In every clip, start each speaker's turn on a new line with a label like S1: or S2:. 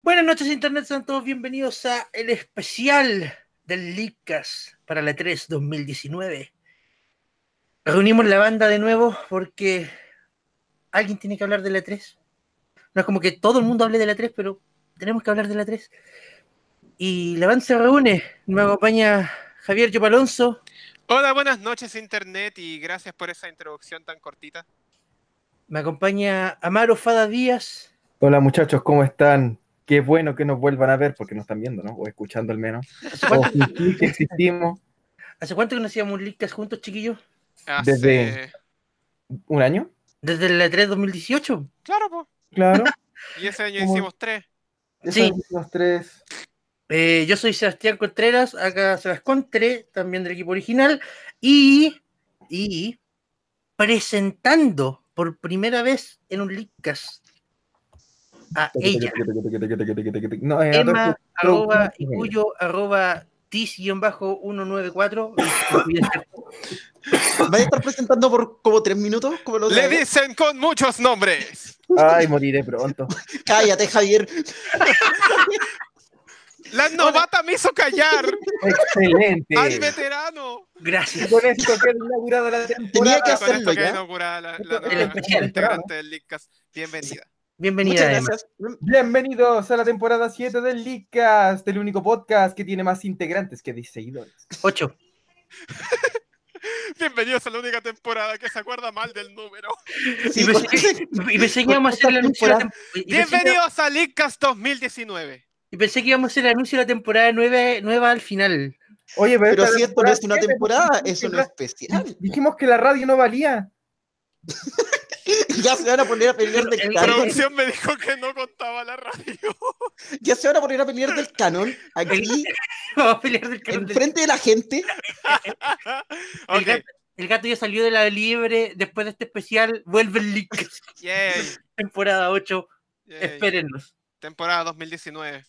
S1: Buenas noches, Internet. Sean todos bienvenidos a el especial del Leakcast para la 3 2019. Reunimos la banda de nuevo porque alguien tiene que hablar de la 3. No es como que todo el mundo hable de la 3, pero tenemos que hablar de la 3. Y la banda se reúne. Me acompaña Javier Yopalonso.
S2: Hola, buenas noches Internet y gracias por esa introducción tan cortita.
S1: Me acompaña Amaro Fada Díaz.
S3: Hola muchachos, ¿cómo están? Qué bueno que nos vuelvan a ver, porque nos están viendo, ¿no? O escuchando al menos.
S1: ¿Hace
S3: O
S1: cuánto,
S3: fingir que existimos
S1: hace cuánto que no hacíamos un Leakcast juntos, chiquillos?
S2: Hace-
S3: Desde- un año,
S1: Desde la 3 2018.
S2: Claro, po.
S3: claro.
S2: Y ese año
S3: ¿Cómo?
S2: hicimos tres.
S1: Sí.
S3: Esos Los tres.
S1: Eh, yo soy Sebastián Contreras, acá Sebas Contre, también del equipo original, y, y presentando por primera vez en un Leadcast a ella,
S3: No, eh,
S1: Emma,
S3: Adolfo,
S1: arroba,
S3: no, no, no.
S1: Icuyo, arroba, tis-194,
S4: ¿Vais a estar presentando por como tres minutos? Como los
S2: Le dicen con muchos nombres.
S3: Ay, moriré pronto.
S4: Cállate, Javier.
S2: La novata me hizo callar
S3: Excelente.
S2: al veterano.
S3: Y
S1: gracias.
S3: Con esto queda inaugurada la temporada.
S4: Tenía que
S2: Con
S4: hacerlo
S2: esto queda
S4: ya.
S2: inaugurada la,
S3: Esto-
S2: la
S3: el
S2: nueva
S1: especial.
S2: integrante del Leadcast. Bienvenida.
S1: Bienvenida,
S4: Muchas
S1: Emma.
S4: gracias.
S3: Bienvenidos a la temporada 7 del Leadcast, el único podcast que tiene más integrantes que de seguidores.
S1: Ocho.
S2: Bienvenidos a la única temporada que se acuerda mal del número.
S1: Y
S4: Sí,
S1: me-
S4: porque-
S1: Y pensé que íbamos a hacer el anuncio de la tem- y pensé que-
S2: Bienvenidos a Leadcast 2019.
S1: y pensé que íbamos a hacer el anuncio de la temporada nueve- nueva al final.
S3: Oye,
S4: Pero
S3: esta
S4: si esto no es una
S3: siete,
S4: temporada,
S3: dijimos
S4: es un
S3: que
S4: especial.
S3: la- Dijimos que la radio no valía.
S4: Ya se van a poner a pelear del
S1: El-
S4: canon.
S2: Producción me dijo que no contaba la radio.
S4: Ya se van a poner a pelear del canon. Aquí,
S1: Vamos a pelear del canal del-
S4: enfrente de la gente.
S1: El,
S2: ok,
S1: gato, el gato ya salió de la liebre después de este especial. Vuelve el link,
S2: yay,
S1: temporada 8.
S2: yay.
S1: Espérennos.
S2: Temporada 2019.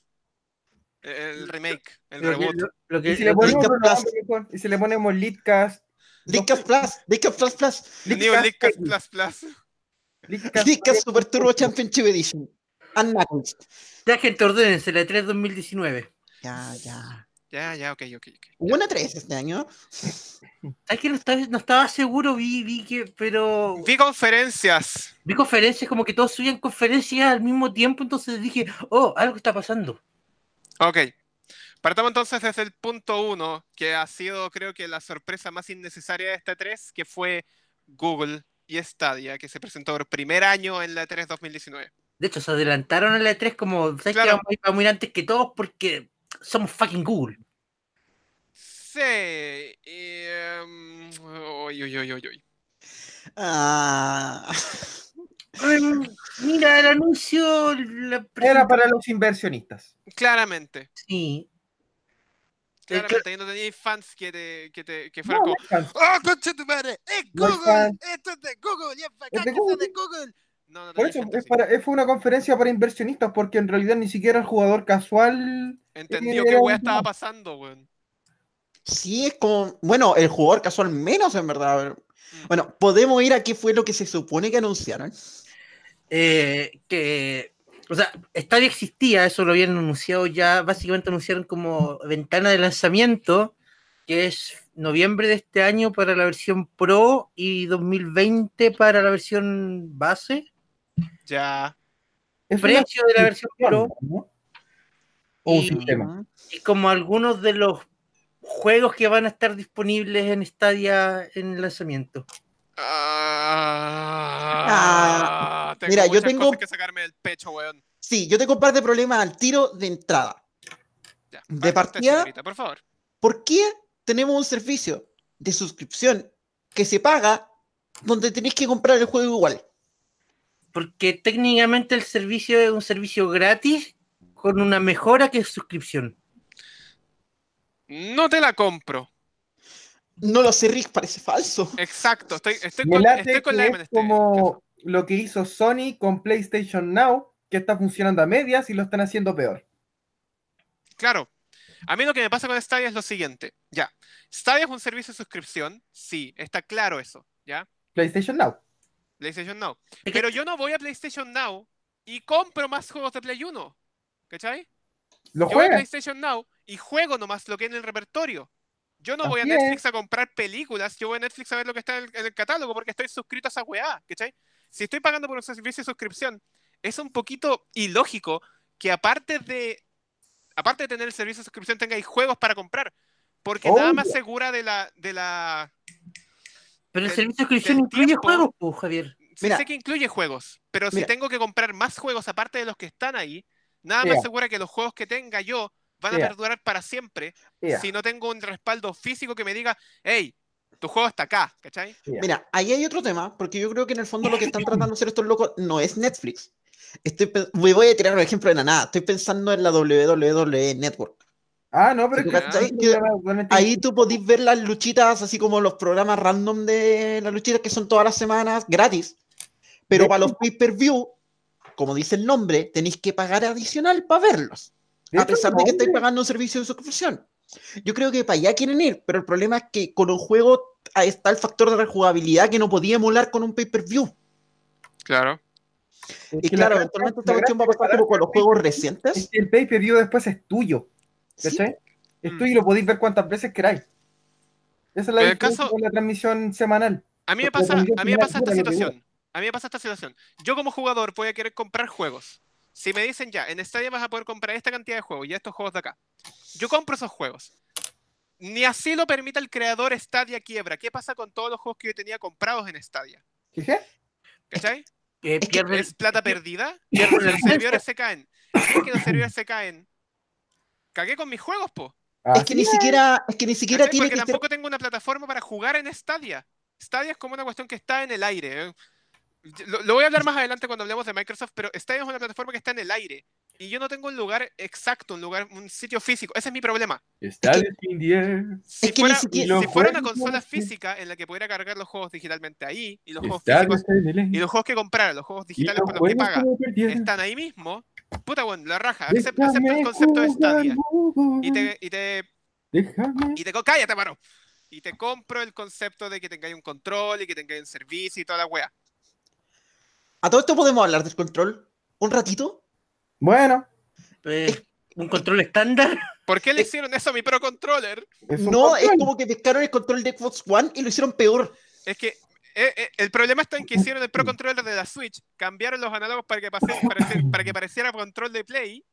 S2: El- E-, El remake, el
S1: Lo que-
S2: reboot.
S1: lo- lo que-
S3: Y si le
S1: lo que-
S3: ponemos,
S4: Leadcast
S3: un nombre mejor, y si le ponemos Leadcast,
S4: Dicas Plus, Dicas Plus Plus,
S2: New
S3: Leadcast,
S2: Leadcast Plus Plus.
S3: Leadcast,
S4: Dicas Super Turbo Championship Edition. And Knuckles.
S1: Ya, gente, ordénense, la 3 2019.
S4: Ya, ya.
S2: Ya, ya, ok, ok. ok.
S4: Hubo una 3 este año.
S1: ¿Sabes que no estaba, no estaba seguro? Vi, vi que, pero
S2: Vi conferencias.
S1: vi conferencias, como que todos subían conferencias al mismo tiempo, entonces dije, oh, algo está pasando.
S2: Ok. Partamos entonces desde el punto uno, que ha sido, creo que, la sorpresa más innecesaria de esta 3, que fue Google y Stadia, que se presentó por primer año en la 3 2019.
S1: De hecho, se adelantaron a la 3 como, ¿sabes
S2: Claro.
S1: que vamos a ir, vamos a ir antes que todos porque somos fucking Google?
S2: Sí. y, em, uy, uy, uy, uy, uy.
S4: Ah.
S1: Ay, mira, el anuncio, la
S3: Era para los inversionistas.
S2: Claramente.
S1: Sí, cla-
S2: Claramente, ahí no teníais fans que, te, que, te, que fueran
S3: No,
S2: como,
S3: no,
S2: ¡Oh, concha tu madre! ¡Es
S3: No hay
S2: Google!
S3: fan.
S2: ¡Esto es de Google! ¡Y es bacán que
S3: de
S2: sea
S3: Google.
S2: de Google! No, no
S3: Por
S2: tenía
S3: Este eso
S2: gente
S3: es
S2: así.
S3: para- es- fue una conferencia para inversionistas, porque en realidad ni siquiera el jugador casual.
S2: Entendió
S3: era
S2: qué weá
S3: un-
S2: estaba pasando, weón.
S4: Sí, es como, bueno, el jugador casual menos en verdad.
S2: Mm.
S4: Bueno, podemos ir a qué fue lo que se supone que anunciaron.
S1: eh, que, o sea, Stadia existía, eso lo habían anunciado ya, básicamente anunciaron como ventana de lanzamiento, que es noviembre de este año para la versión Pro y 2020 para la versión base.
S2: Ya.
S3: Es una
S1: Precio de la versión Pro
S3: opción, ¿no? O un
S1: Y-
S3: sistema.
S4: Ujú.
S1: y como algunos de los juegos que van a estar disponibles en Stadia en lanzamiento.
S2: Ah, tengo
S4: mira, yo
S2: muchas
S4: tengo-
S2: cosas que sacarme del pecho, weón.
S4: Sí, yo tengo un par de problemas al tiro de entrada.
S2: Ya,
S4: De
S2: parte usted,
S4: partida-
S2: señorita, por favor.
S4: ¿Por qué tenemos un servicio de suscripción que se paga donde tenéis que comprar el juego igual?
S1: Porque técnicamente el servicio es un servicio gratis con una mejora que es suscripción.
S2: No te la compro.
S4: No lo sé, Rick, parece falso.
S2: Exacto. Estoy, estoy
S3: Me
S2: con,
S3: late
S2: estoy con
S3: que
S2: la
S3: es
S2: M en este caso.
S3: como lo que hizo Sony con PlayStation Now, que está funcionando a medias y lo están haciendo peor.
S2: Claro. A mí lo que me pasa con Stadia es lo siguiente. Ya. Stadia es un servicio de suscripción. Sí, está claro eso. Ya.
S3: PlayStation Now.
S2: PlayStation Now.
S1: que-
S2: Pero yo no voy a PlayStation Now y compro más juegos de Play 1. ¿Cachai?
S3: Lo
S2: Yo voy a
S3: juegas.
S2: PlayStation Now y juego nomás lo que hay en el repertorio. Yo no voy a
S3: Así es.
S2: Netflix a comprar películas, yo voy a Netflix a ver lo que está en el, en el catálogo porque estoy suscrito a esa weá, ¿cachai? Si estoy pagando por un servicio de suscripción, es un poquito ilógico que aparte de aparte de tener el servicio de suscripción tengáis juegos para comprar, porque
S3: Oh,
S2: nada más
S3: yeah.
S2: segura de la de la
S1: Pero el
S2: Del-
S1: servicio de suscripción
S2: del
S1: incluye
S2: tiempo.
S1: juegos, pues, Javier.
S2: sí
S4: Mira.
S2: sé que incluye juegos, pero si
S4: Mira.
S2: tengo que comprar más juegos aparte de los que están ahí, nada
S3: Mira.
S2: más segura que los juegos que tenga yo van a
S3: Mira.
S2: perdurar para siempre
S3: Ea,
S2: si no tengo un respaldo físico que me diga, hey, tu juego está acá, ¿cachai?
S3: ea.
S4: Mira, ahí hay otro tema, porque yo creo que en el fondo lo que están tratando de hacer estos locos no es Netflix. Estoy, pe- me voy a tirar un ejemplo de la nada. Estoy pensando en la WWE Network.
S3: Ah, no, pero es que
S2: ¿Cachai?
S3: es un programa totalmente
S4: Ahí tú podís ver las luchitas, así como los programas random de las luchitas que son todas las semanas gratis. Pero
S3: De
S4: para los pay-per-view, como dice el nombre, tenéis que pagar adicional para verlos.
S3: De
S4: a
S3: hecho,
S4: pesar de que estáis
S3: hombre,
S4: pagando un servicio de suscripción. Yo creo que para allá quieren ir, pero el problema es que con un juego ah, está el factor de rejugabilidad que no podía emular con un pay-per-view.
S2: Claro.
S3: es
S4: Y
S3: que la
S4: claro,
S3: gracia-
S4: eventualmente esta
S3: la
S4: cuestión va a
S3: gracia
S4: pasar como con los
S3: es que
S4: juegos recientes.
S3: es que El pay-per-view después es tuyo.
S4: Sí,
S3: ¿Cachai? Es
S2: Mm.
S3: tuyo y lo podéis ver cuantas veces queráis. Esa es la
S2: Pero el
S3: diferencia
S2: caso-
S3: con la transmisión semanal.
S2: A mí me
S3: Pero
S2: pasa,
S3: también
S2: a mí me
S3: tiene
S2: pasa esta
S3: altura, lo que
S2: situación. A mí me pasa esta situación. Yo como jugador voy a querer comprar juegos. Si me dicen ya, en Stadia vas a poder comprar esta cantidad de juegos y estos juegos de acá. Yo compro esos juegos. Ni así lo permita el creador Stadia quiebra. ¿Qué pasa con todos los juegos que yo tenía comprados en Stadia?
S3: ¿Fijé?
S2: ¿Cachai?
S1: Eh,
S4: Es que
S1: pierden-
S2: ¿Es plata perdida?
S1: pierden la
S2: Los
S1: licencia.
S2: servidores se caen. Si es que los servidores se caen, cagué con mis juegos, po.
S4: es que ni siquiera, es que ni siquiera
S2: ¿Cachai?
S4: tiene
S2: Porque
S4: que ser
S2: tampoco tengo una plataforma para jugar en Stadia. Stadia es como una cuestión que está en el aire. ¿eh? Lo, lo voy a hablar más adelante cuando hablemos de Microsoft, pero Stadia es una plataforma que está en el aire. Y yo no tengo un lugar exacto, un lugar, un sitio físico. Ese es mi problema.
S3: Está
S4: es
S3: Steam 10.
S2: Si,
S4: Es que ni
S2: fuera,
S4: siquiera-
S2: si
S3: Los
S2: fuera una
S3: juegos-
S2: consola física en la que pudiera cargar los juegos digitalmente ahí, y los juegos
S3: Está
S2: físicos,
S3: Resident
S2: y
S3: Evil.
S2: los juegos que comprara, los juegos
S3: Y los
S2: digitales por los que
S3: juegos
S2: paga,
S3: me perdieron.
S2: están ahí mismo. Puta, bueno, la raja. Acep- Acepto,
S3: Déjame
S2: el concepto de
S3: jugar,
S2: Stadia.
S3: Google.
S2: Y te- y te
S3: Déjame.
S2: y te co- cállate, mano. Y te compro el concepto de que tengáis un control y que tengáis un servicio y toda la wea.
S4: A todo esto podemos hablar del control un ratito.
S3: Bueno,
S1: Eh, un control estándar.
S2: ¿Por qué le
S4: Eh.
S2: hicieron eso a mi Pro Controller?
S3: es un
S4: No, es
S3: control.
S4: como que pescaron el control de Xbox One y lo hicieron peor.
S2: Es que eh, eh, el problema está en que hicieron
S3: Mm.
S2: el Pro Controller de la Switch, cambiaron los análogos para que, pase- parece- para que pareciera control de Play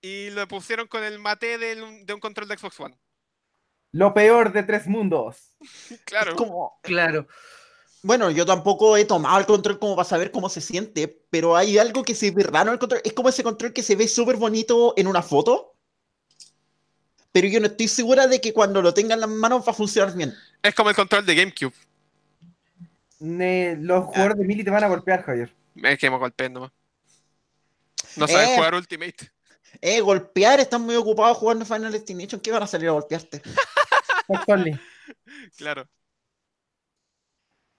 S2: y lo pusieron con el mate del- de un control de Xbox One.
S3: Lo peor de tres mundos.
S2: Claro.
S4: Como,
S1: Claro.
S4: Bueno, yo tampoco he tomado el control como para saber cómo se siente, pero hay algo que se ve raro en el control. Es como ese control que se ve súper bonito en una foto, pero yo no estoy segura de que cuando lo tenga en las manos va a funcionar bien.
S2: Es como el control de GameCube.
S3: Ne- los jugadores de Mili te van a golpear, Javier.
S2: Es que me golpeé nomás. No saben
S4: Eh.
S2: jugar Ultimate.
S4: Eh, golpear, están muy ocupados jugando Final Destination, ¿qué van a salir a golpearte?
S3: Fuck Tolly.
S2: Claro.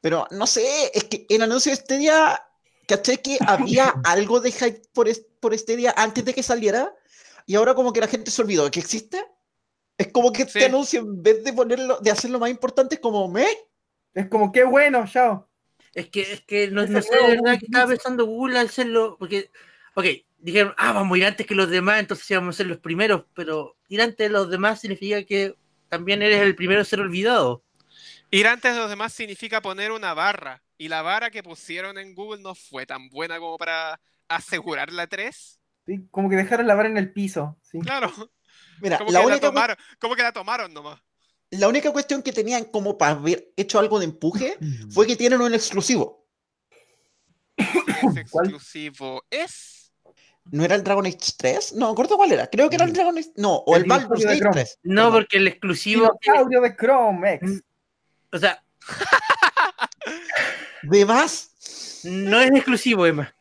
S4: Pero no sé, es que el anuncio de este día, ¿caché que había algo de hype por, es- por este día antes de que saliera? Y ahora como que la gente se olvidó de que existe. Es como
S2: Sí.
S4: que este anuncio, en vez de ponerlo, de hacerlo más importante, es como me.
S3: Es como, qué bueno, chao.
S1: Es que, es que no,
S3: Ese
S1: no sé
S3: juego
S1: de
S3: es
S1: verdad
S3: muy
S1: que estaba pensando Google al hacerlo. Porque, ok, dijeron, ah, vamos a ir antes que los demás, entonces íbamos a ser los primeros. Pero ir antes de los demás significa que también eres el primero a ser olvidado.
S2: Ir antes de los demás significa poner una barra. Y la barra que pusieron en Google no fue tan buena como para asegurar la 3.
S3: Sí, Como que dejaron la vara en el piso. sí.
S2: Claro.
S4: Mira,
S2: Como que
S4: la
S2: la
S4: única, cue-
S2: tomaron, como que la tomaron nomás.
S4: la única cuestión que tenían como para haber hecho algo de empuje fue que tienen un exclusivo.
S2: Es
S3: ¿Cuál?
S2: exclusivo. Es.
S4: ¿No era el Dragon Age 3? No, me acuerdo cuál era. Creo que era el
S3: Mm.
S4: Dragon Age. No, o
S3: El
S4: el Baldur's
S3: dinosaurio de
S4: Gate
S3: Chrome.
S4: 3.
S1: No,
S4: perdón.
S1: porque el exclusivo.
S3: Dinosaurio de Chrome X.
S1: O sea,
S4: De más
S1: no es exclusivo, Emma.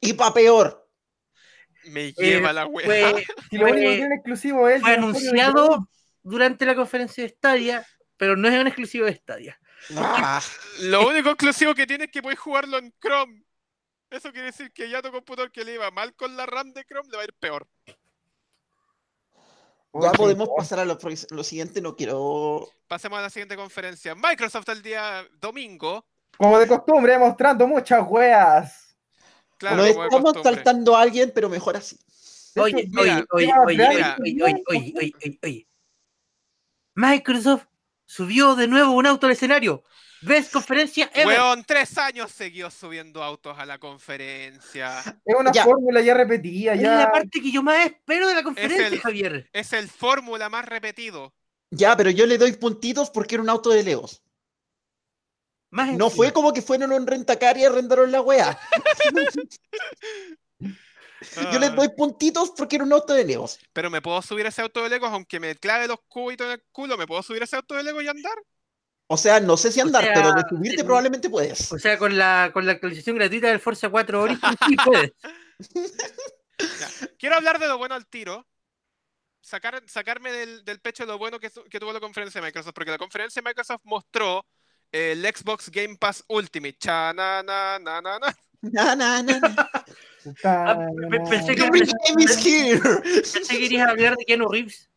S4: y para peor.
S2: Me
S4: Eh,
S2: lleva la wea.
S1: Fue,
S3: Si lo único que
S1: fue-
S3: tiene exclusivo es. el
S1: fue
S3: dinosaurio de
S1: anunciado durante la conferencia de Stadia, pero no es un exclusivo de Stadia.
S4: Ah,
S2: Lo único exclusivo que tiene es que puedes jugarlo en Chrome. Eso quiere decir que ya tu computador que le iba mal con la RAM de Chrome le va a ir peor.
S3: Chrome.
S4: ya podemos
S3: oh,
S4: pasar a lo, prox- lo siguiente. No quiero
S2: Pasemos a la siguiente conferencia. Microsoft el día domingo
S3: Como de costumbre, mostrando muchas weas.
S2: Claro,
S4: no es
S2: como de
S4: estamos
S2: costumbre.
S4: saltando a alguien, pero mejor así.
S3: De
S1: Oye,
S3: hecho,
S1: oye,
S3: mira,
S1: oye,
S3: lleva
S1: oye,
S3: Brad
S1: oye, oye,
S3: Pitt,
S1: oye, oye, oye, oye, oye. Microsoft subió de nuevo un auto al escenario. ¿Ves conferencia ever?
S2: Weón, tres años siguió subiendo autos a la conferencia.
S3: Es una
S4: Ya.
S3: fórmula ya repetida,
S1: es
S3: ya.
S1: la parte que yo más espero de la conferencia,
S2: el-
S1: Javier.
S2: Es el fórmula más repetido.
S4: Ya, pero yo le doy puntitos porque era un auto de Legos.
S1: Más
S4: No
S1: encima.
S4: fue como que fueron a un rentacar y arrendaron la wea. Yo les
S2: Ah,
S4: doy puntitos porque era un auto de Legos.
S2: Pero me puedo subir a ese auto de Legos, aunque me clave los cubitos en el culo, me puedo subir a ese auto de Legos y andar.
S4: O sea, no sé si andar,
S1: sea, pues,
S4: pero de subirte
S1: sí.
S4: probablemente puedes.
S1: O sea, con la, con la actualización gratuita del Forza 4 Horizon, sí pues. puedes.
S2: Quiero hablar de lo bueno al tiro. Sacar, sacarme del, del pecho lo bueno que, su- que tuvo la conferencia de Microsoft, porque la conferencia de Microsoft mostró el Xbox Game Pass Ultimate. Cha, na, na, na, na, na.
S4: Na, na, na, na.
S3: Ta-
S1: Ah, pe- pe- pensé
S4: The real game is here.
S1: Pensé que irías a hablar de Keanu Reeves.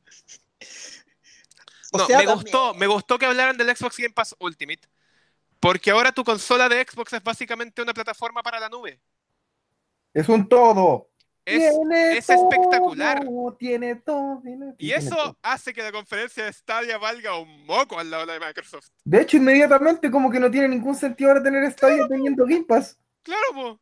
S4: O
S2: No,
S4: sea,
S2: me
S4: también-
S2: gustó, me gustó que hablaran del Xbox Game Pass Ultimate, porque ahora tu consola de Xbox es básicamente una plataforma para la nube.
S3: Es un todo.
S2: Es-
S3: Tiene
S2: es espectacular.
S3: todo, Tiene todo. tiene-
S2: y
S3: tiene todo.
S2: eso hace que la conferencia de Stadia valga un moco al lado de Microsoft.
S3: De hecho, inmediatamente, como que no tiene ningún sentido ahora tener Stadia teniendo Game Pass.
S2: Claro, po.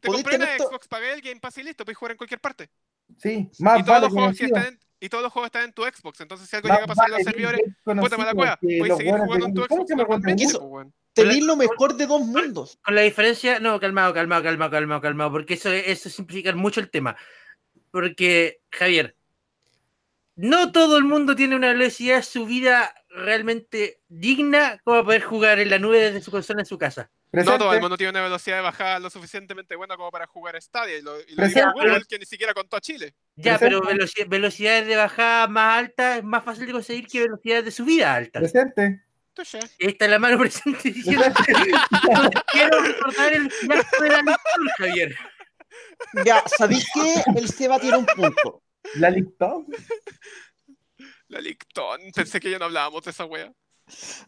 S2: Te
S4: Podéis
S2: compré una
S4: tener to-
S2: Xbox, pagué el Game Pass y listo, puedes jugar en cualquier parte.
S3: Sí, más
S2: y, todos
S3: Ah, vale
S2: los juegos que
S3: conocido.
S2: están en, y todos los juegos están en tu Xbox. Entonces, si algo
S3: Más
S2: llega a pasar en
S3: vale
S2: los servidores,
S3: Bill Gates
S2: puta mala
S3: conocido
S2: cueva.
S3: que
S2: Puedes
S3: los
S2: seguir
S3: buenos
S2: jugando en tu
S3: de- ¿Cómo
S2: Xbox
S3: se me cuenta
S2: normalmente,
S4: eso?
S2: po, weón.
S4: Tenéis lo mejor de dos mundos.
S1: Con la diferencia, no, calmado, calmado, calmado, calmado, calmado, porque eso, eso es simplificar mucho el tema. Porque, Javier, no todo el mundo tiene una velocidad subida realmente digna como poder jugar en la nube desde su consola en su casa.
S2: No, todo el
S3: Presente.
S2: mundo tiene una velocidad de bajada lo suficientemente buena como para jugar Stadia. Y lo, y lo
S3: Presente.
S2: dijo Google, que ni siquiera contó a Chile.
S1: Ya, pero
S3: Perfecto.
S1: veloci- velocidades de bajada más altas es más fácil de conseguir que velocidades de subida altas.
S3: Presente.
S2: Touché.
S1: Esta es la mano presente diciendo quiero recordar el final de la lección, Javier.
S4: Ya, ¿sabéis qué? El Seba tiene un punto.
S3: La listó.
S2: La Licton. Pensé que ya no hablábamos de esa wea.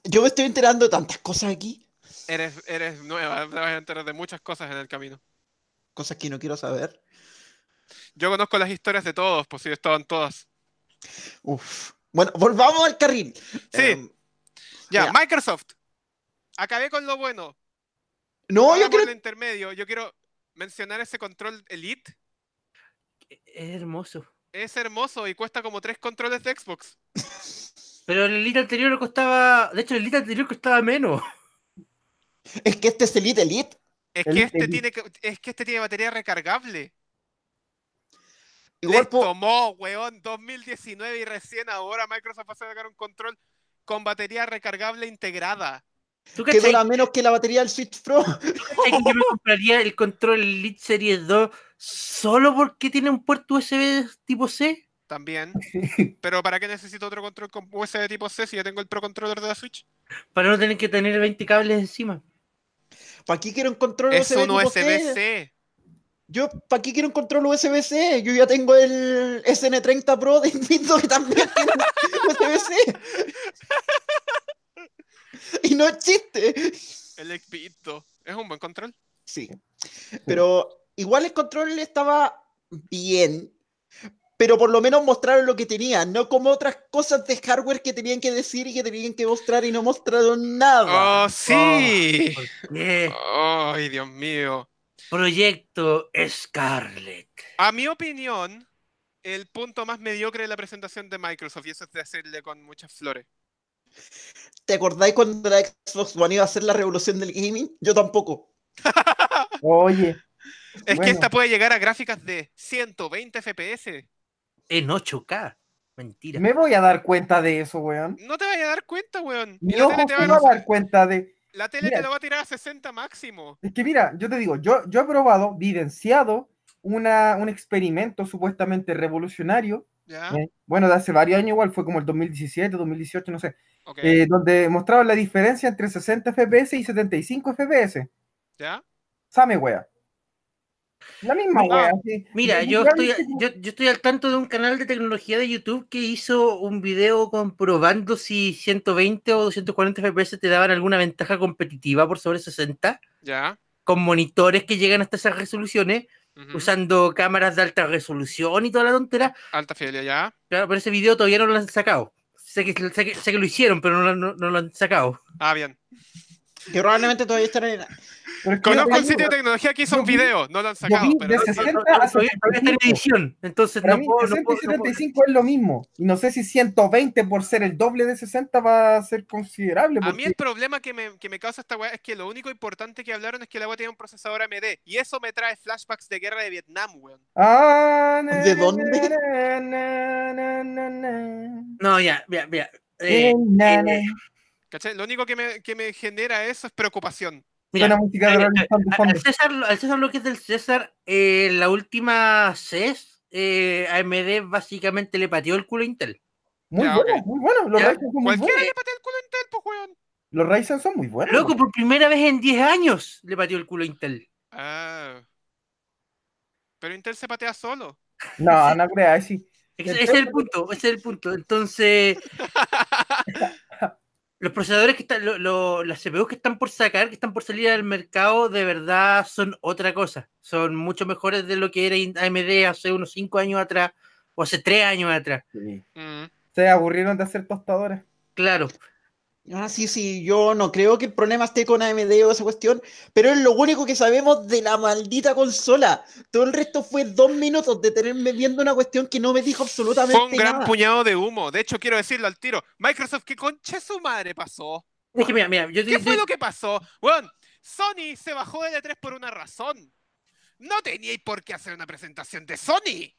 S4: Yo me estoy enterando de tantas cosas aquí,
S2: Eres, eres nueva, te vas a enterar de muchas cosas en el camino.
S4: cosas que no quiero saber.
S2: Yo conozco las historias de todos, pues si yo estaba en todas.
S4: Uf. Bueno, volvamos al carril.
S2: Sí.
S4: Em,
S2: Ya,
S4: Ya.
S2: Microsoft. Acabé con lo bueno.
S4: no,
S2: Ahora
S4: yo
S2: por
S4: creo
S2: el intermedio, yo quiero mencionar ese control Elite.
S1: Es hermoso.
S2: Es hermoso y cuesta como tres controles de Xbox.
S1: Pero el Elite anterior costaba. De hecho, el Elite anterior costaba menos.
S4: es que este es Elite Elite.
S2: Es que
S3: Elite
S2: este
S3: Elite.
S2: tiene que- es que este tiene batería recargable.
S4: Igual
S2: Les
S4: po-
S2: tomó, weón, 2019 y recién ahora Microsoft va a sacar un control con batería recargable integrada.
S1: ¿Tú
S4: que
S1: cachai,
S4: dura menos que la batería del Switch Pro.
S1: cachai que yo me compraría el control Elite Series 2 solo porque tiene un puerto USB tipo C?
S2: También. Pero ¿para qué necesito otro control con USB tipo C si ya tengo el Pro Controller de la Switch?
S1: Para no tener que tener 20 cables encima.
S4: ¿Para qué quiero un control
S2: Es
S4: USB
S2: un
S4: tipo
S2: USB-C.
S4: C? Yo, ¿para qué quiero un control USB-C? Yo ya tengo el SN30 Pro de Nintendo que también tiene USB-C. Y no es chiste.
S2: El Xpito. Es un buen control.
S4: Sí. Pero igual el control estaba bien. Pero por lo menos mostraron lo que tenían, no como otras cosas de hardware que tenían que decir y que tenían que mostrar y no mostraron nada.
S3: Ah,
S2: ¡Oh, sí!
S1: Eh,
S2: ¡Ay, Dios mío!
S1: proyecto Scarlet.
S2: A mi opinión, el punto más mediocre de la presentación de Microsoft, y eso es de hacerle con muchas flores.
S4: ¿Te acordáis cuando la Xbox One iba a hacer la revolución del gaming? Yo tampoco.
S3: Oye,
S2: Es que
S3: Bueno.
S2: esta puede llegar a gráficas de 120 FPS.
S1: En 8K. Mentira.
S3: me voy a dar cuenta de eso, weón.
S2: No te vayas a dar cuenta, weón. Y
S3: Mi
S2: la tele,
S3: ojo
S2: te
S3: se
S2: va,
S3: va a
S2: a-
S3: dar cuenta de.
S2: la tele te
S3: Mira.
S2: lo va a tirar a 60 máximo.
S3: Es que mira, yo te digo, yo, yo he probado, vivenciado una, un experimento supuestamente revolucionario,
S2: ¿Ya?
S3: eh, bueno, de hace varios años igual, fue como el 2017, 2018, no sé,
S2: Ok.
S3: eh, donde mostraban la diferencia entre 60 FPS y 75 FPS.
S2: ¿Ya?
S3: Same wea. La misma
S1: No,
S3: wea. sí.
S1: Mira, yo estoy, yo, yo estoy al tanto de un canal de tecnología de YouTube que hizo un video comprobando si 120 o 240 FPS te daban alguna ventaja competitiva por sobre 60.
S2: ¿Ya?
S1: con monitores que llegan hasta esas resoluciones,
S2: Ujú.
S1: usando cámaras de alta resolución y toda la tontera.
S2: Alta fidelidad, ya.
S1: Claro, pero ese video todavía no lo han sacado. Sé que, sé que- sé que lo hicieron, pero no, lo- no- no lo han sacado.
S2: Ah, bien.
S4: Que probablemente todavía estará en.
S3: Pero es que
S2: Conozco
S3: yo-
S2: el sitio de tecnología que hizo
S3: yo
S2: un
S3: vi-
S2: video, no lo han sacado,
S3: vi
S2: pero
S3: de
S1: No, no,
S3: 60
S1: no,
S3: a
S1: todavía, todavía está en
S3: 75.
S1: edición, entonces
S3: Para
S1: no
S3: mí,
S1: puedo, no
S3: 60
S1: puedo-
S3: y
S1: no puedo-
S3: 75 es lo mismo. Y no sé si 120 por ser el doble de 60 va a ser considerable.
S2: A mí
S3: Porque
S2: el problema que me, que me causa esta weá es que lo único importante que hablaron es que la weá tiene un procesador AMD. Y eso me trae flashbacks de guerra de Vietnam, weón.
S3: Ah, na,
S4: ¿De
S3: na,
S4: dónde?
S3: na, na, na, na, na.
S1: No, ya, ya, ya. Eh,
S3: Eh, na, na.
S1: eh,
S2: ¿Cachai? Lo único que me, que me genera eso es preocupación.
S1: mira,
S3: Suena música de
S1: eh,
S3: Rolling
S1: eh,
S3: Stone de
S1: a- al
S3: fondo.
S1: César, al César lo que es del César, eh, la última CES, eh, AMD básicamente le pateó el culo a Intel.
S3: Muy
S2: Ya,
S3: bueno,
S2: ok.
S3: muy bueno. Los
S1: Ya,
S3: Ryzen son muy
S2: Cualquiera
S3: buenos.
S2: le patea el culo a Intel, pues, weón.
S3: Los Ryzen son muy buenos.
S1: Loco,
S2: pues,
S1: por primera vez en 10 años le pateó el culo a Intel.
S2: Ah. Pero Intel se patea solo.
S3: No, no creas, sí.
S1: Ese ese es el punto, ese es el punto. Entonces, los procesadores que están, lo- lo- las CPUs que están por sacar, que están por salir al mercado, de verdad son otra cosa. Son mucho mejores de lo que era in- AMD hace unos 5 años atrás o hace 3 años atrás.
S3: Sí.
S2: Mm.
S3: Se aburrieron de hacer tostadoras.
S1: Claro.
S4: Ah, sí, sí, yo no creo que el problema esté con AMD o esa cuestión, pero es lo único que sabemos de la maldita consola. Todo el resto fue dos minutos de tenerme viendo una cuestión que no me dijo absolutamente
S2: Fue un gran
S4: nada.
S2: puñado de humo. De hecho, quiero decirlo al tiro. Microsoft, ¿qué concha su madre pasó?
S1: Es que mira, mira, yo,
S2: ¿Qué
S1: yo-
S2: fue lo que pasó? Weón, Sony se bajó de E3 por una razón. No teníais por qué hacer una presentación de Sony.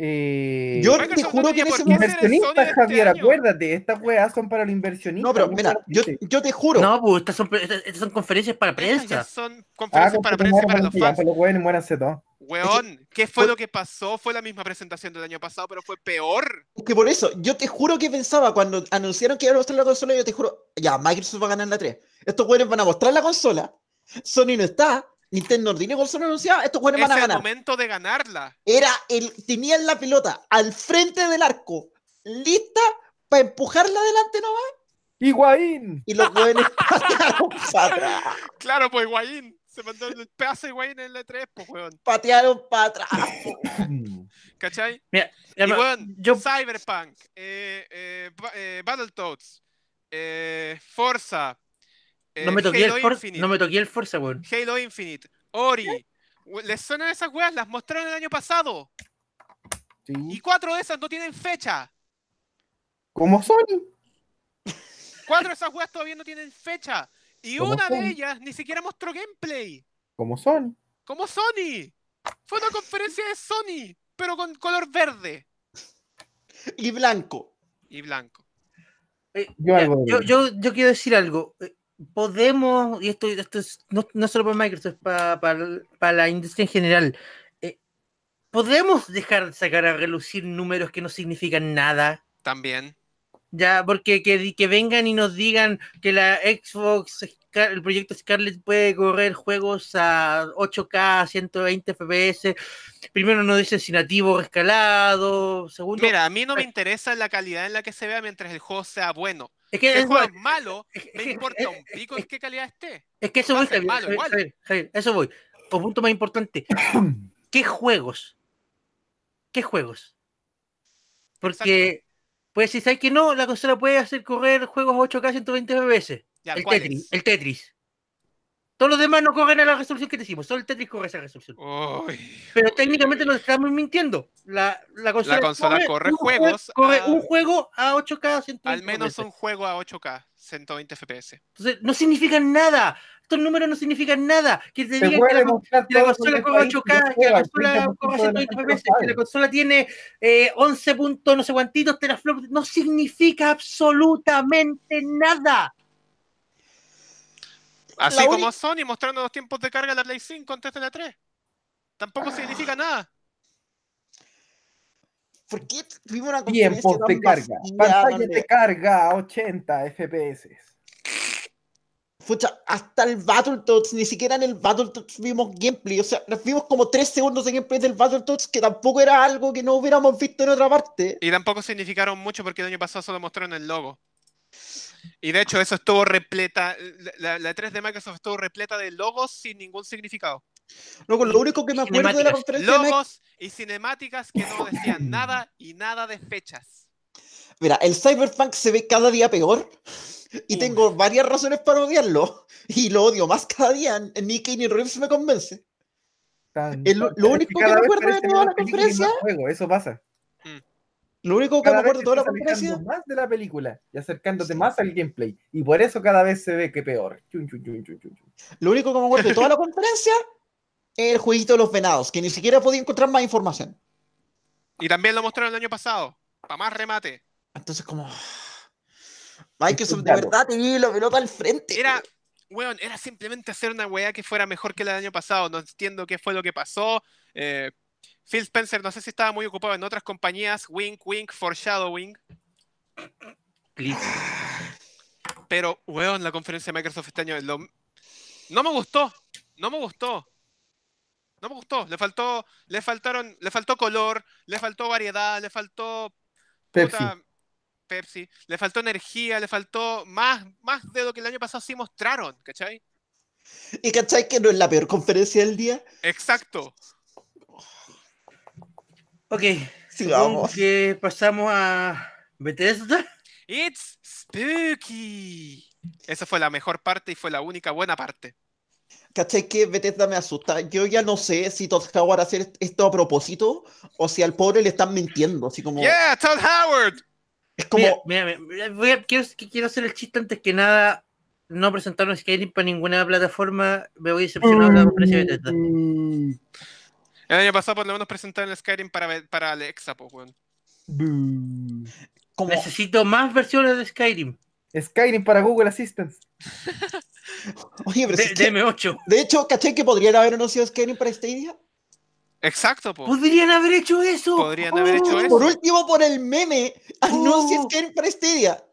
S3: Eh,
S4: Yo te
S2: Microsoft no
S4: juro
S2: tenía
S4: que en
S2: por
S4: ese
S2: qué ser
S4: momento.
S2: el Sony de
S3: Inversionistas,
S2: este
S3: Javier,
S2: año.
S3: acuérdate, estas weas son para los inversionistas.
S4: No, pero
S3: no
S4: mira,
S3: para la
S4: yo,
S3: gente.
S4: yo te juro,
S1: No, pues estas son, pre- estas- estas son conferencias para
S2: Estas ya
S1: prensa.
S2: son
S3: Ah,
S2: conferencias
S3: con
S2: para
S3: que
S2: prensa y
S3: mueran,
S2: para los
S3: ya,
S2: fans.
S3: pues los weones muéranse todos.
S2: Weón, ¿qué fue
S4: fue-
S2: lo que pasó? Fue la misma presentación del año pasado, pero fue peor.
S4: es que por eso, yo te juro que pensaba cuando anunciaron que iban a mostrar la consola, yo te juro, ya, Microsoft va a ganar la 3. Estos güeyes van a mostrar la consola, Sony no está, Nintendo no tiene consola anunciada, estos güeyes
S2: Es
S4: van
S2: el
S4: a ganar.
S2: momento de ganarla.
S4: era el tenían la pelota al frente del arco, lista para empujarla adelante nomás,
S3: Higuaín.
S4: y los jóvenes patearon para atrás,
S2: Claro, pues Higuaín. Se mandó el pedazo de Higuaín en el E3, pues weón.
S4: patearon para atrás.
S2: ¿Cachai?
S1: Ya,
S2: Y
S1: pero
S2: weón,
S1: yo-
S2: Cyberpunk, eh, eh, Ba- eh, Battletoads, eh, Forza, eh,
S1: no, me toqué el
S2: Halo
S1: For-
S2: Infinite,
S1: no me toqué el Forza, weón.
S2: Halo Infinite, Ori. We- ¿Les suenan esas weas? Las mostraron el año pasado. Y
S3: Sí.
S2: cuatro de esas no tienen fecha.
S3: Como Sony.
S2: Cuatro de esas weas todavía no tienen fecha. Y
S3: Como
S2: una de
S3: Sony.
S2: ellas ni siquiera mostró gameplay.
S3: Como Sony.
S2: Como Sony. Fue una conferencia de Sony, pero con color verde
S4: Y blanco.
S2: y blanco.
S1: Eh,
S3: Yo
S1: ya,
S3: algo
S1: yo,
S3: digo.
S1: yo- yo quiero decir algo. Eh, Podemos, y esto, esto es no, no solo para Microsoft, para, para, la industria en general, eh, podemos dejar de sacar a relucir números que no significan nada.
S2: También.
S1: Ya, porque que, di- que vengan y nos digan que la Xbox, Scar- el proyecto Scarlett puede correr juegos a 8K, 120 FPS. Primero nos dicen si nativo o escalado. Segundo,
S2: Mira, a mí no me interesa la calidad en la que se vea mientras el juego sea bueno.
S1: es que
S2: Si el
S1: es
S2: juego
S1: igual,
S2: es malo,
S1: es que-
S2: me
S1: es que-
S2: eh, importa
S1: es-
S2: un pico en qué calidad esté.
S1: Es que eso
S2: Va a
S1: voy,
S2: ser
S1: Javier,
S2: malo
S1: Javier,
S2: igual.
S1: Javier, Javier, eso voy. O punto más importante, ¿qué juegos? ¿Qué juegos? Porque pues si sabes que no, la consola puede hacer correr juegos a 8K 120 FPS.
S2: Ya,
S1: el
S2: ¿cuáles?
S1: Tetris, el Tetris. Todos los demás no corren a la resolución que te hicimos, solo el Tetris corre a esa resolución.
S2: Uy.
S1: Pero técnicamente nos estamos mintiendo. La, la consola,
S2: consola corre
S1: un jue-
S2: juegos
S1: corre
S2: a-
S1: un juego a 8K 120
S2: Al menos
S1: FPS.
S2: un juego a 8K, 120 FPS.
S1: Entonces, no significan nada. Estos números no significan nada. Que te
S3: Se
S1: digan que
S3: puede
S1: la
S3: mostrar
S1: que la
S3: todo
S1: consola
S3: el
S1: corra
S3: país
S1: 8K, que la consola corra
S3: juega,
S1: 120
S3: el 30% de la gente no
S1: FPS, que la
S3: sabe.
S1: consola tiene eh, 11 puntos, no sé cuantitos teraflops, no significa absolutamente nada.
S2: Así como
S4: única-
S2: Sony mostrando los tiempos de carga de la Play 5 antes de la 3. Tampoco
S1: Ah.
S2: significa nada.
S4: ¿Por qué tuvimos una conferencia
S3: Tiempos
S4: tan
S3: de pues, carga.
S4: vacía,
S3: Pantalla
S4: donde-
S3: de carga a 80 FPS.
S4: Pucha, hasta el Battletoads, ni siquiera en el Battletoads vimos gameplay. O sea, nos vimos como tres segundos de gameplay del Battletoads, que tampoco era algo que no hubiéramos visto en otra parte.
S2: Y tampoco significaron mucho porque el año pasado solo mostraron el logo. Y de hecho, eso estuvo repleta. La, la 3 de Microsoft estuvo repleta de logos sin ningún significado.
S4: Loco, lo único que me acuerdo de la
S1: Cinemáticas.
S4: conferencia de Microsoft.
S2: Logos y cinemáticas que no decían nada y nada de fechas.
S4: Mira, el Cyberpunk se ve cada día peor. Y
S2: Uf.
S4: tengo varias razones para odiarlo. Y lo odio más cada día. Ni Keanu Reeves me convence.
S3: Tan-
S4: Es
S3: tan-
S4: lo- lo
S3: es
S4: único que
S3: cada
S4: me
S3: vez
S4: acuerdo de
S3: parece
S4: toda
S3: más
S4: la
S3: película y más
S4: conferencia-
S3: juego, eso pasa.
S4: Lo único que me
S3: Cada vez
S4: acuerdo
S3: te
S4: de toda la
S3: estás alejando
S4: conferencia.
S3: más de la película y acercándote más al gameplay. Y por eso cada vez se ve que peor. Chun, chun, chun, chun, chun, chun.
S4: Lo único que me acuerdo de toda la conferencia. es El jueguito de los venados. Que ni siquiera podía encontrar más información.
S2: Y también lo mostraron el año pasado. Para más remate.
S4: Entonces, como. Microsoft, de
S3: Disfrutamos.
S4: verdad, te vi la pelota al frente.
S2: Era, weón, era simplemente hacer una weá que fuera mejor que la del año pasado. No entiendo qué fue lo que pasó. Eh, Phil Spencer, no sé si estaba muy ocupado en otras compañías. Wink, wink, foreshadowing.
S1: Please.
S2: Pero, weón, la conferencia de Microsoft este año es lo- no me gustó. No me gustó. No me gustó. Le faltó, le faltaron, le faltó color, le faltó variedad, le faltó
S3: Pepsi.
S2: puta, Pepsi, le faltó energía, le faltó más, más de lo que el año pasado sí mostraron, ¿cachai?
S4: Y cachai que no es la peor conferencia del día.
S2: Exacto.
S1: Ok, supongo
S4: Sigamos.
S1: que pasamos a Bethesda.
S2: It's spooky. Esa fue la mejor parte y fue la única buena parte.
S4: ¿Cachai que Bethesda me asusta? Yo ya no sé si Todd Howard hace est- esto a propósito o si al pobre le están mintiendo. Así como,
S2: Yeah, Todd Howard.
S4: es como,
S1: Mira, mira, mira, voy a- quiero, que- quiero hacer el chiste antes que nada. No presentaron Skyrim para ninguna plataforma. Me voy decepcionado de la conferencia de Bethesda.
S3: Mm. Bú,
S2: El año pasado por lo menos presentaron el Skyrim para, para Alexa, pues, weón.
S3: bú.
S4: como
S1: Necesito más versiones de Skyrim.
S3: Skyrim para Google Assistant.
S4: oye, pero
S1: D-
S4: si es que- de,
S1: DM8.
S4: hecho, ¿cachai que podrían haber anunciado Skyrim para Stadia?
S2: Exacto, pues.
S1: Podrían haber hecho eso.
S2: Podrían haber hecho eso.
S4: Oh, Por último, por el meme, anuncia
S1: Oh.
S4: Skyrim para Stadia.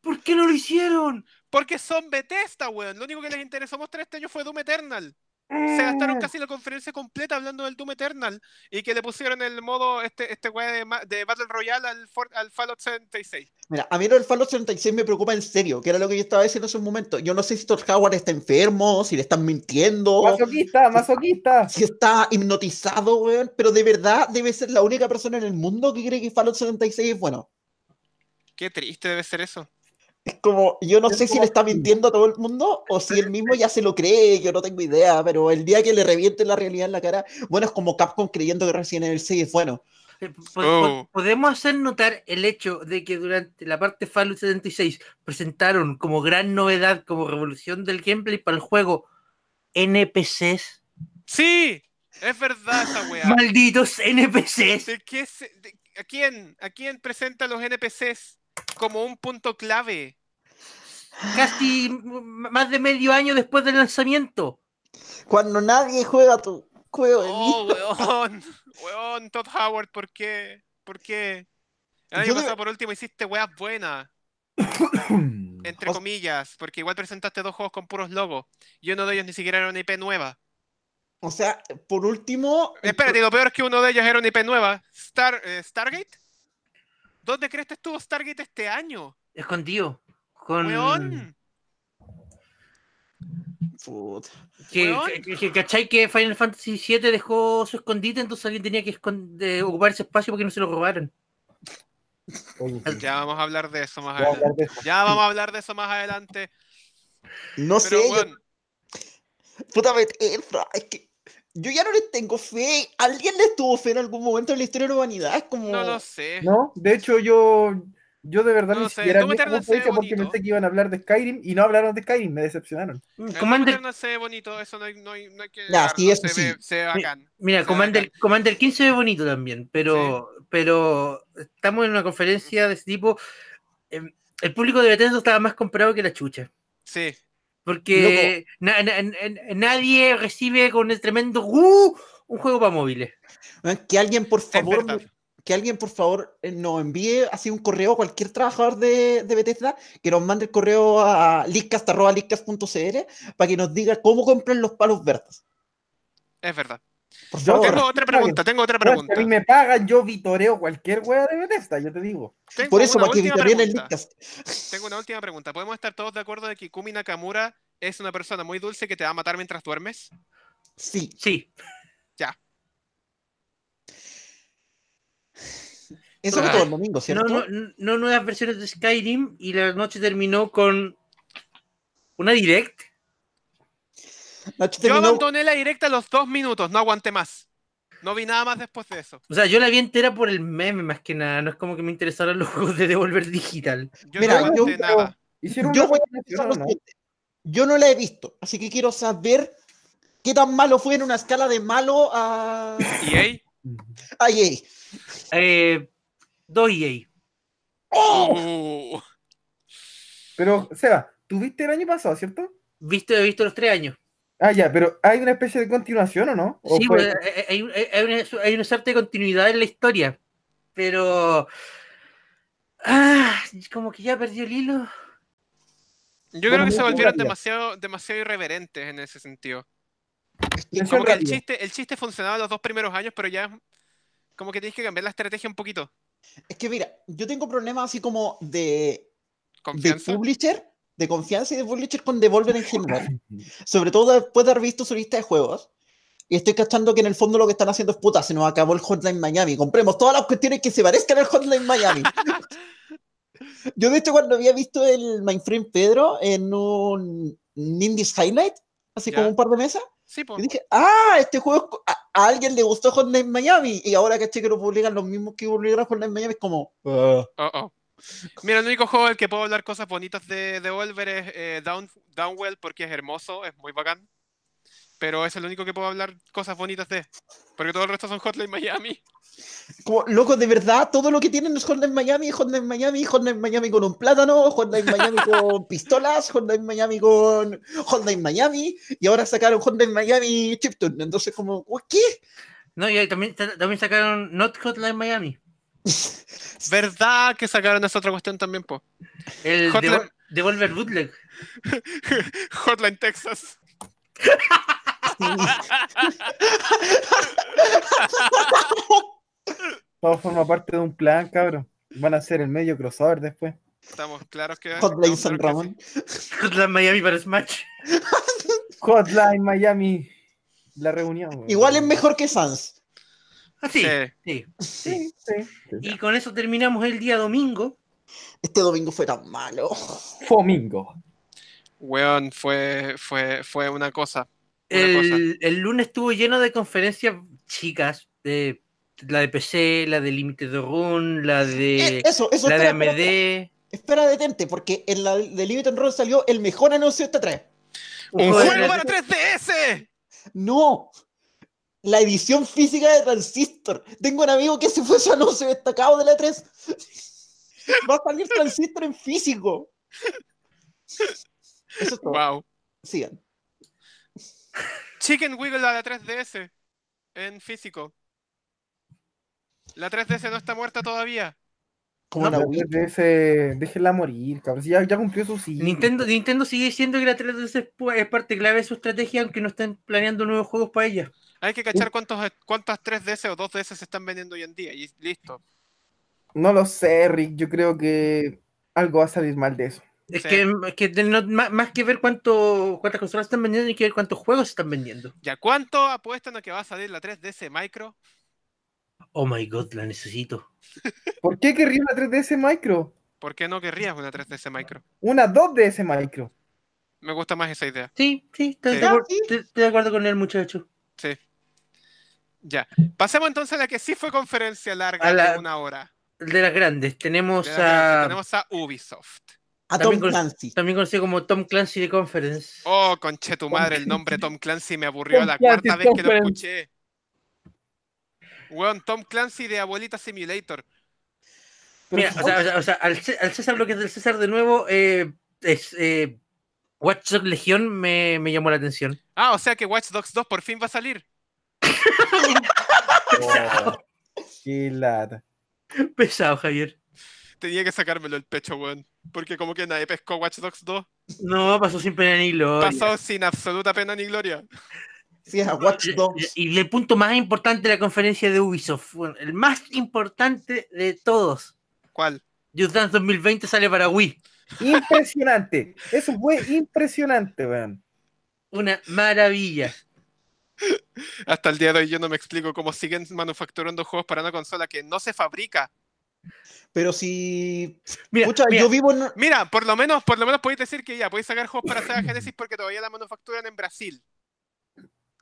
S1: ¿Por qué no lo hicieron?
S2: Porque son Bethesda, weón. Lo único que les interesó mostrar este año fue Doom Eternal. Se gastaron casi la conferencia completa hablando del Doom Eternal y que le pusieron el modo, este, este weá de, ma- de Battle Royale al, For- al Fallout 76.
S4: Mira, a mí lo del Fallout 76 me preocupa en serio, que era lo que yo estaba diciendo hace un momento. Yo no sé si Todd Howard está enfermo, si le están mintiendo.
S3: Masoquista, masoquista.
S4: si está hipnotizado, weón, pero de verdad debe ser la única persona en el mundo que cree que Fallout 76 es bueno.
S2: Qué triste debe ser eso.
S4: Es como, yo no
S3: Es
S4: sé si
S3: como-
S4: le está mintiendo a todo el mundo o si él mismo ya se lo cree, yo no tengo idea, pero el día que le reviente la realidad en la cara, bueno, es como Capcom creyendo que Resident Evil 6 es bueno.
S1: Eh, po- po-
S2: Oh.
S1: Podemos hacer notar el hecho de que durante la parte Fallout 76 presentaron como gran novedad, como revolución del gameplay para el juego, NPCs.
S2: Sí, es verdad esa weá.
S1: Malditos NPCs.
S2: ¿De qué se- de- ¿A quién? ¿A quién presenta los NPCs como un punto clave?
S1: Casi m- más de medio año después del lanzamiento.
S4: Cuando nadie juega tu juego,
S2: Oh, weón. Weón, Todd Howard, ¿por qué? ¿Por qué? El
S4: Yo
S2: año
S4: de-
S2: pasado, por último, hiciste weas buenas. Entre
S4: O-
S2: comillas, porque igual presentaste dos juegos con puros logos. Y uno de ellos ni siquiera era una IP nueva. Oh.
S4: o sea, por último,
S2: Espérate, y lo peor es que uno de ellos era una IP nueva. Star, eh, ¿Stargate? ¿Dónde crees que estuvo Stargate este año?
S1: Escondido.
S4: Mm.
S1: Con...
S2: ¡Weón!
S4: Puta.
S1: Que,
S2: Weón.
S1: que- que- ¿Cachai que Final Fantasy VII dejó su escondite? Entonces alguien tenía que escon- eh, ocupar ese espacio porque no se lo robaron.
S3: Oye, sí,
S2: Ya vamos a hablar de eso más
S3: voy a
S2: adelante.
S3: hablar de eso.
S2: Ya vamos a hablar de eso más adelante.
S4: no sé,
S2: Pero,
S4: yo-
S2: weón,
S4: Puta Bethesda, es que yo ya no les tengo fe. ¿Alguien les tuvo fe en algún momento en la historia de la humanidad? Es como...
S2: no lo sé.
S3: No, de hecho yo, yo de verdad
S2: No
S3: ni
S2: sé,
S3: siquiera
S2: no me
S3: vi esa
S2: tardan en ser
S3: conferencia porque
S2: bonito.
S3: pensé que iban a hablar de Skyrim y no hablaron de Skyrim, me decepcionaron.
S2: El
S1: Commander,
S2: no se ve bonito, eso no hay, no hay- no hay que.
S4: Ya,
S2: negarlo,
S4: sí, eso
S2: se ve, se ve
S1: Mi-
S2: bacán.
S1: mira,
S2: se ve
S1: Commander,
S2: bacán.
S1: Commander 15 es bonito también, pero, pero estamos en una conferencia de ese tipo. em, el público de Bethesda estaba más comprado que la chucha.
S2: Sí.
S1: Porque na- na- na- nadie recibe con el tremendo "Uh", un juego para móviles.
S4: Weón, Que alguien, por
S2: Es
S4: favor,
S2: verdad.
S4: que alguien por favor eh, nos envíe así un correo a cualquier trabajador de, de Bethesda, que nos mande el correo a leakcast.cr para que nos diga cómo compran los palos verdes.
S2: Es verdad.
S4: Por
S3: Yo
S4: favor.
S2: Tengo otra pregunta, tengo otra
S3: Weón, si
S2: pregunta.
S3: a mí me pagan, yo vitoreo cualquier wea de Bethesda, yo te digo.
S2: Tengo
S4: Por eso,
S2: una
S4: para que
S2: última
S4: vitoreen el
S2: pregunta.
S4: Leadcast.
S2: Tengo una última pregunta. ¿Podemos estar todos de acuerdo de que Kumi Nakamura es una persona muy dulce que te va a matar mientras duermes?
S4: Sí.
S1: Sí,
S4: Eso fue
S2: Ah.
S4: todo el domingo,
S1: no,
S4: ¿cierto?
S1: no, no nuevas versiones de Skyrim y la noche terminó con una direct.
S2: Yo
S4: Nacho terminó-
S2: abandoné la directa a los dos minutos, no aguanté más. No vi nada más después de eso.
S1: O sea, yo la vi entera por el meme más que nada. No es como que me interesaran los juegos de Devolver Digital.
S2: Yo
S4: Mira,
S2: no
S4: yo-
S2: aguanté nada.
S3: Hicieron
S4: Yo
S3: una
S4: voy a
S3: combinación,
S4: lo
S3: ¿no?
S4: siguiente. Yo no la he visto, así que quiero saber qué tan malo fue en una escala de malo a.
S2: ¿Y ahí?
S4: a EA.
S1: Eh, 2 EA.
S2: Uh,
S3: Pero, Seba, ¿tuviste el año pasado, cierto?
S1: Visto, he visto los tres años.
S3: Ah, ya, pero ¿hay una especie de continuación o no? ¿O
S1: Sí,
S3: fue-
S1: pues, hay- hay, hay- hay una, hay una suerte de continuidad en la historia. Pero. Ah, como que ya perdió el hilo.
S2: Yo creo que se
S3: Bueno,
S2: volvieron
S3: rápido.
S2: demasiado, demasiado irreverentes en ese sentido.
S3: Eso
S2: Como
S3: es
S2: que el
S3: rápido.
S2: chiste, el chiste funcionaba los dos primeros años, pero ya como que tienes que cambiar la estrategia un poquito.
S4: Es que mira, yo tengo problemas así como de, de
S2: Confianza.
S4: publisher, de confianza y de publisher con Devolver en general. Sobre todo después de haber visto su lista de juegos. Y estoy cachando que en el fondo lo que están haciendo es puta, se nos acabó el Hotline Miami. Compremos todas las cuestiones que se parezcan al Hotline Miami. Yo, de hecho, cuando había visto el Mainframe Pedro en un Indies Highlight, así
S2: Ya. Oh.
S4: como un par de mesas,
S2: Sí, po.
S4: yo dije, ah, este juego es co- a, a alguien le gustó Hotline Miami. Y ahora caché que lo publican los mismos que publicaron Hotline Miami, es como, ah.
S2: Oh, oh. Mira, el único juego del que puedo hablar cosas bonitas de Devolver es eh, Down, Downwell porque es hermoso, es muy bacán. Pero es el único que puedo hablar cosas bonitas de. Porque todo el resto son Hotline Miami.
S4: Como, loco, de verdad, todo lo que tienen es Hotline Miami, Hotline Miami, Hotline Miami con un plátano, Hotline Miami con pistolas, Hotline Miami con Hotline Miami, y ahora sacaron Hotline Miami Chiptune. Entonces, como, "Uy, ¿qué?
S1: No, y ahí también, también sacaron Not Hotline Miami.
S2: ¿Verdad que sacaron esa otra cuestión también, po?
S1: El
S2: Hotline-
S1: Devol- Devolver Bootleg.
S2: Hotline Texas.
S3: Todo forma parte de un plan, cabrón. Van a hacer el medio crossover después.
S2: Estamos claros que.
S4: Hotline
S2: estamos
S4: San
S2: claros que
S4: Ramón.
S1: Hotline Miami para Smash.
S3: Hotline Miami. La reunión. weón.
S4: Igual es mejor que Sans.
S1: Así.
S2: sí.
S1: Ah, sí.
S3: Sí, sí.
S1: Y con eso terminamos el día domingo.
S4: Este domingo fue tan malo.
S3: Fomingo.
S2: Weón, fue, fue, fue una cosa. Una
S1: El, el lunes estuvo lleno de conferencias chicas. de- la de PC, la de Limited Run, la de,
S4: Eh, eso, eso
S1: la de
S4: espera, espera, espera.
S1: AMD.
S4: Espera, detente, porque en la de Limited Run salió el mejor anuncio de esta 3.
S2: ¡Un
S1: Joder,
S2: juego
S1: la-
S2: para 3DS!
S4: No. La edición física de Transistor. Tengo un amigo que se fue su anuncio destacado de la 3. Va a salir Transistor en físico. Eso es todo.
S2: Wow.
S4: Sigan.
S2: Chicken Wiggle a la 3DS en físico. La 3DS no está muerta todavía.
S4: Como
S1: No,
S4: una Wii.
S3: De ese- Déjenla morir, cabrón. Si ya, ya cumplió su ciclo.
S1: Nintendo, Nintendo sigue diciendo que la 3DS es pu- es parte clave de su estrategia, aunque no estén planeando nuevos juegos para ella.
S2: Hay que cachar cuántos, cuántas 3DS o 2DS se están vendiendo hoy en día y listo.
S3: No lo sé, Rick. Yo creo que algo va a salir mal de eso.
S1: Es
S2: Sí.
S1: que, es que de- no- más, más que ver cuánto, cuántas consolas están vendiendo, hay que ver cuántos juegos están vendiendo.
S2: ¿Ya cuánto apuestan a que va a salir la 3DS Micro?
S1: Oh my god, la necesito.
S3: ¿Por qué querría una 3DS Micro?
S2: ¿Por qué no querrías una 3DS Micro?
S3: Una 2DS Micro.
S2: Me gusta más esa idea.
S1: Sí, sí, estoy,
S2: Sí.
S1: De, acuerdo,
S4: Ah, sí.
S1: estoy- estoy de acuerdo con el muchacho.
S2: Ya. Pasemos entonces a la que sí fue conferencia larga
S1: A la-
S2: de una hora.
S1: El de las grandes, tenemos
S2: De la
S1: a.
S2: grande. Tenemos a Ubisoft.
S4: A Tom
S1: También con-
S4: Clancy.
S1: También conocido como Tom Clancy de Conference.
S2: Oh, conche tu madre, el nombre Tom Clancy me aburrió
S3: Tom
S2: la
S3: Clancy
S2: cuarta vez que lo
S3: Conference.
S2: escuché. Weón, Tom Clancy de Abuelita Simulator.
S1: Mira, o sea, o sea- o sea, al, Cé- al César lo que es del César de nuevo, eh, es eh, Watch Dogs Legion me, me llamó la atención.
S2: Ah, o sea que Watch Dogs 2 por fin va a salir.
S3: Oh, qué lata.
S1: Pesado, Javier.
S2: Tenía que sacármelo el pecho, weón. Porque como que nadie pescó Watch Dogs 2.
S1: No, pasó sin pena ni gloria.
S2: Pasó sin absoluta pena ni gloria.
S4: Sí, a Watch Dogs.
S1: Y el punto más importante de la conferencia de Ubisoft, bueno, el más importante de todos.
S2: ¿Cuál?
S1: Just Dance 2020 sale para Wii.
S3: Impresionante. Eso fue impresionante, weón.
S1: Una maravilla.
S2: Hasta el día de hoy yo no me explico cómo siguen manufacturando juegos para una consola que no se fabrica.
S4: Pero si.
S1: Mira,
S4: Pucha,
S1: mira,
S4: yo vivo en.
S2: Mira, por lo menos, por lo menos podéis decir que ya, podéis sacar juegos para Sega Genesis porque todavía la manufacturan en Brasil.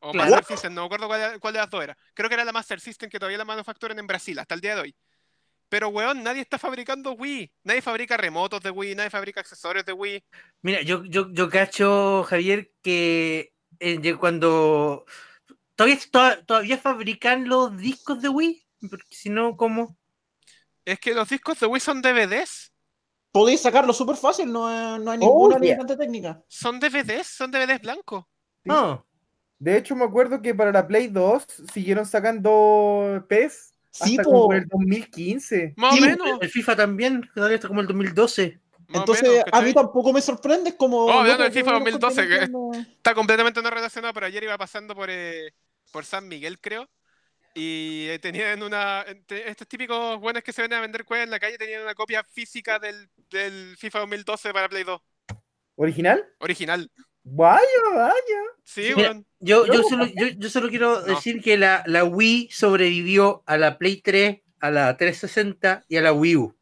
S2: O
S1: Claro.
S2: Master System, no me acuerdo cuál, era- cuál de las dos era. Creo que era la Master System que todavía la manufacturan en Brasil hasta el día de hoy. Pero, weón, nadie está fabricando Wii. Nadie fabrica remotos de Wii, nadie fabrica accesorios de Wii.
S1: Mira, yo, yo, yo cacho, Javier, que eh, de cuando. ¿Todavía, to- ¿Todavía fabrican los discos de Wii? Porque si no, ¿cómo?
S2: Es que los discos de Wii son DVDs.
S4: Podéis sacarlo súper fácil, no, hay- no hay
S3: Oh,
S4: ninguna ni
S3: yeah.
S4: tanta técnica.
S2: Son DVDs, son DVDs blancos.
S1: No.
S3: De hecho, me acuerdo que para la Play 2 siguieron sacando PES
S4: Sí,
S3: hasta
S4: po.
S3: como por el 2015.
S2: Más
S4: Sí,
S2: o menos.
S1: El FIFA también, que salió hasta como el 2012.
S2: más o
S4: Entonces,
S2: menos,
S4: a mí
S2: ¿cachai?
S4: tampoco me sorprende, es como.
S2: Oh, hablando
S4: loco,
S2: del FIFA
S4: yo no
S2: 2012,
S4: encontré
S2: que-
S4: ningún-
S2: está completamente no relacionado, pero ayer iba pasando por, eh, por San Miguel, creo. Y eh, tenían una. te- Estos típicos buenos que se venden a vender cuevas en la calle tenían una copia física del, del FIFA 2012 para Play 2.
S3: ¿Original?
S2: Original.
S3: Vaya, vaya.
S2: Sí,
S1: Mira,
S2: weón.
S1: Yo, yo,
S3: No.
S1: solo, yo, yo solo quiero
S2: No.
S1: decir que la, la Wii sobrevivió a la Play 3, a la 360 y a la Wii U.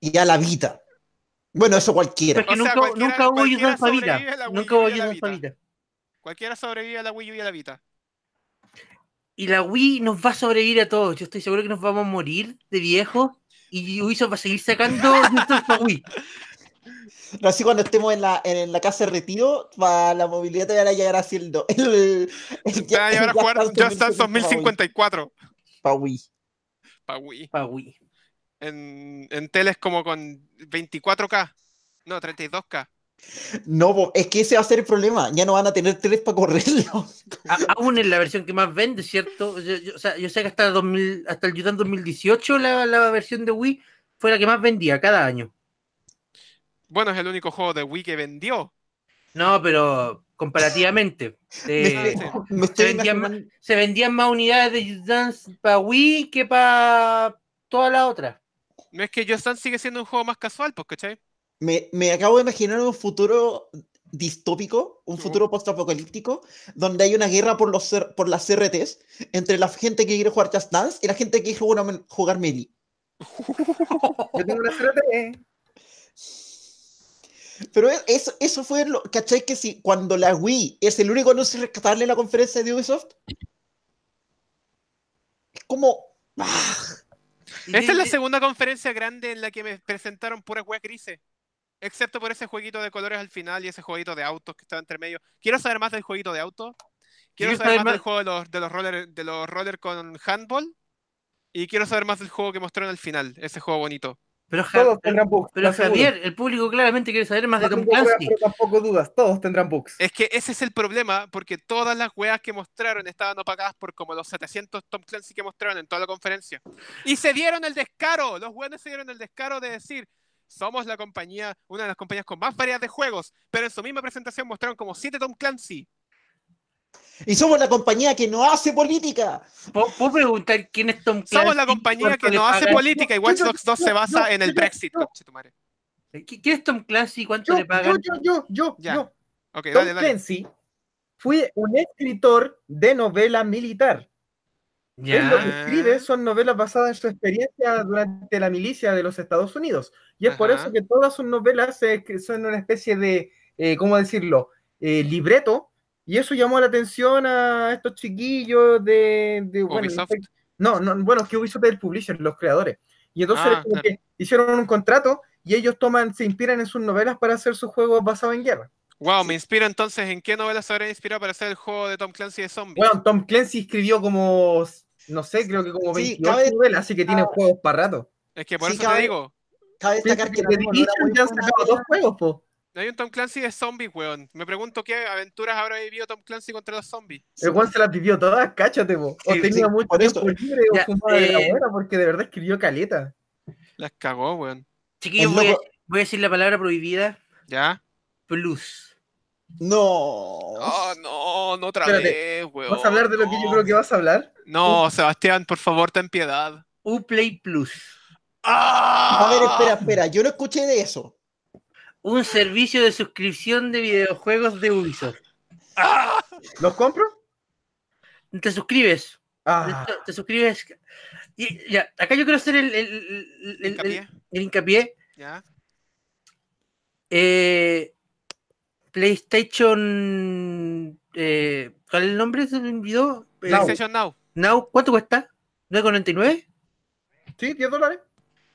S4: Y a la vida. Bueno, eso cualquiera.
S1: Porque
S2: O sea,
S1: nunca,
S2: cualquiera-
S1: nunca hubo
S2: cualquiera
S1: ayuda en
S2: sobrevive
S1: Favita.
S2: a la Wii
S1: Nunca
S2: U
S1: hubo
S2: y a la
S1: ayuda en
S2: Vita.
S1: Favita.
S2: Cualquiera sobrevive a la Wii U y a la Vita.
S1: Y la Wii nos va a sobrevivir a todos. Yo estoy seguro que nos vamos a morir de viejos y Ubisoft va a seguir sacando nuestros para Wii.
S4: Así cuando estemos en la, en la casa de retiro, para la movilidad te van a llegar haciendo el. el
S2: Te van a llevar a jugar
S4: Just Dance
S2: Just Dance 2054
S4: pa' Wii.
S2: para Wii.
S1: Pa' Wii.
S2: En, en teles como con 24K. No, 32K.
S4: No, po, es que ese va a ser el problema. Ya no van a tener tres para correrlo.
S1: A- aún es la versión que más vende, ¿cierto? Yo, yo- o sea, yo sé que hasta, 2000, hasta el Yutan 2018 la, la versión de Wii fue la que más vendía cada año.
S2: Bueno, es el único juego de Wii que vendió.
S1: No, pero comparativamente. eh,
S2: Sí.
S4: Me estoy
S1: Se vendían
S4: imaginando-
S1: se vendían más unidades de Just Dance para Wii que para toda la otra.
S2: No es que Just Dance sigue siendo un juego más casual, pues, ¿cachai?
S4: Me, me acabo de imaginar un futuro distópico, un
S2: Sí.
S4: futuro postapocalíptico, donde hay una guerra por, los, cer- por las CRTs entre la gente que quiere jugar Just Dance y la gente que quiere jugar, men- jugar Melee.
S3: Yo tengo una CRT.
S4: Pero e- eso, eso fue lo, ¿cachai? Que si cuando la Wii es el único anuncio rescatable en la conferencia de Ubisoft, es como... ah,
S1: Y
S2: Esta es la
S1: di-
S2: segunda conferencia grande en la que me presentaron puras weas grises. Excepto por ese jueguito de colores al final y ese jueguito de autos que estaba entre medio. Quiero saber más del jueguito de autos. Quiero saber más del juego de los, de los roller, de los roller con handball. Y quiero saber más del juego que mostraron al final, ese juego bonito.
S1: Pero, Ja-
S3: Todos
S1: pero-
S3: tendrán bugs.
S1: pero
S3: lo aseguro.
S1: Javier, el público claramente quiere saber más de
S3: No
S1: Tom
S3: tengo weas,
S1: Clancy.
S3: pero tampoco dudas, todos tendrán bugs.
S2: Es que ese es el problema, porque todas las weas que mostraron estaban opagadas por como los 700 Tom Clancy que mostraron en toda la conferencia. Y se dieron el descaro, los weones se dieron el descaro de decir, somos la compañía, una de las compañías con más variedad de juegos, pero en su misma presentación mostraron como 7 Tom Clancy.
S4: Y somos la compañía que no hace política.
S1: ¿Puedo, puedo preguntar quién es Tom Clancy?
S2: Somos la compañía
S1: ¿Cuánto
S2: que
S1: le
S2: no hace
S1: pagan?
S2: política y Watch
S3: yo-
S2: Dogs 2
S3: yo-
S2: se basa
S3: yo-
S2: en el
S3: yo-
S2: Brexit,
S3: yo-
S2: conchetumare.
S1: ¿Qui- ¿Quién es Tom Clancy y cuánto
S3: Yo,
S1: le
S3: yo,
S1: pagan?
S3: yo, yo, yo,
S2: Ya.
S3: yo.
S2: Ok,
S3: Tom
S2: dale, dale.
S3: Clancy fue un escritor de novela militar. Él lo que
S1: Ya.
S3: escribe son novelas basadas en su experiencia durante la milicia de los Estados Unidos. Y es por
S2: Ajá.
S3: eso que todas sus novelas se escri- son una especie de, eh, ¿cómo decirlo?, Eh, libreto. Y eso llamó la atención a estos chiquillos de... de- bueno,
S2: Ubisoft.
S3: no, no, bueno, es que Ubisoft es el publisher, los creadores. Y entonces
S2: Ah,
S3: como
S2: claro.
S3: que hicieron un contrato y ellos toman, se inspiran en sus novelas para hacer sus juegos basados en guerra.
S2: Wow, me inspiro entonces en qué novela se habrá inspirado para hacer el juego de Tom Clancy de zombies.
S3: Bueno, Tom Clancy escribió como, no sé, creo que como
S4: Sí,
S3: 28
S4: cabe-
S3: novelas, así que tiene
S4: Ah.
S3: juegos para rato.
S2: Es que por
S4: sí,
S2: eso te
S4: cabe-
S2: digo,
S4: Cabe
S3: Piensa
S4: destacar
S3: que
S4: que
S3: The
S4: la Wii no era
S3: Division
S4: muy
S3: ya han
S4: buena
S3: sacado dos juegos, po.
S2: Hay un Tom Clancy de zombies, weón. Me pregunto qué aventuras habrá vivido Tom Clancy contra los zombies.
S3: El Juan se las vivió todas, cáchate, po. O
S4: Sí,
S3: tenía
S4: sí,
S3: mucho
S4: por
S3: tiempo
S4: eso.
S3: libre o
S1: Ya,
S3: fumaba de la
S1: eh,
S3: buena, porque de verdad escribió caleta.
S2: Las cagó, weón.
S1: Chiquillos,
S4: El
S1: voy, a-
S4: loco-
S1: voy a decir la palabra prohibida.
S2: ¿Ya?
S1: Plus.
S4: No.
S2: Oh, no, no otra
S3: Espérate,
S2: vez, weón.
S3: ¿Vas a hablar de lo que yo creo que vas a hablar?
S2: No, Sebastián, por favor, ten piedad.
S1: Uplay Plus,
S4: A
S2: ¡Ah!
S4: ver, espera, espera, yo no escuché de eso.
S1: un servicio de suscripción de videojuegos de Ubisoft.
S2: ¡Ah!
S3: ¿Los compro?
S1: Te suscribes,
S3: Ah,
S1: te, te suscribes. Y, ya, acá yo quiero hacer el, el- el- el-
S2: Hincapié,
S1: el hincapié.
S2: ¿Ya?
S1: Eh, PlayStation. eh, ¿Cuál es el nombre? ¿Se me olvidó? Eh,
S3: Now.
S2: PlayStation Now.
S1: Now, ¿Cuánto cuesta? ¿9,99?
S3: ¿sí? ¿10 dólares?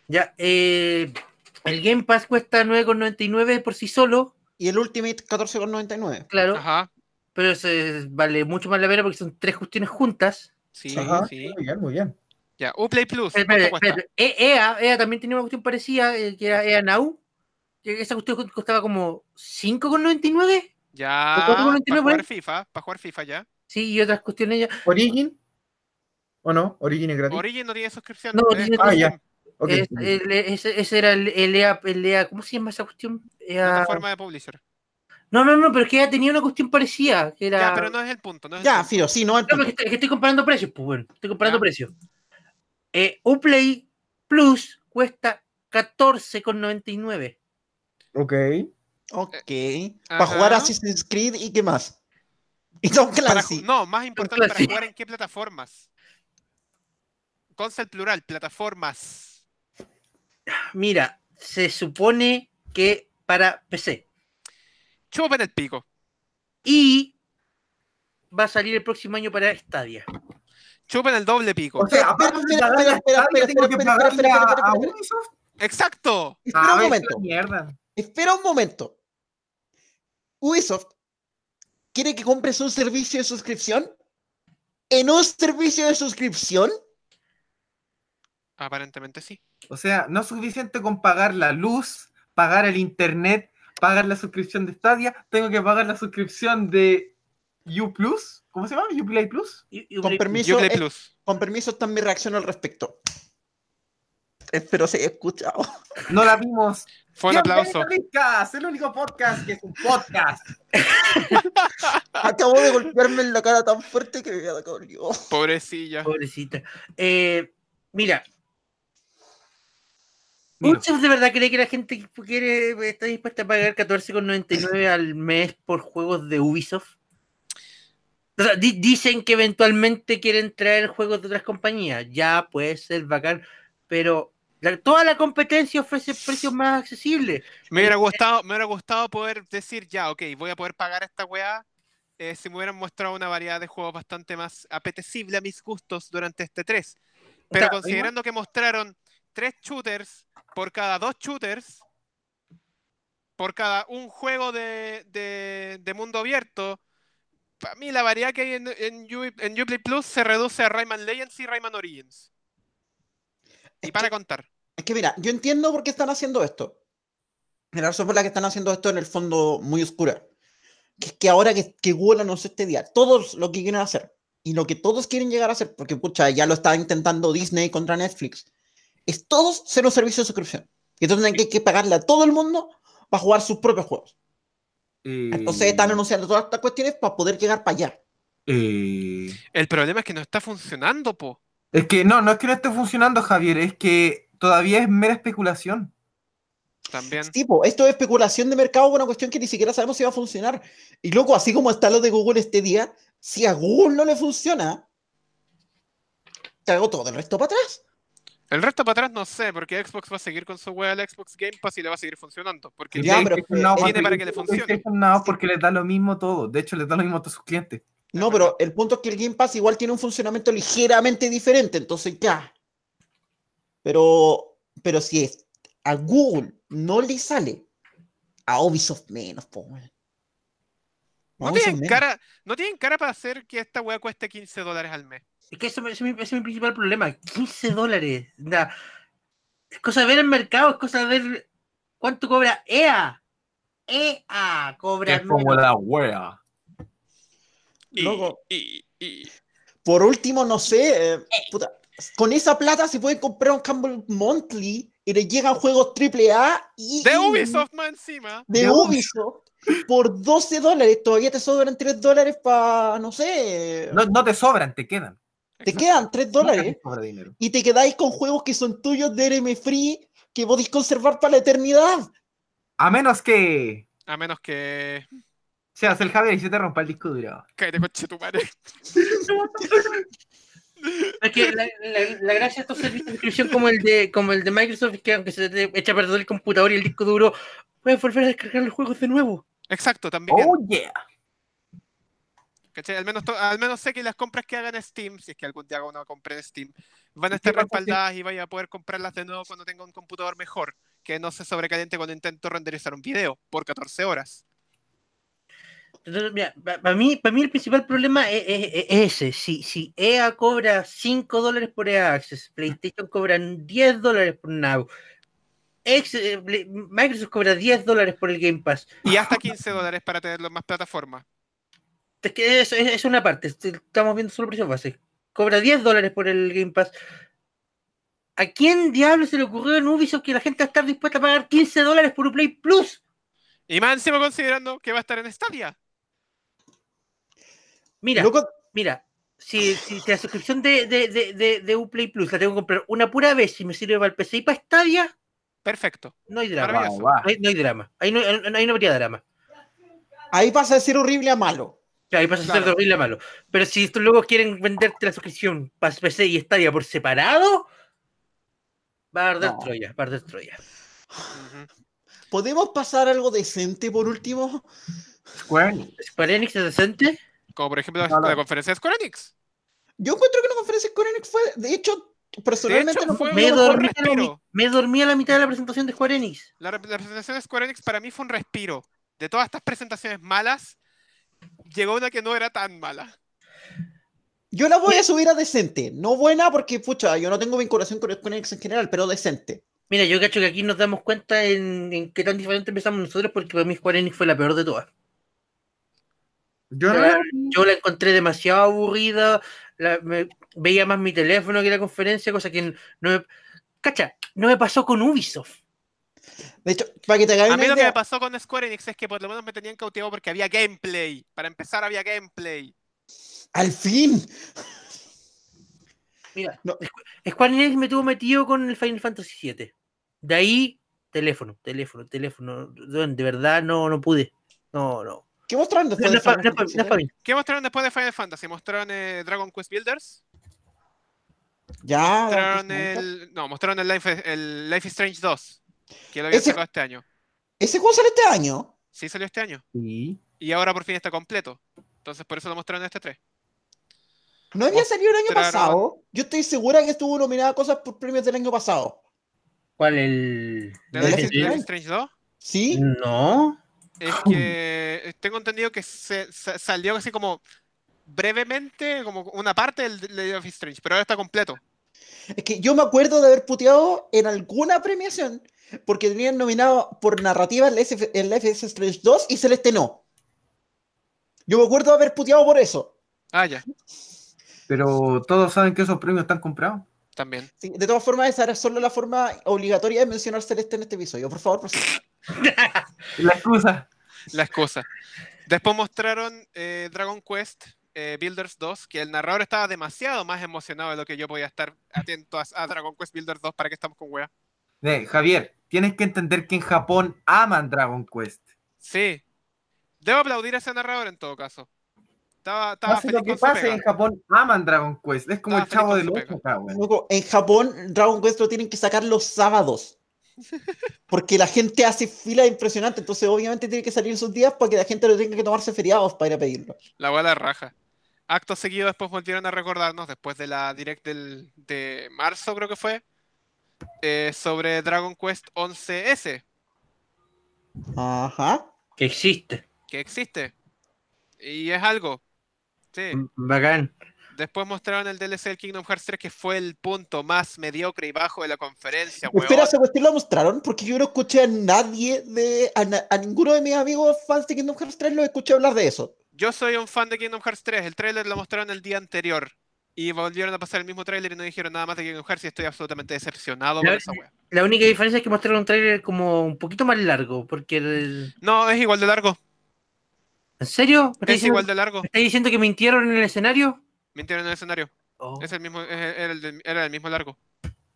S1: Ya. eh, el Game Pass cuesta 9,99 por sí solo,
S4: Y el Ultimate 14,99.
S1: claro.
S2: Ajá.
S1: Pero se vale mucho más la pena porque son tres cuestiones juntas.
S2: Sí,
S3: Ajá,
S2: sí.
S3: Muy bien, muy bien.
S2: Ya, Uplay Plus. ¿cuánto
S1: Espera,
S2: cuesta?
S1: espera, E- EA, EA también tenía una cuestión parecida, eh, que era EA Now. que Esa cuestión costaba como 5,99.
S2: Ya,
S1: ¿Cuánto cuesta
S2: para
S1: 99 por ahí?
S2: jugar FIFA, para jugar FIFA ya.
S1: Sí, y otras cuestiones ya.
S3: ¿Origin? ¿O no? ¿Origin es gratis?
S2: Origin no tiene suscripción.
S1: No,
S2: es
S1: tiene-
S2: por
S3: Ah, ya.
S2: Steam,
S3: Ok.
S1: Es- el- ese, ese era el, el EA, el EA- ¿cómo se llama esa cuestión? EA-
S2: Plataforma de publisher.
S1: No, no, no, pero es que ya tenía una cuestión parecida, que era...
S2: Ya, pero no es el punto. No es el
S4: Ya,
S2: punto.
S4: Firo, sí, no. el
S1: No,
S4: punto.
S1: pero es que- es que estoy comparando precios, pues bueno, estoy comparando
S2: Ya.
S1: precios. Eh, Uplay Plus cuesta 14,99.
S3: Ok.
S4: Ok. Para
S2: Ajá.
S4: jugar Assassin's Creed y qué más. Y Tom
S2: Para
S4: Clancy.
S2: ju- no, más importante, para
S1: Classic.
S2: jugar en qué plataformas. Concept plural, plataformas.
S1: Mira, se supone que para PC.
S2: Chupen el pico.
S1: Y va a salir el próximo año para Stadia.
S2: Chupen el doble pico.
S3: O sea, aparte de
S4: espera,
S3: pagar la
S4: espera,
S3: estadia,
S4: espera,
S3: tengo
S4: espera,
S3: que
S4: espera,
S3: pagarle
S4: espera,
S3: a-
S4: espera,
S3: a
S4: espera.
S3: Ubisoft.
S2: ¡Exacto!
S4: Espera
S3: Ah, vete a
S4: un
S3: la
S4: momento.
S3: mierda.
S4: Espera un momento. Ubisoft quiere que compres un servicio de suscripción. En un servicio de suscripción,
S2: Aparentemente sí.
S3: O sea, no es suficiente con pagar la luz, pagar el internet, pagar la suscripción de Stadia, tengo que pagar la suscripción de U Plus, ¿cómo se llama? Uplay Plus.
S1: Y- y
S4: con
S1: Uplay-
S4: permiso, eh,
S2: Uplay
S4: es-
S2: Plus.
S4: con permiso, está mi reacción al respecto. Espero se haya escuchado.
S3: No la vimos.
S2: Fue un
S3: Bienvenido
S2: aplauso.
S3: a Ricas, el único podcast que es un podcast.
S4: Acabo de golpearme en la cara tan fuerte que me dolió.
S2: Pobrecilla.
S1: Pobrecita. Eh, mira,
S3: Mira,
S1: ¿Ustedes de verdad cree que la gente quiere, está dispuesta a pagar 14,99 al mes por juegos de Ubisoft? O sea, di- dicen que eventualmente quieren traer juegos de otras compañías. Ya puede ser bacán, pero la- toda la competencia ofrece precios más accesibles.
S2: Me hubiera gustado, me hubiera gustado poder decir ya, ok, voy a poder pagar esta weá. eh, si me hubieran mostrado una variedad de juegos bastante más apetecible a mis gustos durante este 3. Pero
S1: sea,
S2: considerando que mostraron tres shooters por cada dos shooters, por cada un juego de, de- de mundo abierto, para mí la variedad que hay en, en, U- en Uplay Plus se reduce a Rayman Legends y Rayman Origins. Y para contar.
S4: Es que mira, yo entiendo por qué están haciendo esto. La razón por la que están haciendo esto en el fondo muy oscura. Que es que ahora que, que Google anunció este día, todos lo que quieren hacer y lo que todos quieren llegar a hacer, porque pucha, ya lo está intentando Disney contra Netflix, es todos ser un servicio de suscripción. Y entonces tienen que, que pagarle a todo el mundo para jugar sus propios juegos.
S3: eh,
S4: Entonces están anunciando todas estas cuestiones para poder llegar para allá.
S3: eh,
S2: El problema es que no está funcionando, po.
S3: Es que no, no es que no esté funcionando, Javier, es que todavía es mera especulación.
S2: También.
S4: Tipo, esto es especulación de mercado, una cuestión que ni siquiera sabemos si va a funcionar. Y loco, así como está lo de Google este día, si a Google no le funciona, hago todo el resto para atrás.
S2: El resto para atrás no sé, porque Xbox va a seguir con su wea al Xbox Game Pass y le va a seguir funcionando. Porque
S4: Ya,
S2: tiene-
S4: pero-
S3: PlayStation Now
S4: tiene
S2: para que le funcione.
S3: PlayStation Now porque les da lo mismo todo. De hecho, les da lo mismo a todos sus clientes.
S4: No, pero el punto es que el Game Pass igual tiene un funcionamiento ligeramente diferente, entonces ya. Pero, pero si es, a Google no le sale, a Ubisoft menos, po. weón. A
S2: no
S4: Ubisoft
S2: tienen
S4: menos.
S2: cara, no tienen cara para hacer que esta wea cueste 15 dólares al mes.
S1: Es que ese, es mi- ese es mi principal problema. 15 dólares. Onda, Es cosa de ver el mercado, es cosa de ver cuánto cobra E EA. EA cobra menos.
S3: la wea.
S2: Y,
S4: Loco.
S2: y- y-
S4: Por último, no sé, eh, puta, con esa plata se pueden comprar un Campbell Monthly y le llegan juegos AAA y...
S2: De
S4: y-
S2: Ubisoft más encima.
S4: De
S3: De
S4: Ubisoft. por 12 dólares. Todavía te sobran 3 dólares para, no sé.
S3: No, no te sobran, te quedan.
S4: te quedan 3
S3: Nunca
S4: dólares
S3: te sobra dinero.
S4: y te quedáis con juegos que son tuyos de RM Free que podéis conservar para la eternidad.
S3: A menos que
S2: A menos que.
S3: seas el Javier y se te rompa el disco duro.
S2: Cállate, coche tu madre.
S1: Es que la, la- la gracia de estos servicios de suscripción como el de, como el de Microsoft es que aunque se te echa a perder el computador y el disco duro, puedes volver a descargar los juegos de nuevo.
S2: Exacto, también.
S3: Oh yeah.
S2: ¿cachai? Al, menos to- al menos sé que las compras que hagan en Steam, si es que algún día hago una compra en Steam, van a
S3: ¿Y
S2: estar
S3: qué pasa si-
S2: respaldadas y vaya a poder comprarlas de nuevo cuando tenga un computador mejor. Que no se sobrecaliente cuando intento renderizar un video por 14 horas.
S1: Entonces, mira, para mí, para mí el principal problema es, es- es ese. Si, si EA cobra 5 dólares por EA Access, PlayStation cobran 10 dólares por Now, Ex- eh, Play- Microsoft cobra 10 dólares por el Game Pass.
S2: Y hasta 15 dólares para tenerlo en más plataformas.
S1: Es que eso es, es una parte, est- estamos viendo solo precios base. Cobra 10 dólares por el Game Pass. ¿A quién diablos se le ocurrió en Ubisoft que la gente va a estar dispuesta a pagar 15 dólares por Uplay Plus?
S2: Y más encima considerando que va a estar en Stadia.
S1: Mira,
S4: Loco,
S1: mira, si, si la suscripción de, de, de, de- de Uplay Plus la tengo que comprar una pura vez y me sirve para el PC y para Stadia,
S2: Perfecto.
S1: no hay drama.
S2: Maravilloso.
S3: Wow, wow.
S1: No hay, no hay drama. Ahí no, ahí no habría drama.
S4: ahí pasa de ser horrible a malo.
S1: O sea, ahí pasa a ser
S2: Claro.
S1: de horrible a malo. Pero si estos luego quieren venderte la suscripción para PC y Stadia por separado, va a arder
S4: No.
S1: Troya, va a arder Troya.
S2: Ujú.
S4: ¿Podemos pasar algo decente por último?
S3: Square Enix.
S1: Square Enix es decente.
S2: Como por ejemplo
S3: No, no.
S2: la conferencia de Square Enix.
S4: Yo encuentro que la conferencia de Square Enix fue, de hecho, personalmente
S2: hecho,
S4: no
S2: fue-
S1: Me
S2: un
S1: dormí, a la
S2: respiro.
S1: mi- me dormí a la mitad de la presentación de Square Enix.
S2: La, rep- la presentación de Square Enix para mí fue un respiro. De todas estas presentaciones malas, llegó una que no era tan mala.
S4: Yo la voy a subir a decente. No buena porque, pucha, yo no tengo vinculación con Square Enix en general, pero decente.
S1: Mira, yo cacho que aquí nos damos cuenta en, en qué tan diferente empezamos nosotros, porque para mí Square Enix fue la peor de todas.
S3: Yo no,
S1: Claro. Yo la encontré demasiado aburrida, la- me- veía más mi teléfono que la conferencia, cosa que n- no me... Cacha, no me pasó con Ubisoft.
S4: De hecho, para que te hagáis
S2: A
S4: una
S2: mí lo que me
S4: idea,
S2: pasó con Square Enix es que por lo menos me tenían cautivado porque había gameplay. Para empezar, había gameplay.
S4: al fin,
S1: Mira,
S4: No.
S1: Squ- Square Enix me tuvo metido con el Final Fantasy VII. De ahí, teléfono, teléfono, teléfono. Weón, De verdad, no, no pude. No, no.
S4: ¿qué mostraron después
S1: No, no
S4: de
S1: es para
S4: Final Fantasy VII?
S1: mí.
S2: ¿Qué mostraron después de Final Fantasy? ¿Mostraron eh, Dragon Quest Builders?
S4: Ya,
S2: Ah, ¿Mostraron
S4: Dante,
S2: el... No, mostraron el Life, el Life is Strange 2, que lo habían
S4: Ese-
S2: sacado este año.
S4: Ese juego sale este año.
S2: Sí, salió este año.
S3: sí.
S2: Y ahora por fin está completo. Entonces por eso lo mostraron en este 3.
S4: No había salido el año
S2: Mostraron-
S4: pasado. Yo estoy segura que estuvo nominada a cosas por premios del año pasado.
S1: ¿Cuál el.?
S2: ¿De
S4: ¿De
S2: Life,
S4: Life
S2: is- Life
S4: is Strange?
S2: is Strange 2?
S4: ¿Sí?
S1: Mm. No.
S2: Es que eh, tengo entendido que se, sa- salió así como brevemente, como una parte del Life of is Strange, pero ahora está completo.
S4: Es que yo me acuerdo de haber puteado en alguna premiación porque tenían nominado por narrativa el, SF el FS Strange 2 y se les no. Yo me acuerdo de haber puteado por eso.
S2: Ah, ya,
S3: Pero todos saben que esos premios están comprados.
S2: también.
S4: Sí, de todas formas, esa era solo la forma obligatoria de mencionar Celeste en este episodio. Por favor, prosigue.
S3: La excusa.
S2: Las cosas. Después mostraron eh, Dragon Quest eh, Builders 2, que el narrador estaba demasiado más emocionado de lo que yo podía estar atento a, a Dragon Quest Builders 2 para que estamos con wea.
S3: Eh, Javier, tienes que entender que en Japón aman Dragon Quest.
S2: Sí. Debo aplaudir a ese narrador en todo caso. Estaba, estaba
S3: Pase
S2: feliz
S3: lo que
S2: con su
S3: pase
S2: pega.
S3: en Japón, aman Dragon Quest. Es como
S2: Estaba
S3: el chavo
S2: feliz
S3: del
S2: con su
S3: Ocho acá, weón.
S4: Loco, En Japón, Dragon Quest lo tienen que sacar los sábados. Porque la gente hace fila impresionante. Entonces, obviamente, tiene que salir esos días para que la gente lo tenga que tomarse feriados para ir a pedirlo.
S2: La wea la raja. Acto seguido después volvieron a recordarnos, después de la direct del, de marzo creo que fue, eh, sobre Dragon Quest 11S,
S4: Ajá.
S1: Que existe.
S2: que existe. Y es algo. Sí.
S1: Bacán.
S2: Después mostraron el DLC del Kingdom Hearts 3, que fue el punto más mediocre y bajo de la conferencia, weón.
S4: Espera, esa cuestión la mostraron porque yo no escuché a nadie de. a, na- a ninguno de mis amigos fans de Kingdom Hearts 3 lo escuché hablar de eso.
S2: Yo soy un fan de Kingdom Hearts 3, el tráiler lo mostraron el día anterior. Y volvieron a pasar el mismo tráiler y no dijeron nada más de Kingdom Hearts y estoy absolutamente decepcionado por
S1: Ya-
S2: esa wea.
S1: La única diferencia es que mostraron un trailer como un poquito más largo, porque el-
S2: No, es igual de largo.
S1: ¿En serio? ¿Me estás
S2: Es igual
S1: diciendo,
S2: de largo.
S1: me estás diciendo que mintieron en el escenario?
S2: Mintieron en el escenario.
S1: Oh,
S2: Es el mismo, es el- era el del- era el mismo largo.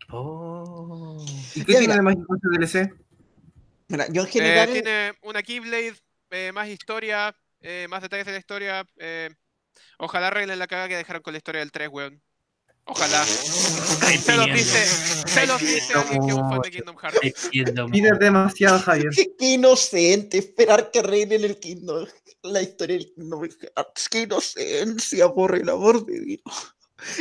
S1: oh.
S3: ¿Y qué
S4: Ya,
S3: tiene
S4: mira.
S3: de mágico este DLC?
S4: Mira, yo en
S2: Eh,
S4: general.
S2: tiene una Keyblade, eh, más historia, eh, más detalles de la historia. eh, ojalá arreglen la caga que dejaron con la historia del 3, weón. Ojalá. Se los dice, se los dice alguien que es un fan de Kingdom Hearts.
S1: Entiendo,
S3: Pide demasiado, Javier.
S4: Qué inocente esperar que arreglen el Kingdom, la historia del Kingdom Hearts. Qué inocencia, por el amor de Dios.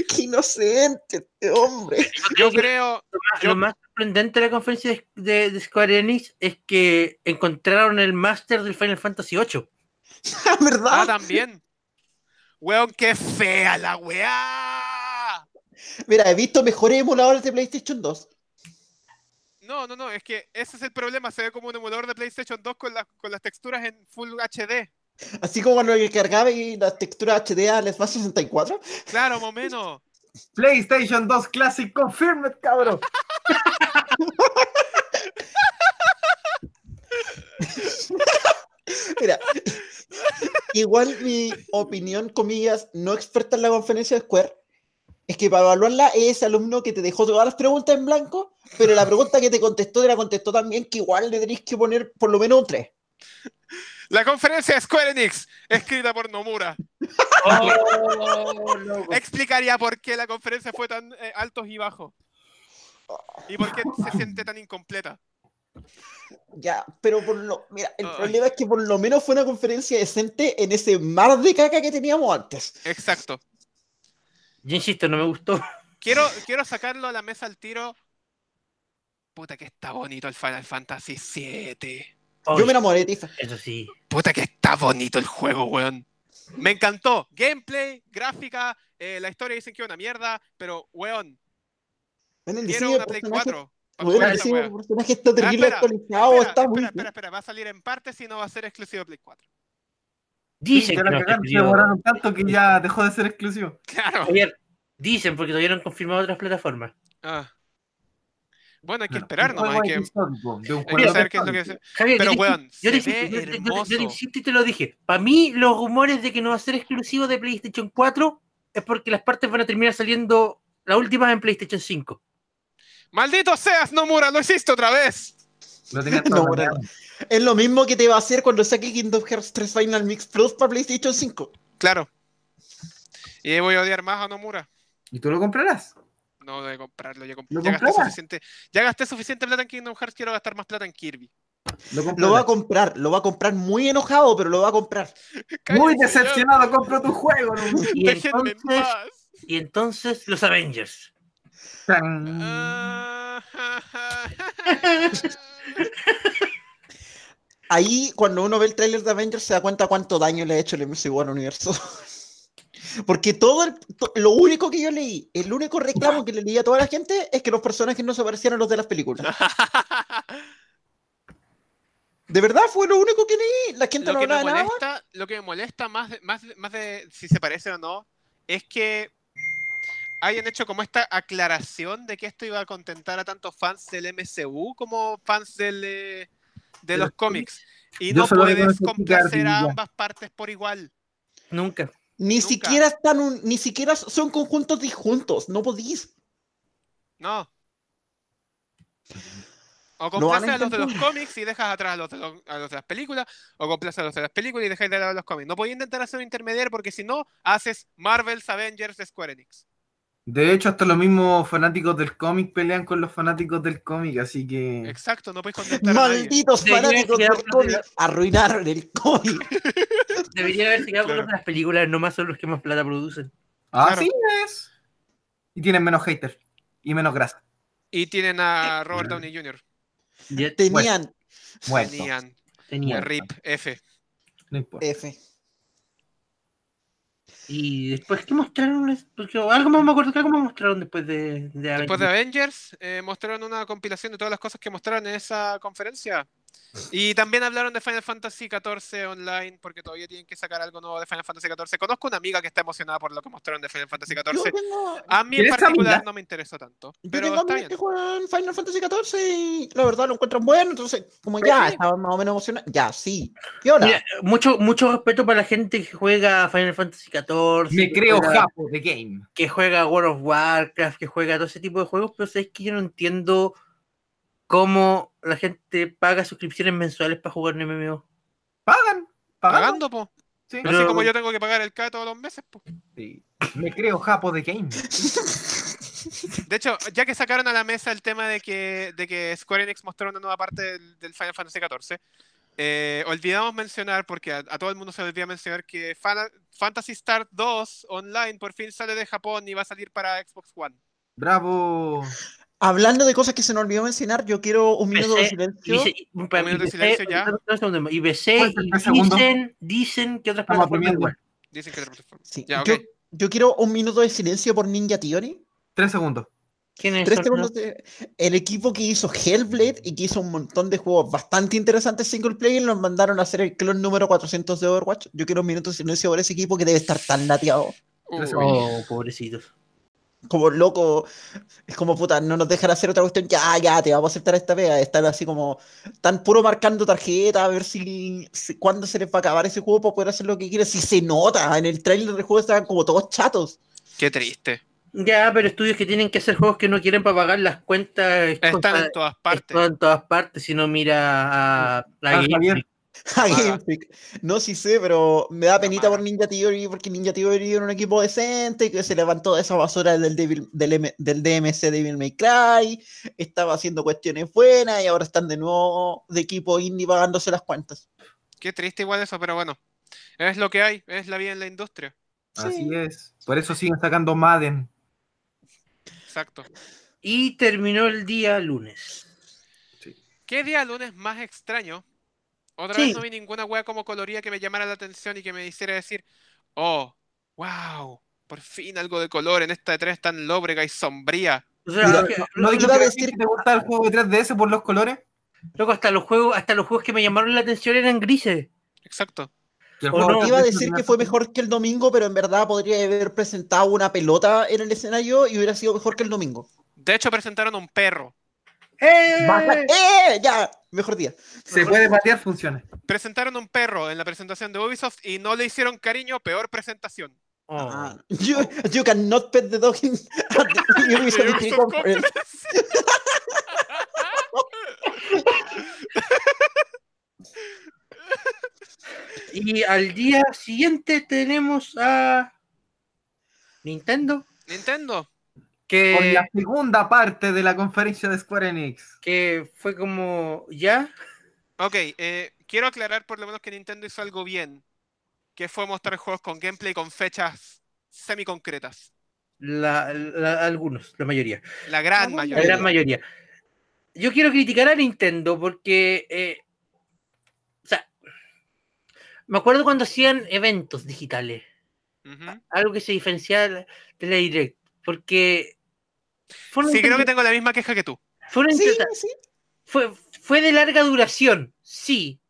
S4: Qué inocente este hombre.
S2: Yo creo,
S1: Lo más sorprendente de la conferencia de, de- de Square Enix es que encontraron el máster del Final Fantasy VIII.
S4: La verdad.
S2: ah, también. Weón, qué fea la weá.
S4: Mira, he visto mejores emuladores de PlayStation 2.
S2: No, no, no, es que ese es el problema. Se ve como un emulador de PlayStation 2 con, las- con las texturas en Full HD.
S4: Así como cuando yo cargaba y la textura HD al Smash 64.
S2: Claro, más o menos.
S3: PlayStation 2 Classic Confirmed, cabrón.
S4: Mira, igual mi opinión, comillas, no experta en la conferencia de Square, es que para evaluarla es ese alumno que te dejó todas las preguntas en blanco, pero la pregunta que te contestó te la contestó también, que igual le tenéis que poner por lo menos un 3.
S2: La conferencia de Square Enix, escrita por Nomura.
S3: Oh,
S2: Pues, explicaría por qué la conferencia fue tan eh, altos y bajos. Y por qué se siente tan incompleta.
S4: Ya, pero por lo, mira, el
S2: Ay.
S4: problema es que por lo menos fue una conferencia decente en ese mar de caca que teníamos antes.
S2: Exacto.
S1: Yo insisto, no me gustó.
S2: Quiero, quiero sacarlo a la mesa al tiro. Puta que está bonito el Final Fantasy VII.
S1: Ay,
S4: Yo me enamoré, Tifa.
S1: Oh, Eso sí.
S2: Puta que está bonito el juego, weón. Me encantó. Gameplay, gráfica, eh, la historia dicen que es una mierda, pero weón,
S4: Bueno,
S2: quiero
S4: el diseño de
S2: una Play
S4: personaje-
S2: 4. pa'
S4: bueno, el
S2: jugar esa
S4: diseño
S2: wea. Ah,
S4: del personaje está terrible
S2: espera,
S4: actualizado,
S2: Espera,
S4: está muy
S2: espera,
S4: bien.
S2: espera, espera, va a salir en parte si no va a ser exclusivo de Play 4.
S3: Sí,
S1: Dicen que
S3: ya
S1: no
S3: la cagaron, se
S1: exclusivo.
S3: demoraron tanto que ya dejó de ser exclusivo.
S2: Claro.
S1: Javier, dicen porque todavía no han confirmado otras plataformas.
S2: Ah. Bueno, hay que
S3: Bueno,
S2: esperar
S3: un
S2: nomás, hay
S3: juego
S2: que, hay
S3: episódico de un
S2: que
S3: juego
S2: saber qué es lo que
S3: episódico.
S2: se-
S1: Javier, yo,
S2: Pero
S1: te- yo
S2: weón,
S1: te,
S2: se ve
S1: yo te- yo te- yo te- yo te
S2: hermoso.
S1: insisto y te lo dije. Para mí, los rumores de que no va a ser exclusivo de PlayStation 4 es porque las partes van a terminar saliendo las últimas en PlayStation 5.
S2: ¡Maldito seas, Nomura! ¡Lo hiciste otra vez!
S3: Lo tenía
S4: No,
S3: todo
S4: bueno.
S3: planeado.
S4: Es lo mismo que te va a hacer cuando saque Kingdom Hearts 3 Final Mix Plus para PlayStation 5.
S2: Claro. Y ahí voy a odiar más a Nomura.
S3: ¿Y tú lo comprarás?
S2: No, de comprarlo. Ya, comp-
S3: ¿Lo
S2: ya gasté
S3: comprarás?
S2: suficiente. Ya gasté suficiente plata en Kingdom Hearts, quiero gastar más plata en Kirby.
S3: Lo
S4: Lo va a
S3: comprarás.
S4: comprar, lo va a comprar muy enojado, pero lo va a comprar.
S2: Cállate,
S3: Muy decepcionado, compro tu juego. ¿no?
S2: ya,
S1: Y
S2: Déjenme en
S1: entonces,
S2: paz.
S1: y entonces los Avengers. mm.
S3: Tan.
S2: Ah, ja, ja, ja,
S4: Ahí, cuando uno ve el tráiler de Avengers, se da cuenta cuánto daño le ha hecho el MCU al universo. Porque todo el- to- lo único que yo leí, el único reclamo que le leí a toda la gente es que los personajes no se parecían a los de las películas.
S2: ja.
S4: De verdad, fue lo único que leí. La gente
S2: lo
S4: no
S2: que me
S4: hablaba de nada.
S2: molesta, lo que me molesta más, de- más, de- más de si se parece o no, es que hayan hecho como esta aclaración de que esto iba a contentar a tantos fans del MCU como fans del, eh, de
S3: De
S2: los
S3: los
S2: cómics. Y
S3: Yo
S2: no
S3: solo digo
S2: puedes
S3: que
S2: complacer a
S3: Garfield ya.
S2: ambas partes por igual.
S1: Nunca.
S4: Ni
S2: nunca.
S4: siquiera están un- ni siquiera son conjuntos disjuntos. No podís.
S2: No. O
S4: Lo van
S2: complaces
S4: a
S2: a los de los
S4: intentar.
S2: cómics y dejas atrás a los de, los- a los de las películas, o complaces a los de las películas y dejas de lado a los cómics. No podías intentar hacer un intermediario porque si no, haces Marvel's Avengers de Square Enix.
S3: De hecho, hasta los mismos fanáticos del cómic pelean con los fanáticos del cómic, así que.
S2: Exacto, no puedes contentar a nadie.
S4: Malditos
S1: Tenía
S4: fanáticos
S1: que
S4: del
S1: hablar de
S4: cómic.
S1: la-
S4: Arruinaron el cómic.
S1: Debería haberse quedado con
S2: Claro.
S1: los de las películas, nomás son los que más plata producen.
S3: Así es. Y tienen menos haters y menos grasa.
S2: Y tienen a Robert Downey Jr.
S1: Ya
S4: Tenían
S3: Muerto.
S2: Tenían
S1: tenía.
S2: RIP F.
S3: No importa.
S4: F.
S1: Y después, ¿qué mostraron? Porque algo más me acuerdo que algo más mostraron después de, de
S2: Después
S1: Avengers.
S2: de Avengers, eh, mostraron una compilación de todas las cosas que mostraron en esa conferencia. Y también hablaron de Final Fantasy XIV online, porque todavía tienen que sacar algo nuevo de Final Fantasy XIV. Conozco una amiga que está emocionada por lo que mostraron de Final Fantasy
S4: Yo
S2: XIV.
S4: tengo,
S2: A mí en
S3: ¿Eres
S2: particular
S3: amiga?
S2: no me interesó tanto,
S4: yo
S2: pero
S4: tengo
S2: está
S4: amigos
S2: bien.
S4: que juegan Final Fantasy XIV y la verdad lo encuentran bueno, entonces como ya, estaban más o menos emocionados. Ya, sí. ¿Qué hora?
S1: Mira, mucho, mucho respeto para la gente que juega Final Fantasy XIV.
S3: Me
S1: que
S3: creo
S1: juega-
S3: japo de game.
S1: que juega World of Warcraft, que juega todo ese tipo de juegos, pero es que yo no entiendo cómo la gente paga suscripciones mensuales para jugar en MMO.
S3: Pagan. Pagando.
S2: Pagando, po.
S3: Sí.
S2: Así
S1: Pero-
S2: como yo tengo que pagar el CAE todos los meses, po.
S3: Sí. Me creo japo de game.
S2: De hecho, ya que sacaron a la mesa el tema de que, de que Square Enix mostró una nueva parte del, del Final Fantasy XIV, eh, olvidamos mencionar, porque a, a todo el mundo se le olvida mencionar, que Fana- Fantasy Star 2 Online por fin sale de Japón y va a salir para Xbox One.
S3: Bravo.
S4: Hablando de cosas que se nos olvidó mencionar, yo quiero un minuto de
S1: PC,
S4: silencio.
S1: Dice- y- para-
S2: Un
S1: y
S2: minuto
S1: PC,
S2: de silencio ya.
S1: un segundo, y BC,
S3: ¿Cuál es el
S1: y
S3: segundo?
S1: dicen, dicen que otras
S3: Estamos
S1: plataformas
S3: aprendiendo.
S1: igual.
S2: Dicen que es de plataforma.
S4: Sí,
S2: Ya,
S4: yo,
S2: ok.
S4: yo quiero un minuto de silencio por Ninja Theory.
S3: Tres segundos.
S1: ¿Quiénes
S4: Tres
S1: son,
S4: segundos
S1: no?
S4: de- El equipo que hizo Hellblade y que hizo un montón de juegos bastante interesantes single player nos mandaron a hacer el clon número 400 de Overwatch. Yo quiero un minuto de silencio por ese equipo que debe estar tan lateado.
S3: Tres
S2: Uy.
S3: segundos.
S1: Oh, pobrecitos.
S4: Como loco, es como puta, no nos dejan hacer otra cuestión. Ya, ya, te vamos a aceptar esta pega. Están así como, están puro marcando tarjeta a ver si, si- cuándo se les va a acabar ese juego para poder hacer lo que quieren. Si se nota, en el trailer del juego estaban como todos chatos.
S2: Qué triste.
S1: Ya, pero estudios que tienen que hacer juegos que no quieren para pagar las cuentas es
S2: Están
S1: cosa-
S2: en todas partes.
S1: están en todas partes, si no mira a, la
S3: Ah,
S1: Game
S3: Javier.
S1: Freak.
S4: A
S2: Paga.
S4: Game Freak. No, sí sé, pero me da penita por
S2: paga.
S4: Ninja Theory, porque Ninja Theory era un equipo decente que se levantó de esa basura del, Devil- del, M- del DMC Devil May Cry, estaba haciendo cuestiones buenas y ahora están de nuevo de equipo indie pagándose las cuentas.
S2: Qué triste igual eso, pero bueno. Es lo que hay, es la vida en la industria.
S3: Así
S4: Sí.
S3: es. Por eso siguen sacando Madden.
S2: Exacto.
S1: Y terminó el día lunes.
S2: ¿Qué día lunes más extraño? Otra
S1: Sí.
S2: vez no vi ninguna wea como colorida que me llamara la atención y que me hiciera decir, oh, wow, por fin algo de color en esta de tres tan lóbrega y sombría.
S1: O sea,
S4: Mira,
S1: lo que-
S3: ¿No
S4: que
S3: dijiste
S4: iba a
S3: que
S4: decir-
S3: te gusta el juego de 3DS por los colores?
S1: Loco, hasta los juegos, hasta los juegos que me llamaron la atención eran grises.
S2: Exacto.
S3: Que el
S1: O
S3: juego
S1: no.
S3: de
S4: Iba a
S3: 3DS
S4: decir
S3: tenía
S4: que fue
S3: razón.
S4: mejor que el domingo, pero en verdad podría haber presentado una pelota en el escenario y hubiera sido mejor que el domingo.
S2: De hecho, presentaron un perro.
S1: ¡Eh!
S4: Baja- ¡Eh! Ya, mejor día.
S3: Se puede patear, funciona.
S2: Presentaron un perro en la presentación de Ubisoft y no le hicieron cariño, peor presentación.
S1: Oh.
S4: Ah, you, you cannot pet the dog in at the Ubisoft
S2: Ubisoft
S4: conference.
S1: Y al día siguiente tenemos a Nintendo,
S2: Nintendo.
S3: Con
S1: que,
S4: Eh.
S3: la segunda parte de la conferencia de Square Enix.
S1: que fue como ya.
S2: Ok, eh, quiero aclarar por lo menos que Nintendo hizo algo bien, que fue mostrar juegos con gameplay con fechas semiconcretas.
S1: La, la- algunos, la mayoría.
S2: La gran
S4: La
S1: La
S4: gran
S2: mayoría.
S1: gran mayoría. Yo quiero criticar a Nintendo porque. eh, o sea, me acuerdo cuando hacían eventos digitales.
S2: Ujú.
S1: Algo que se diferenciaba de la- de la Direct. Porque. fue una
S2: Sí, creo que
S1: inter-
S2: tengo la misma queja que tú.
S1: fue una
S4: Sí,
S1: inter-
S4: sí.
S1: fue, fue de larga duración, sí.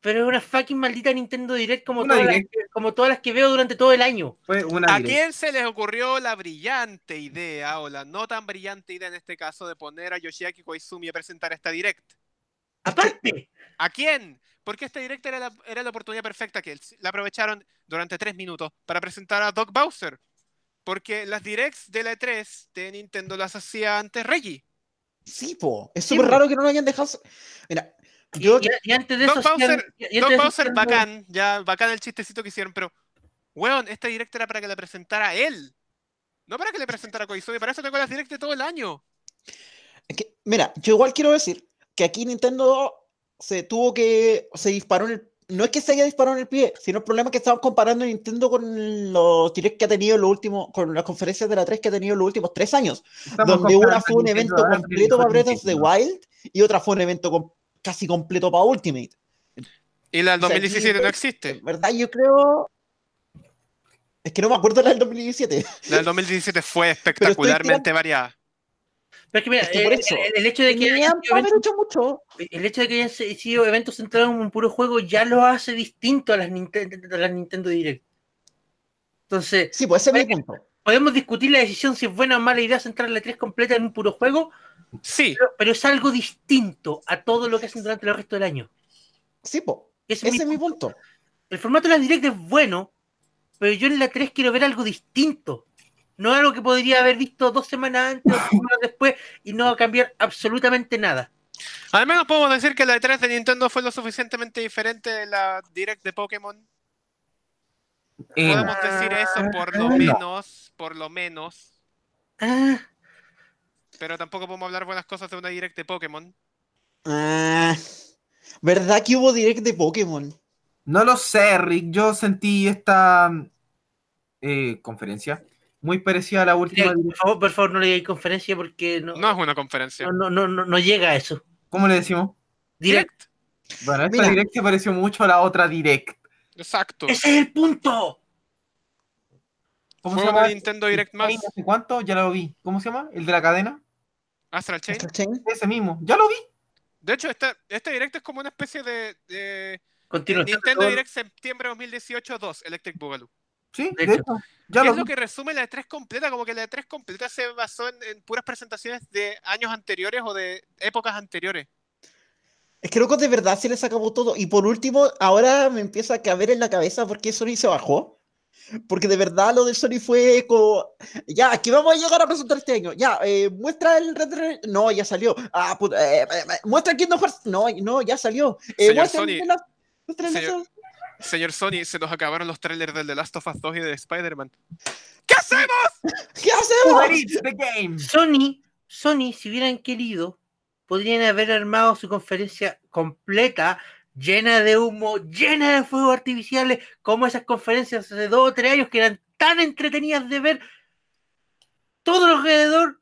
S1: Pero es una fucking maldita Nintendo Direct como,
S3: Una
S1: todas las,
S3: Direct.
S1: que- como todas las que veo durante todo el año.
S3: Fue una
S2: ¿A
S3: direct.
S2: quién se les ocurrió la brillante idea, o la no tan brillante idea en este caso, de poner a Yoshiaki Koizumi a presentar esta direct?
S1: Aparte,
S2: ¿A quién? Porque esta direct era la, era la oportunidad perfecta que la aprovecharon durante tres minutos para presentar a Doc Bowser. Porque las directs de la E3 de Nintendo las hacía antes Reggie.
S4: Sí, po. Es
S1: Sí,
S4: súper
S1: po.
S4: raro que no lo hayan dejado. s- Mira, yo.
S1: y, y antes de
S2: Doc
S1: eso. hacían-
S2: Bowser-
S1: y antes de
S2: Doc
S1: eso
S2: Bowser,
S1: hacían-
S2: bacán, ya bacán el chistecito que hicieron, pero, weón, esta direct era para que la presentara él. No para que le presentara a Koizumi, para eso tengo las directs de todo el año.
S4: es que- mira, yo igual quiero decir que aquí Nintendo se tuvo que. Se disparó en el. No es que se haya disparado en el pie, sino el problema es que estamos comparando Nintendo con los directs que ha tenido en los últimos. Con las conferencias de la 3 que ha tenido en los últimos tres años.
S3: Estamos
S4: donde una
S3: comparando
S4: fue un
S3: Nintendo ah,
S4: evento
S3: Direct
S4: completo
S3: con
S4: para Breath of the
S3: Nintendo.
S4: Wild y otra fue un evento com- casi completo para Ultimate.
S2: Y la del
S4: O sea, pues.
S2: 2017
S4: aquí-
S2: no existe.
S4: En verdad, yo creo. Es que no me acuerdo la del 2017.
S2: La del 2017 fue
S4: estoy
S2: espectacularmente variada.
S1: Pero es que mira,
S4: Es que
S1: el-
S4: por eso.
S1: el, el hecho de que hayan
S4: Tenían
S1: sido
S4: para haber
S1: eventos,
S4: hecho mucho.
S1: el hecho de que hayan sido eventos centrados en un puro juego ya lo hace distinto a las Nintendo, a las Nintendo Direct. Entonces,
S4: Sí, pues ese es mi punto.
S1: podemos discutir la decisión si es buena o mala idea centrar la 3 completa en un puro juego,
S2: Sí,
S1: pero, pero es algo distinto a todo lo que hacen durante el resto del año.
S4: Sí, pues.
S1: Ese es
S4: Ese es
S1: mi-
S4: mi punto.
S1: El formato de las Direct es bueno, pero yo en la 3 quiero ver algo distinto. No algo que podría haber visto dos semanas antes o dos semanas después y no va a cambiar absolutamente nada.
S2: al menos podemos decir que la E3 de Nintendo fue lo suficientemente diferente de la Direct de Pokémon.
S3: Eh,
S2: Podemos decir eso por lo
S3: no.
S2: menos, por lo menos.
S1: Ah,
S2: Pero tampoco podemos hablar buenas cosas de una Direct de Pokémon.
S4: Ah, ¿Verdad que hubo direct de Pokémon?
S3: No lo sé, Rick. Yo sentí esta eh, conferencia muy parecida a la última.
S1: por, favor, por favor, no le digáis conferencia porque no,
S2: No es una conferencia.
S1: no, no, no, no- no llega a eso.
S3: ¿Cómo le decimos?
S1: Direct.
S3: Bueno, esta
S4: Mira.
S3: direct se pareció mucho a la otra direct.
S2: Exacto.
S1: Ese es el punto.
S3: ¿Cómo
S2: Fue
S3: se
S2: una
S3: llama?
S2: Nintendo Direct más.
S3: Ay, no sé cuánto, ya lo vi. ¿Cómo se llama? ¿El de la cadena?
S2: Astral Chain.
S4: ¿Astral Chain?
S3: Ese mismo. Ya lo vi.
S2: De hecho, esta, este Direct es como una especie de, de
S1: Continuación de
S2: Nintendo
S1: todo-
S2: Direct septiembre 2018 2, Electric Boogaloo.
S3: Sí,
S1: De
S3: de,
S1: hecho.
S3: hecho. Ya
S2: ¿Qué
S3: lo
S2: es lo
S3: vi.
S2: que resume la E3 completa? Como que la E3 completa se basó en, en puras presentaciones de años anteriores o de épocas anteriores.
S4: Es que loco, de verdad se les acabó todo. Y por último, ahora me empieza a caber en la cabeza por qué Sony se bajó. Porque de verdad lo de Sony fue como. Ya, aquí vamos a llegar a presentar este año. Ya, eh, muestra el Red Dead Red- No, ya salió. Ah, puta, eh, eh, eh, muestra el Kingdom Hearts. No, no, ya salió. Eh,
S2: Señor
S4: muestra el
S2: Sony,
S4: The Last- muestra el
S2: señor-
S4: Last of-
S2: Señor Sony, se nos acabaron los trailers del The Last of Us 2 y de Spider-Man. ¿Qué hacemos?
S4: ¿Qué
S3: Uber
S4: hacemos?
S3: Eats, the game.
S1: Sony, Sony, si hubieran querido, podrían haber armado su conferencia completa, llena de humo, llena de fuegos artificiales, como esas conferencias hace dos o tres años que eran tan entretenidas de ver todo alrededor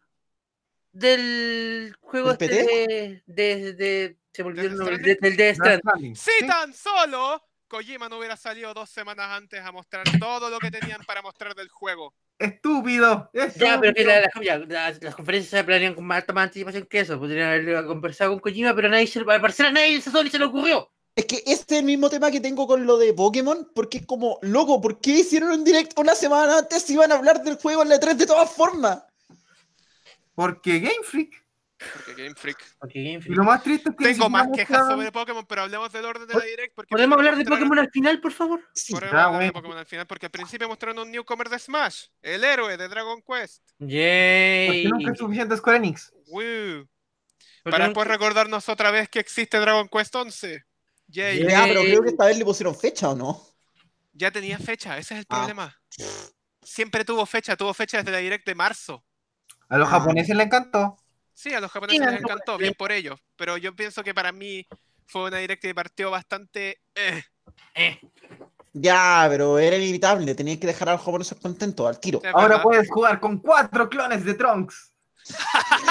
S1: del juego
S4: ¿Del
S1: este de, de- de- se me olvidó el
S2: ¿Death
S1: nombre,
S2: Stranding?
S1: del Death Stranding.
S2: Si tan solo Kojima no hubiera salido dos semanas antes a mostrar todo lo que tenían para mostrar del juego.
S3: Estúpido.
S1: Ya,
S3: estúpido.
S1: pero que la- la- ya, las, las conferencias se planean con más, más anticipación que eso. Podrían haber conversado con Kojima, pero nadie se, al parecer a nadie se, Sony se le ocurrió.
S4: Es que este es el mismo tema que tengo con lo de Pokémon, porque es como, loco, ¿por qué hicieron un direct una semana antes si iban a hablar del juego en la 3 de todas formas?
S3: Porque Game Freak.
S2: Porque Game Freak.
S1: Porque Game
S3: Y
S1: Freak-
S3: lo más triste es que. ni
S2: Tengo
S3: siquiera
S2: más quejas
S3: mostraron-
S2: sobre Pokémon, pero hablemos del orden de la direct. Porque
S1: ¿Podemos hablar de
S2: mostraron-
S1: Pokémon Ah, al final, por favor?
S4: Sí,
S2: Podemos
S3: Ya,
S2: hablar de
S3: bueno.
S2: Pokémon al final, porque al principio mostraron un newcomer de Smash, el héroe de Dragon Quest.
S1: Yay.
S3: Porque nunca es suficiente Square Enix.
S2: Woo.
S1: Porque nunca-
S2: Para después recordarnos otra vez que existe Dragon Quest 11. Yay.
S1: Yeah.
S4: Ya, pero creo que esta vez le pusieron fecha, ¿o no?
S2: Ya tenía fecha, ese es el
S4: Ah.
S2: problema. Siempre tuvo fecha, tuvo fecha desde la direct de marzo.
S3: A los
S4: Ah.
S3: japoneses les encantó.
S2: Sí, a los japoneses
S1: Sí,
S2: les
S1: no, no,
S2: encantó,
S1: pues,
S2: bien
S1: sí.
S2: por ellos. Pero yo pienso que para mí fue una direct que partió bastante. eh.
S1: eh,
S4: Ya, pero era inevitable, tenías que dejar a los japoneses contentos al tiro.
S2: Es
S3: Ahora
S2: verdad.
S3: puedes jugar con cuatro clones de Trunks.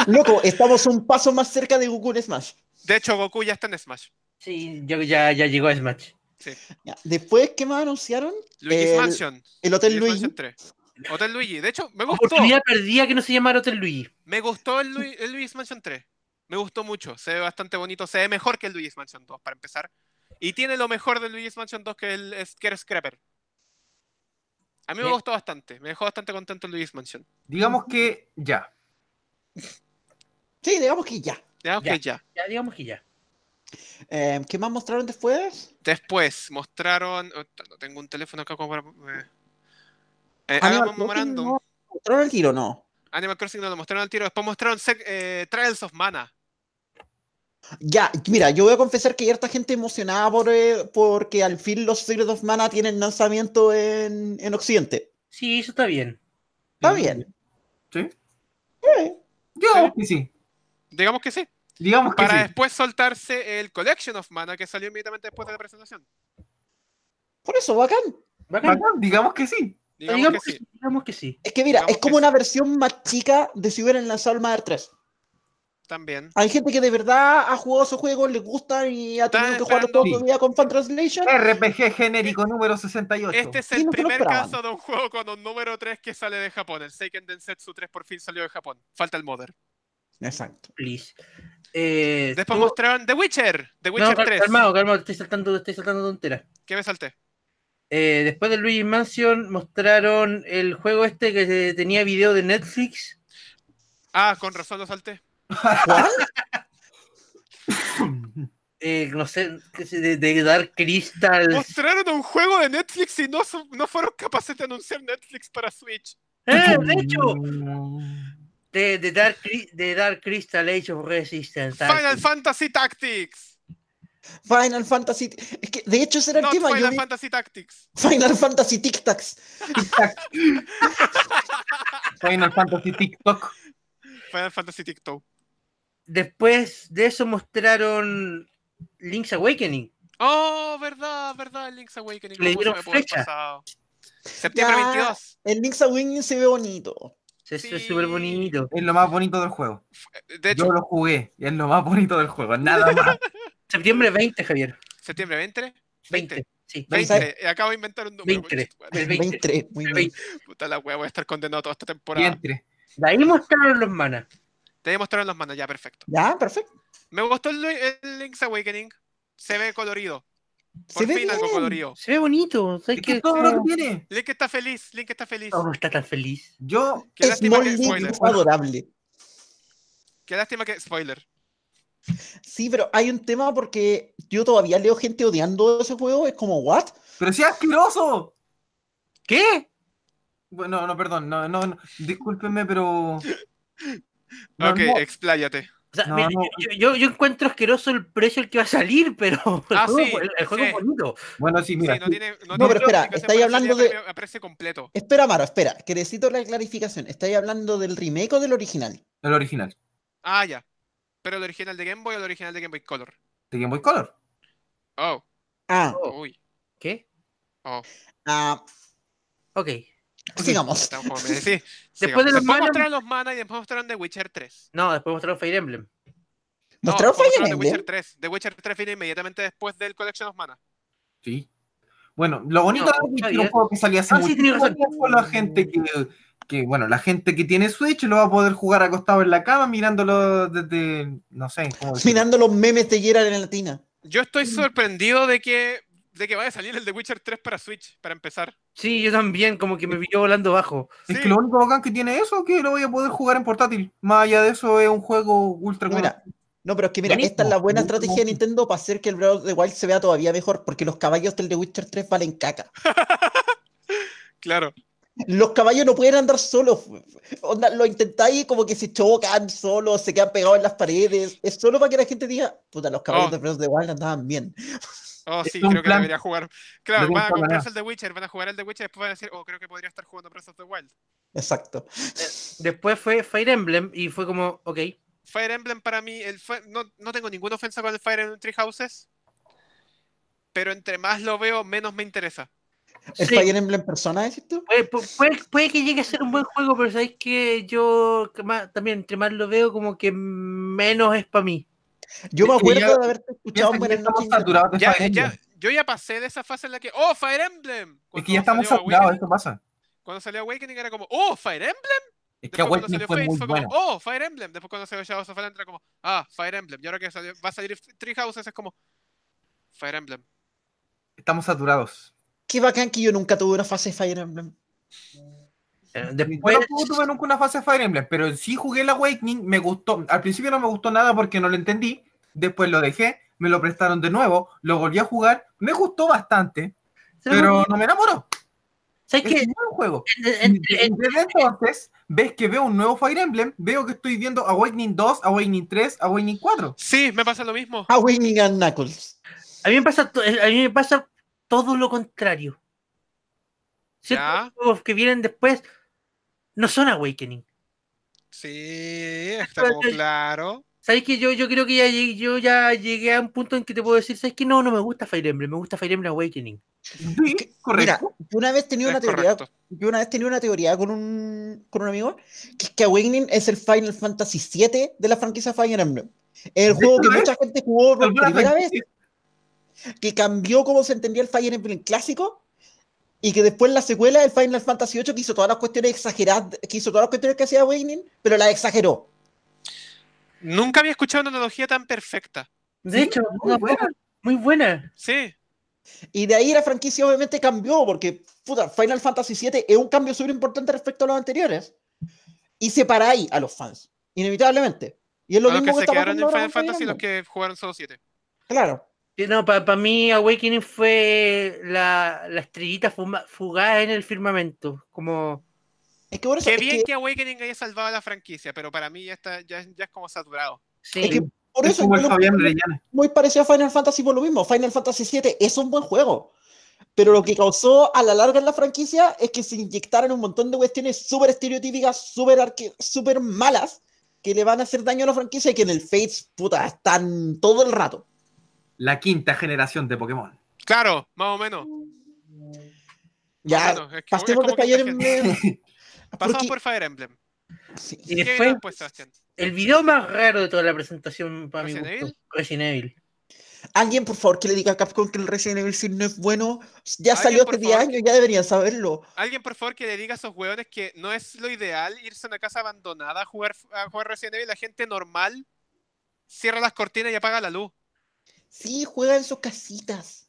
S4: Loco, estamos un paso más cerca de Goku en Smash.
S2: De hecho, Goku ya está en Smash.
S1: sí, yo- ya, ya llegó a Smash.
S4: Ya, Después, ¿qué más anunciaron?
S2: Luigi's
S4: El-
S2: Mansion.
S4: El Hotel
S2: Luigi's
S4: Luigi.
S2: Mansion 3. Hotel Luigi. De hecho,
S1: Ah,
S2: me gustó.
S1: Oportunidad perdida que no se llamara Hotel Luigi.
S2: Me gustó el, Lui- el Luigi's Mansion 3. Me gustó mucho. Se ve bastante bonito. Se ve mejor que el Luigi's Mansion 2, para empezar. Y tiene lo mejor del Luigi's Mansion 2 que el es- que el Scrapper. A mí me
S1: Bien.
S2: gustó bastante. Me dejó bastante contento el Luigi's Mansion.
S3: Digamos que ya.
S4: Sí, digamos que ya.
S2: Ya, ok,
S1: Ya.
S2: ya.
S1: Ya, digamos que ya.
S4: Eh, ¿Qué más mostraron después?
S2: Después mostraron. oh, t- no tengo un teléfono acá como para. eh. Eh,
S4: Animal
S2: hagamos un
S4: Crossing,
S2: memorándum.
S4: Ah, ¿no? ¿Mostraron el tiro o no?
S2: Animal Crossing no lo mostraron al tiro. Después mostraron Sec- eh, Trials of Mana.
S4: Ya, mira, yo voy a confesar que hay harta gente emocionada por, eh, porque al fin los Secret of Mana tienen lanzamiento en, en Occidente.
S1: Sí, eso está bien.
S2: Mm.
S4: Está bien.
S3: ¿Sí?
S4: Eh,
S3: Digamos que sí.
S2: Digamos que sí.
S3: Digamos que
S2: Para este
S3: sí.
S2: después soltarse el Collection of Mana que salió inmediatamente después de la presentación.
S4: por eso, bacán.
S1: Bacán.
S3: Bacán, digamos que sí.
S2: Digamos, que sí.
S1: digamos que sí.
S4: Es que mira,
S2: Digamos
S4: es como
S2: que
S4: una
S2: sí.
S4: versión más chica de si hubieran lanzado el Mother 3.
S2: También.
S4: Hay gente que de verdad ha jugado esos juegos, les gustan y ha
S2: Están
S4: tenido que jugarlo
S2: esperando-
S4: todo el día con Fan Translation.
S2: Eh.
S3: RPG genérico número 68.
S2: Este es
S4: Sí,
S2: el
S4: no se lo
S2: primer
S4: esperaban.
S2: caso de un juego con un número 3 que sale de Japón. El Seiken Densetsu 3 por fin salió de Japón. Falta el Mother.
S4: Exacto.
S1: please. Eh,
S2: Después
S1: tengo-
S2: mostraron The Witcher, The
S1: No,
S2: Witcher
S1: cal-
S2: 3.
S1: calmado, calmado, estoy saltando, estoy saltando tonteras.
S2: ¿Qué me salté?
S1: Eh, después de Luigi Mansion mostraron el juego este que eh, tenía video de Netflix.
S2: Ah, con razón lo salté.
S4: ¿Cuál?
S1: eh, no sé, que se- de, de Dark Crystal.
S2: Mostraron un juego de Netflix y no, su- no fueron capaces de anunciar Netflix para Switch.
S1: ¡Eh, de hecho! De, de Dark, Cry- de Dark Crystal Age of Resistance.
S2: Final Fantasy Tactics.
S4: Final Fantasy. Es que, de hecho, ese era el
S2: No,
S4: tema. yo
S2: Final
S4: vi-
S2: Fantasy Tactics.
S4: Final Fantasy Tic Tacs.
S3: Final Fantasy TikTok.
S2: Final Fantasy TikTok.
S1: Después de eso mostraron Link's Awakening.
S2: Oh, verdad, verdad, Link's Awakening.
S1: Le
S2: ¿Cómo se
S1: dieron
S2: me pudo haber
S1: fecha.
S2: pasado? Septiembre
S4: Ya.
S2: 22.
S4: El Link's Awakening se ve bonito.
S1: Se hizo
S2: Sí.
S1: súper bonito.
S3: Es lo más bonito del juego.
S2: Eh, De hecho,
S3: Yo lo jugué y es lo más bonito del juego. Nada más.
S1: Septiembre 20, Javier.
S2: septiembre 20.
S1: 20.
S2: 20.
S1: Sí,
S2: 20.
S1: 20.
S2: Acabo de inventar un número.
S1: 20.
S2: conchetumare.
S1: El 20.
S4: 23, muy bien.
S1: 20.
S2: Puta la wea, voy a estar condenado toda esta temporada.
S3: Vientre.
S1: De ahí mostraron los manas.
S2: Te mostraron las manos, ya, perfecto.
S4: Ya, perfecto.
S2: Me gustó el, el Link's Awakening. Se ve colorido. Por
S4: Se ve
S2: fin algo
S4: bien.
S2: colorido.
S1: Se ve bonito. ¿sabes
S3: Es que
S1: qué?
S3: todo
S1: Como-
S3: lo que tiene.
S2: Link está feliz, Link está feliz.
S4: Oh,
S1: No, no está tan feliz.
S3: Yo,
S2: Qué lástima
S4: Small
S2: que.
S4: Link
S2: Spoiler.
S4: es adorable.
S2: Qué lástima que. Spoiler.
S4: Sí, pero hay un tema porque yo todavía leo gente odiando ese juego. Es como, ¿what?
S3: pero sí asqueroso.
S1: ¿Qué?
S3: Bueno, no, perdón, no, no, no. discúlpenme, pero. No,
S2: ok,
S3: no.
S2: expláyate.
S1: O sea,
S3: No,
S1: mira,
S3: no.
S1: Yo, yo- yo encuentro asqueroso el precio al que va a salir, pero el
S2: Ah,
S1: juego,
S2: sí,
S1: el- el juego
S2: sí.
S1: es bonito.
S3: Bueno, sí, mira.
S2: Sí, no tiene. No,
S4: No, pero
S2: tiene
S4: espera,
S2: explicación
S4: estáis
S2: para
S4: hablando
S2: salir a
S4: de-
S2: pre- a precio completo.
S4: Espera, Maro, espera, que necesito la clarificación. ¿Estáis hablando del remake o del original?
S3: El original.
S2: Ah, ya. Pero el original de Game Boy o el original de Game Boy Color.
S3: De Game Boy Color.
S2: Oh,
S4: Ah,
S1: Oh.
S2: uy.
S1: ¿Qué?
S4: ah,
S1: Ok.
S4: sigamos.
S2: Tampoco me decís.
S1: Después de los manas-
S2: mostraron los mana y después mostraron The Witcher 3.
S1: No, después mostraron Fire Emblem.
S2: No,
S4: ¿Mostraron
S2: después
S4: Fire
S2: The Witcher
S4: Emblem?
S2: 3. The Witcher 3 viene inmediatamente después del Collection of Mana.
S3: Sí. Bueno, lo bonito
S1: No,
S3: de Witcher,
S1: Javier.
S3: un juego que salía hace
S1: Ah, sí,
S3: mucho
S1: tenés razón.
S3: tiempo, la gente que, que, bueno, la gente que tiene Switch lo va a poder jugar acostado en la cama mirándolo desde, no sé, ¿cómo decirlo?
S4: Mirando los memes de Gerard en latina.
S2: Yo
S3: Mm.
S2: estoy sorprendido de que, de que vaya a salir el The Witcher 3 para Switch, para empezar.
S1: Sí, yo también, como que me pilló volando bajo.
S3: Es
S2: Sí.
S3: que lo único bacán que tiene eso es que lo voy a poder jugar en portátil. Más allá de eso es un juego ultra
S4: No,
S3: conocido.
S4: mira, no, pero es que mira, esta es la buena estrategia de Nintendo para hacer que el Breath of the Wild se vea todavía mejor, porque los caballos del The Witcher 3 valen caca.
S2: Claro.
S4: Los caballos no pueden andar solos. Onda, lo intentáis y como que se chocan solos, se quedan pegados en las paredes. Es solo para que la gente diga, puta, los caballos
S2: Oh.
S4: de Breath of the Wild andaban bien.
S2: Oh, sí,
S3: Es un
S2: creo que
S3: plan.
S2: debería jugar. Claro,
S3: tengo
S2: van a
S3: para
S2: comprarse
S3: nada.
S2: el The Witcher, van a jugar el The Witcher y después van a decir, oh, creo que podría estar jugando Breath of the Wild.
S4: Exacto.
S1: Después fue Fire Emblem y fue como, ok.
S2: Fire Emblem para mí, el fi- no, no tengo ninguna ofensa con el Fire Emblem Three Houses, pero entre más lo veo, menos me interesa.
S4: ¿El
S1: sí,
S4: Fire Emblem persona, decís tú?
S1: puede, pu- puede- puede que llegue a ser un buen juego, pero sabéis que yo que más- también, entre más lo veo, como que menos es para mí.
S4: Yo me
S3: Es que
S4: acuerdo
S3: ya-
S4: de haberte
S3: Piensa
S4: escuchado
S3: que
S4: Buenas
S3: ya estamos
S4: noches.
S3: saturados de
S2: Ya,
S3: Fire Emblem.
S2: ya, yo ya pasé de esa fase en la que, oh, Fire Emblem.
S3: Es
S2: Cuando
S3: que ya estamos
S2: salió
S3: saturados,
S2: Awakening-
S3: eso pasa.
S2: Cuando salió Awakening era como, oh, Fire Emblem.
S3: Es que
S2: Después cuando
S3: Awakening
S2: salió
S3: fue
S2: Fates
S3: muy
S2: fue como,
S3: buena.
S2: oh, Fire Emblem. Después cuando salió Shadows of Valentra, como, ah, Fire Emblem. Y ahora que salió- va a salir Three Houses es como, Fire Emblem.
S3: Estamos saturados.
S4: Qué bacán que yo nunca tuve una fase de Fire Emblem.
S1: Eh,
S3: Yo
S1: Después,
S3: tampoco tuve nunca una fase de Fire Emblem, pero sí jugué el Awakening, me gustó. Al principio no me gustó nada porque no lo entendí, después lo dejé, me lo prestaron de nuevo, lo volví a jugar, me gustó bastante, pero no me enamoró.
S1: ¿sabes
S3: Es
S1: qué?
S3: un buen juego.
S1: En-
S3: Y
S1: en- en-
S3: Desde entonces, ves que veo un nuevo Fire Emblem, veo que estoy viendo Awakening 2, Awakening 3, Awakening 4.
S2: Sí, me pasa lo mismo.
S4: Awakening and Knuckles.
S1: a, mí me pasa to- a mí me pasa todo lo contrario.
S2: Ya.
S1: Ciertos juegos que vienen después no son Awakening.
S2: Sí, está como claro.
S1: ¿Sabes que yo, yo creo que ya llegué, yo ya llegué a un punto en que te puedo decir, ¿sabes que No, no me gusta Fire Emblem, me gusta Fire Emblem Awakening.
S3: Sí,
S4: Mira,
S3: correcto.
S4: yo una vez tenía una
S2: Es
S4: teoría,
S2: correcto.
S4: yo una vez tenía una teoría con un, con un amigo, que es que Awakening es el Final Fantasy VII de la franquicia Fire Emblem. Es el
S3: ¿De
S4: juego que
S3: verdad?
S4: mucha gente jugó por
S3: Alguna
S4: primera vez,
S3: franquicia.
S4: que cambió cómo se entendía el Fire Emblem clásico, y que después la secuela del Final Fantasy VIII que hizo todas las cuestiones exageradas, que hizo todas las cuestiones que hacía Awakening, pero las exageró.
S2: Nunca había escuchado una analogía tan perfecta.
S1: De
S3: Sí,
S1: hecho,
S3: muy
S1: una
S3: buena.
S1: muy buena.
S2: Sí,
S4: Y de ahí la franquicia obviamente cambió, porque puta, Final Fantasy VII es un cambio súper importante respecto a los anteriores. Y separáis a los fans, inevitablemente. Y es lo
S2: a los que
S4: mismo que,
S2: se
S4: está
S2: quedaron
S4: pasando
S2: en
S4: ahora
S2: Final
S4: con
S2: Fantasy y los
S4: Fire
S2: que jugaron solo 7.
S4: Emblem. Claro.
S1: Sí, No, para mí Awakening fue la, la estrellita fuma- fugaz en el firmamento. Como,
S4: Es que por eso,
S2: Qué
S4: es
S2: bien
S4: que-
S2: que Awakening haya salvado a la franquicia, pero para mí ya está, ya, ya es como saturado.
S1: sí.
S4: es que por
S3: Es
S4: eso
S3: como el
S4: yo lo-
S3: Fabián Orellana.
S4: muy parecido a Final Fantasy por lo mismo. Final Fantasy VII es un buen juego. Pero lo que causó a la larga en la franquicia es que se inyectaron un montón de cuestiones súper estereotípicas, súper arque- súper malas, que le van a hacer daño a la franquicia y que en el Fates, puta, están todo el rato.
S3: La quinta generación de Pokémon.
S2: Claro, más o menos.
S4: Ya,
S2: Ah, Bueno, es que
S4: pasemos
S2: es como
S4: de
S2: que
S4: Fire
S2: esta gente-
S4: Emblem.
S2: Pasamos
S4: porque-
S2: por Fire Emblem.
S4: sí.
S1: y
S2: ¿Qué
S1: después,
S2: viene después, Sebastián?
S1: el video más raro de toda la presentación para mi
S2: ¿Resident
S1: gusto.
S2: Evil?
S1: Resident Evil.
S4: Alguien, por favor, que le diga a Capcom que el Resident Evil 6 no es bueno. Ya
S2: Alguien,
S4: salió
S2: por
S4: hace 10
S2: favor,
S4: años, ya deberían saberlo.
S2: Alguien, por favor, que le diga a esos hueones que no es lo ideal irse a una casa abandonada a jugar, a jugar Resident Evil. La gente normal cierra las cortinas y apaga la luz.
S4: Sí, juega en sus casitas.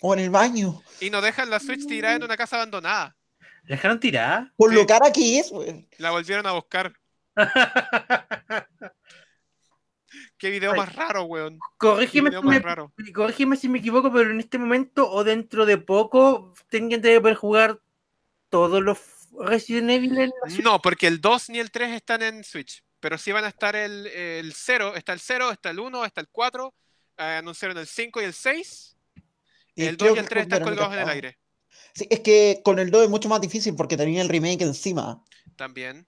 S4: O en el baño.
S2: Y no dejan la Switch tirada en una casa abandonada.
S1: ¿La dejaron tirada?
S4: Por lo
S2: Sí.
S4: cara que es, weón.
S2: La volvieron a buscar. Qué video
S1: Ay.
S2: más raro, weón. Qué
S1: Corrígeme
S2: video
S1: si, me,
S2: más raro.
S1: corrígeme si me equivoco, pero en este momento o dentro de poco tengan que poder jugar todos los Resident Evil. en la-
S2: No, porque el 2 ni el 3 están en Switch. Pero sí van a estar el, el 0. Está el 0, está el 1, está el 4. eh, anunciaron el 5 y el 6.
S4: Eh,
S2: el 2
S4: creo
S2: y el
S4: que
S2: 3 están
S4: recuperaron
S2: colgados en el
S4: capaz.
S2: aire.
S4: Sí, es que con el 2 es mucho más difícil porque tenía el remake encima.
S2: También.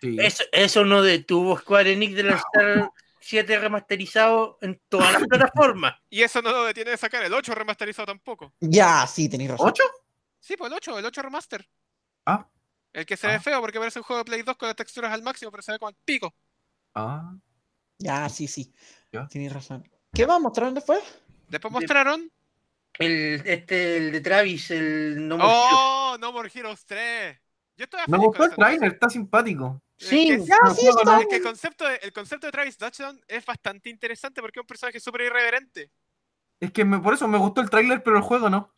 S3: Sí.
S1: Eso, eso no detuvo Square Enix de lanzar 7 remasterizado en todas las plataformas.
S2: Y eso no lo detiene de sacar. El 8 remasterizado tampoco.
S4: Ya, sí, tenéis razón.
S3: ¿Ocho?
S2: Sí, pues el 8, el 8 remaster.
S3: Ah.
S2: El que se
S3: Ah.
S2: ve feo porque parece un juego de Play 2 con las texturas al máximo, pero se ve como el pico.
S3: Ah.
S4: Ya, sí, sí.
S3: Ya.
S4: Tenéis razón. ¿Qué va a mostrar después?
S2: Después
S1: De-
S2: mostraron.
S1: El, este, el de Travis, el No More Heroes.
S2: ¡Oh! No More Heroes 3. Yo estaba
S3: Me
S2: feliz
S3: gustó
S2: con esa
S3: el
S2: noticia.
S3: trailer, está simpático.
S2: Es
S1: Sí,
S2: que-
S4: Ya,
S3: No
S4: sí,
S3: puedo,
S4: está.
S2: Es que el concepto, de, el concepto de Travis Dodgson es bastante interesante porque es un personaje súper irreverente.
S3: Es que me- por eso me gustó el trailer, pero el juego no.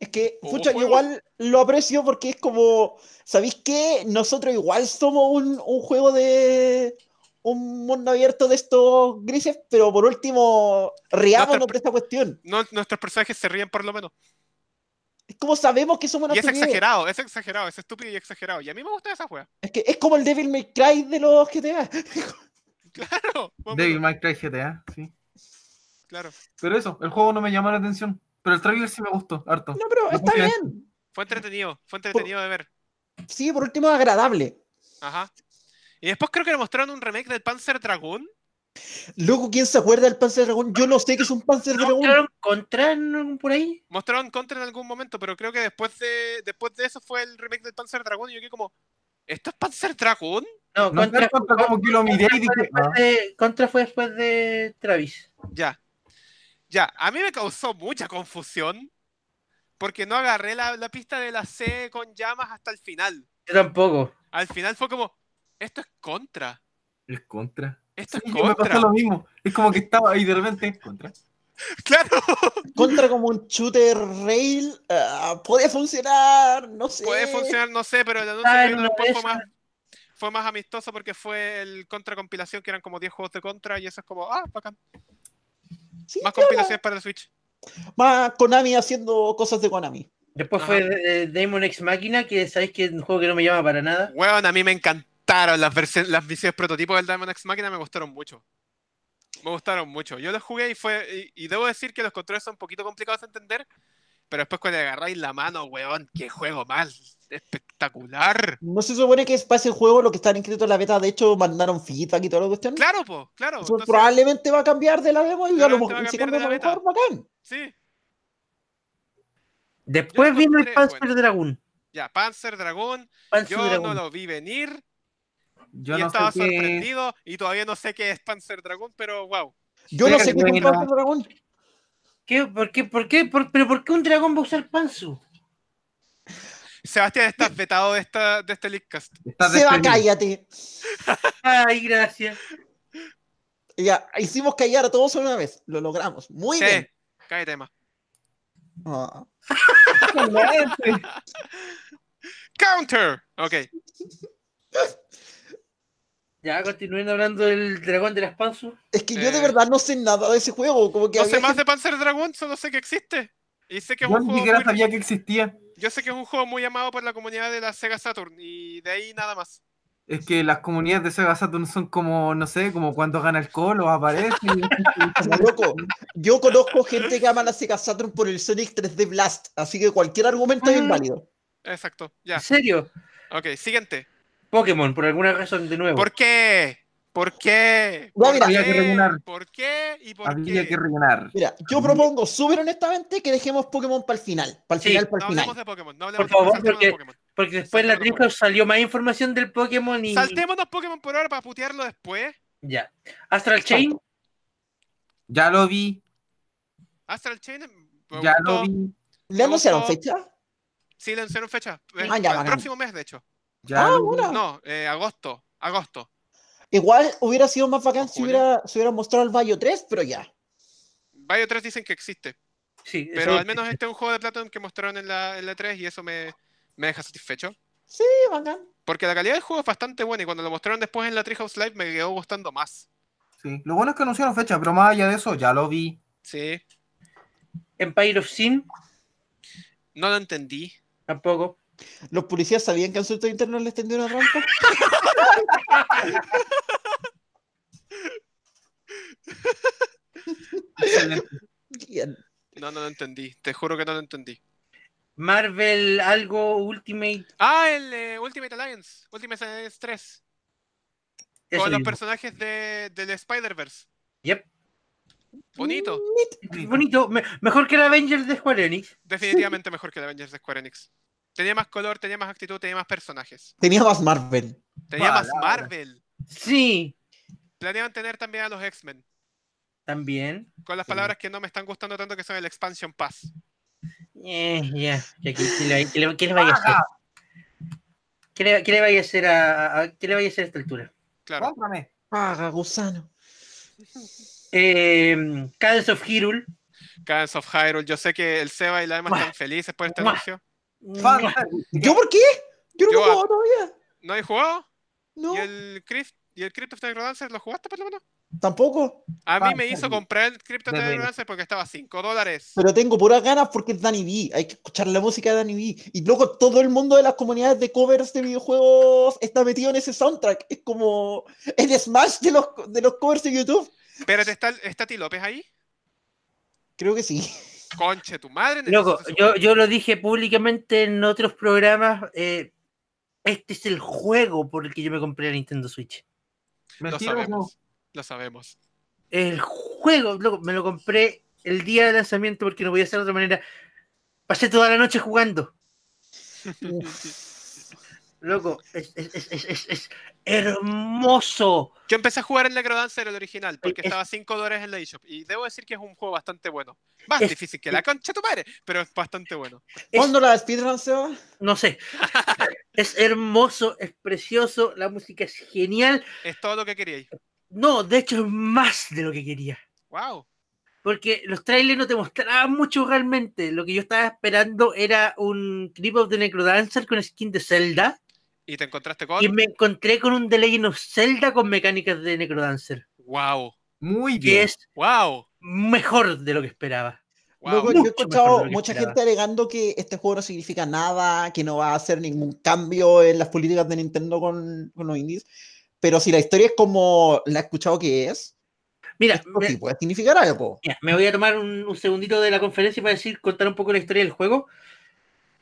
S4: Es que,
S2: Oh,
S4: pucha, yo
S2: juego.
S4: igual lo aprecio porque es como, ¿sabéis qué? Nosotros igual somos un, un juego de un mundo abierto de estos grises, pero por último, riámonos
S2: pre-
S4: de esta cuestión.
S2: No, nuestros personajes se ríen por lo menos.
S4: Es como sabemos que somos una
S2: Y es
S4: estupidez.
S2: exagerado, es exagerado, es estúpido y exagerado. Y a mí me gusta esa wea.
S4: Es que es como el Devil May Cry de los GTA.
S2: Claro, más o
S3: Devil
S2: menos,
S3: May Cry GTA, sí.
S2: claro.
S3: Pero eso, el juego no me llamó la atención. Pero el trailer sí me gustó, harto.
S4: No, pero
S3: Lo
S4: está
S3: puse-
S4: bien.
S2: Fue entretenido, fue entretenido de ver.
S4: Sí, por último, agradable.
S2: Ajá. Y después creo que le mostraron un remake del Panzer Dragoon.
S4: Loco, ¿quién se acuerda del Panzer Dragon? Yo no sé que es un Panzer
S1: ¿No
S4: Dragon.
S1: mostraron contra en- por ahí?
S2: Mostraron Contra en algún momento, pero creo que después de, después de eso fue el remake del Panzer Dragoon. Y yo quedé como, ¿esto es Panzer Dragoon?
S1: No,
S3: No
S1: contra,
S3: sé, contra como que lo miré y dije, "Ah".
S1: fue de- Contra fue después de Travis.
S2: Ya. Ya, a mí me causó mucha confusión porque no agarré la, la pista de la C con llamas hasta el final.
S1: Yo tampoco.
S2: Al final fue como, esto es contra,
S3: es contra.
S2: esto
S3: Sí,
S2: es
S3: yo me
S2: contra.
S3: pasó lo mismo. Es como que estaba ahí de repente, contra.
S2: Claro,
S4: Contra como un shooter rail. ah, puede funcionar, no sé.
S2: puede funcionar, no sé, pero el anuncio
S1: Ah,
S2: que
S1: en
S2: vino
S1: una
S2: después
S1: de
S2: fue
S1: esas.
S2: más, fue más amistoso porque fue el contra compilación, que eran como 10 juegos de contra y eso es como, ah, bacán.
S4: Sí,
S2: Más
S4: ya,
S2: compilaciones para el Switch.
S4: Más Konami haciendo cosas de Konami.
S1: Después
S2: Ajá.
S1: fue de- de Demon X Máquina, que sabéis que es un juego que no me llama para nada.
S2: Weón, a mí me encantaron las, versi- las misiones prototipos del Diamond X Máquina, me gustaron mucho. Me gustaron mucho. Yo los jugué y fue. Y, y debo decir que los controles son un poquito complicados de entender, pero después cuando le agarráis la mano, weón, qué juego más espectacular.
S4: No se supone que es para ese juego lo que están inscritos en la beta. De hecho, mandaron feedback y toda la cuestión.
S2: Claro, po, claro.
S4: Eso
S2: entonces,
S4: probablemente va a cambiar de la demo y a lo
S2: Probablemente va a
S4: mejor si
S2: cambiar de
S4: cambia
S2: la
S4: para
S2: beta.
S4: mejor, bacán.
S2: sí,
S1: Después
S2: Yo lo
S1: vino el
S2: encontré
S1: Panzer
S2: bueno.
S1: Dragoon.
S2: ya, Panzer Dragoon,
S1: Panzer
S2: yo
S1: Dragoon.
S2: no lo vi venir
S3: Yo
S2: y
S3: no
S2: estaba
S3: sé qué.
S2: sorprendido y todavía no sé qué es Panzer Dragoon, pero wow.
S4: Yo
S3: Sí,
S4: no sé qué es un
S3: bueno.
S4: Panzer Dragon.
S1: ¿Qué? ¿Por qué? ¿Por qué? ¿Por- ¿Pero por qué un dragón va a usar Panzu?
S2: Sebastián, estás vetado de, esta, de este Leakcast.
S3: Estás
S4: Seba,
S3: despedido.
S4: cállate.
S1: Ay, gracias.
S4: Ya, hicimos callar a todos una vez. Lo logramos. Muy
S2: Sí,
S4: bien.
S2: cállate más.
S4: Ah.
S2: Counter. Ok.
S1: Ya, continúen hablando del dragón de las panzas.
S4: Es que yo de
S2: Eh.
S4: verdad no sé nada de ese juego. Como que
S2: No
S4: había
S2: sé más
S4: gente-
S2: de Panzer Dragon, solo sé que existe. Y sé que es
S3: Yo
S2: un
S3: ni
S2: juego
S3: siquiera
S2: muy-
S3: sabía que existía.
S2: Yo sé que es un juego muy amado por la comunidad de la Sega Saturn y de ahí nada más.
S3: Es que las comunidades de Sega Saturn son como, no sé, como cuando gana el colo, aparece. y-
S4: Loco, yo conozco gente que ama la Sega Saturn por el Sonic 3D Blast, así que cualquier argumento
S2: Ah.
S4: es
S1: Mm.
S4: inválido.
S2: Exacto,
S1: ¿En
S2: ya.
S1: serio?
S2: Ok, siguiente.
S1: Pokémon, por alguna razón, de nuevo.
S2: ¿Por qué? ¿por qué?
S4: Ya,
S2: ¿Por
S4: mira.
S3: Había que
S2: qué?
S3: rellenar.
S2: ¿Por qué? ¿Y por
S3: Había
S2: qué?
S3: que rellenar.
S4: Mira, yo propongo súper honestamente que dejemos Pokémon para el final, para el
S1: Sí,
S4: final, para
S2: No
S4: el
S2: hablemos
S4: final.
S2: de Pokémon, no hablemos
S1: Por favor,
S2: de Pokémon. saltémonos
S1: porque-
S2: Pokémon.
S1: Porque después en la
S2: Saltémonos
S1: Dreamcast salió más información del Pokémon y.
S2: Saltémonos Pokémon por ahora para putearlo después.
S1: Ya. Astral Chain,
S3: Ya lo vi,
S2: Astral Chain. me
S3: ya
S2: gustó.
S3: lo vi.
S4: ¿Le anunciaron
S2: Ojo.
S4: fecha?
S2: Sí, lanzaron fecha. Eh,
S4: Ah, ya,
S2: el
S4: bacán.
S2: próximo mes, de hecho.
S3: Ya
S4: Ah,
S3: lo vi.
S4: bueno.
S2: No, eh, agosto. Agosto.
S4: Igual hubiera sido más bacán si
S2: Julio.
S4: hubiera, si hubiera mostrado el Bayo 3, pero ya.
S2: Bayo 3 dicen que existe.
S1: sí.
S2: Pero
S1: eso-
S2: al menos este es un juego de Platinum que mostraron en la, en la 3 y eso me, me deja satisfecho.
S4: Sí, bacán.
S2: Porque la calidad del juego es bastante buena y cuando lo mostraron después en la Treehouse Live me quedó gustando más.
S3: Sí. Lo bueno es que anunciaron fecha, pero más allá de eso, ya lo vi.
S2: Sí.
S1: Empire of Sin,
S2: No lo entendí.
S1: tampoco.
S4: ¿Los policías sabían que al suelto interno les tendió una rampa? Bien.
S2: No, no lo entendí. Te juro que no lo entendí.
S1: Marvel, algo, Ultimate.
S2: Ah, el eh, Ultimate Alliance. Ultimate Alliance 3.
S1: Eso
S2: con los
S1: mismo.
S2: personajes de, del Spider-Verse.
S1: Yep.
S2: Bonito.
S1: Bonito, me- mejor que el Avengers de Square Enix.
S2: Definitivamente mejor que el Avengers de Square Enix. Tenía más color, tenía más actitud, tenía más personajes.
S4: Tenía más Marvel.
S2: Tenía más
S3: Palabra.
S2: Marvel.
S1: Sí,
S2: Planeaban tener también a los X-Men.
S1: también.
S2: Con las
S4: Sí.
S2: palabras que no me están gustando tanto que son el Expansion Pass.
S1: Eh, ya, ya, ¿qué, qué le, qué le- qué le vaya a
S2: Ah,
S1: hacer? ¿Qué le, qué le vaya a hacer a, a- qué le vaya a hacer a esta altura? Oh.
S2: Claro.
S3: Cómprame.
S4: Paga, gusano.
S1: Eh, Cadence of Hyrule.
S2: Cadence of Hyrule. Yo sé que el Seba y la Emma están felices por este
S1: Mua.
S2: anuncio.
S3: Fan.
S1: Mm,
S4: ¿Yo por qué? Yo no
S2: Yo a-
S4: lo juego todavía.
S2: ¿No hay jugado?
S4: No,
S2: ¿Y el Crypt, y el Crypt of the Dancer lo jugaste por lo menos?
S4: tampoco.
S2: A mí
S3: Ah,
S2: me
S3: sí.
S2: hizo comprar el Crypt of
S1: De
S2: the
S1: ruinas.
S2: Dancer porque estaba a 5 dólares.
S4: Pero tengo puras ganas porque es Danny B. Hay que escuchar la música de Danny B. Y luego todo el mundo de las comunidades de covers de videojuegos está metido en ese soundtrack. Es como el smash de los, de los covers de YouTube.
S2: Espérate, ¿está, está T. López ahí?
S4: Creo que sí.
S2: Conche, tu madre.
S1: Loco,
S2: necesito-
S1: yo, yo lo dije públicamente en otros programas. eh, este es el juego por el que yo me compré la Nintendo Switch.
S2: Lo
S3: Mentira, no.
S2: sabemos. Lo sabemos.
S1: El juego, loco, me lo compré el día de lanzamiento porque no podía hacer de otra manera. Pasé toda la noche jugando. Loco, es, es- es- es- es- es hermoso.
S2: Yo empecé a jugar en Necrodancer el original, porque
S1: es-
S2: estaba a 5 dólares en la eShop. Y debo decir que es un juego bastante bueno. Más
S1: es-
S2: difícil que la concha de tu madre, pero es bastante bueno.
S1: Es-
S4: ¿Cuándo la speedrun se va?
S1: no sé. es hermoso, es precioso, la música es genial.
S2: Es todo lo que queríais.
S1: No, de hecho es más de lo que quería.
S2: ¡Wow!
S1: Porque los trailers no te mostraban mucho realmente. Lo que yo estaba esperando era un clip of the Necrodancer con skin de Zelda.
S2: Y te encontraste con.
S1: Y me encontré con un The Legend of Zelda con mecánicas de Necrodancer.
S2: ¡Wow!
S3: Muy
S1: Que
S3: bien.
S1: es
S2: ¡Wow!
S1: mejor de lo que esperaba.
S2: ¡Wow!
S4: Luego
S1: Mucho
S4: yo he
S1: mejor de
S4: escuchado
S1: lo que
S4: mucha
S1: esperaba.
S4: gente alegando que este juego no significa nada, que no va a hacer ningún cambio en las políticas de Nintendo con, con los indies. Pero si la historia es como la he escuchado que es,
S1: Mira, me,
S4: pues sí, puede significar algo.
S1: mira, me voy a tomar un, un segundito de la conferencia para decir, contar un poco la historia del juego.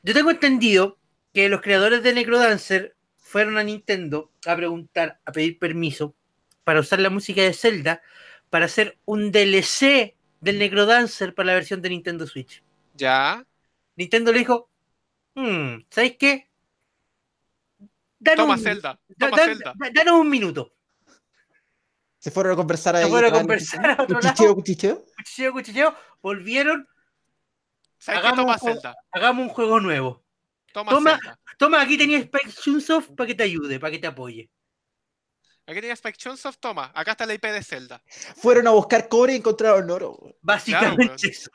S1: Yo tengo entendido que los creadores de Necrodancer fueron a Nintendo a preguntar, a pedir permiso para usar la música de Zelda para hacer un DLC del Necrodancer para la versión de Nintendo Switch.
S2: Ya.
S1: Nintendo le dijo, "Mm, ¿sabes qué? Danos
S2: Toma
S1: un-
S2: Zelda.
S1: da-
S2: Toma
S1: da-
S2: Zelda.
S1: da- danos un minuto.
S4: Se fueron a conversar ahí.
S1: Se fueron a
S4: estaban-
S1: conversar a otro
S4: Cuchicheo,
S1: lado,
S4: cuchicheo.
S1: cuchicheo, cuchicheo, volvieron,
S2: ¿Sabes qué?
S1: hagamos
S2: Toma
S1: un juego-
S2: Zelda.
S1: hagamos un juego nuevo.
S2: Toma,
S1: Toma.
S2: Zelda.
S1: Toma, aquí tenías Spike Chunsoft para que te ayude, para que te apoye.
S2: Aquí tenías Spike Chunsoft, toma. Acá está la IP de Zelda.
S4: Fueron a buscar cobre y encontraron oro.
S1: Básicamente
S2: Claro, weón.
S1: eso.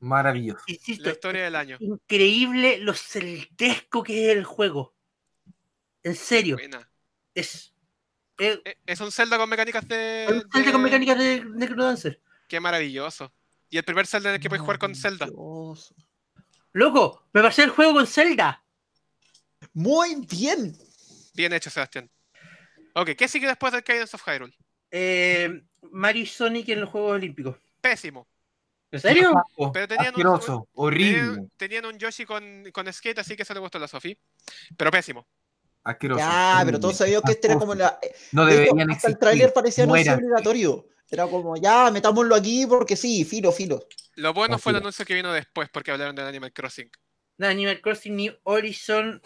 S3: Maravilloso.
S2: La
S1: Insisto,
S2: historia del año.
S1: increíble lo celtesco que es el juego. En serio,
S2: Buena.
S1: es. es
S2: Eh, Es un Zelda con mecánicas de.
S1: un Zelda con
S2: de-
S1: mecánicas de Necrodancer.
S2: Qué maravilloso. Y el primer Zelda en el que puedes jugar con Zelda.
S4: Maravilloso.
S1: Loco, me pasé el juego con Zelda.
S4: Muy bien.
S2: Bien hecho, Sebastián. Ok, ¿qué sigue después del Cadence of Hyrule?
S1: Eh, Mario y Sonic en los Juegos Olímpicos.
S2: Pésimo.
S1: ¿En serio?
S2: Pero pues. tenían un-
S3: Asqueroso, horrible,
S2: Tenían, Eh, tenían un Yoshi con, con skate, así que eso le gustó a la Sophie. Pero pésimo.
S3: asqueroso.
S4: ya, pero
S3: horrible,
S4: todos sabíamos que este era como
S3: asqueroso.
S4: la.
S3: No
S4: de hecho,
S3: deberían
S4: hasta
S3: existir.
S4: el tráiler parecía no
S3: Mueran.
S4: obligatorio. Era como, ya, metámoslo aquí porque sí, filo, filo.
S2: Lo bueno fue el
S3: Basura.
S2: anuncio que vino después, porque hablaron del Animal Crossing.
S1: No, Animal Crossing New Horizon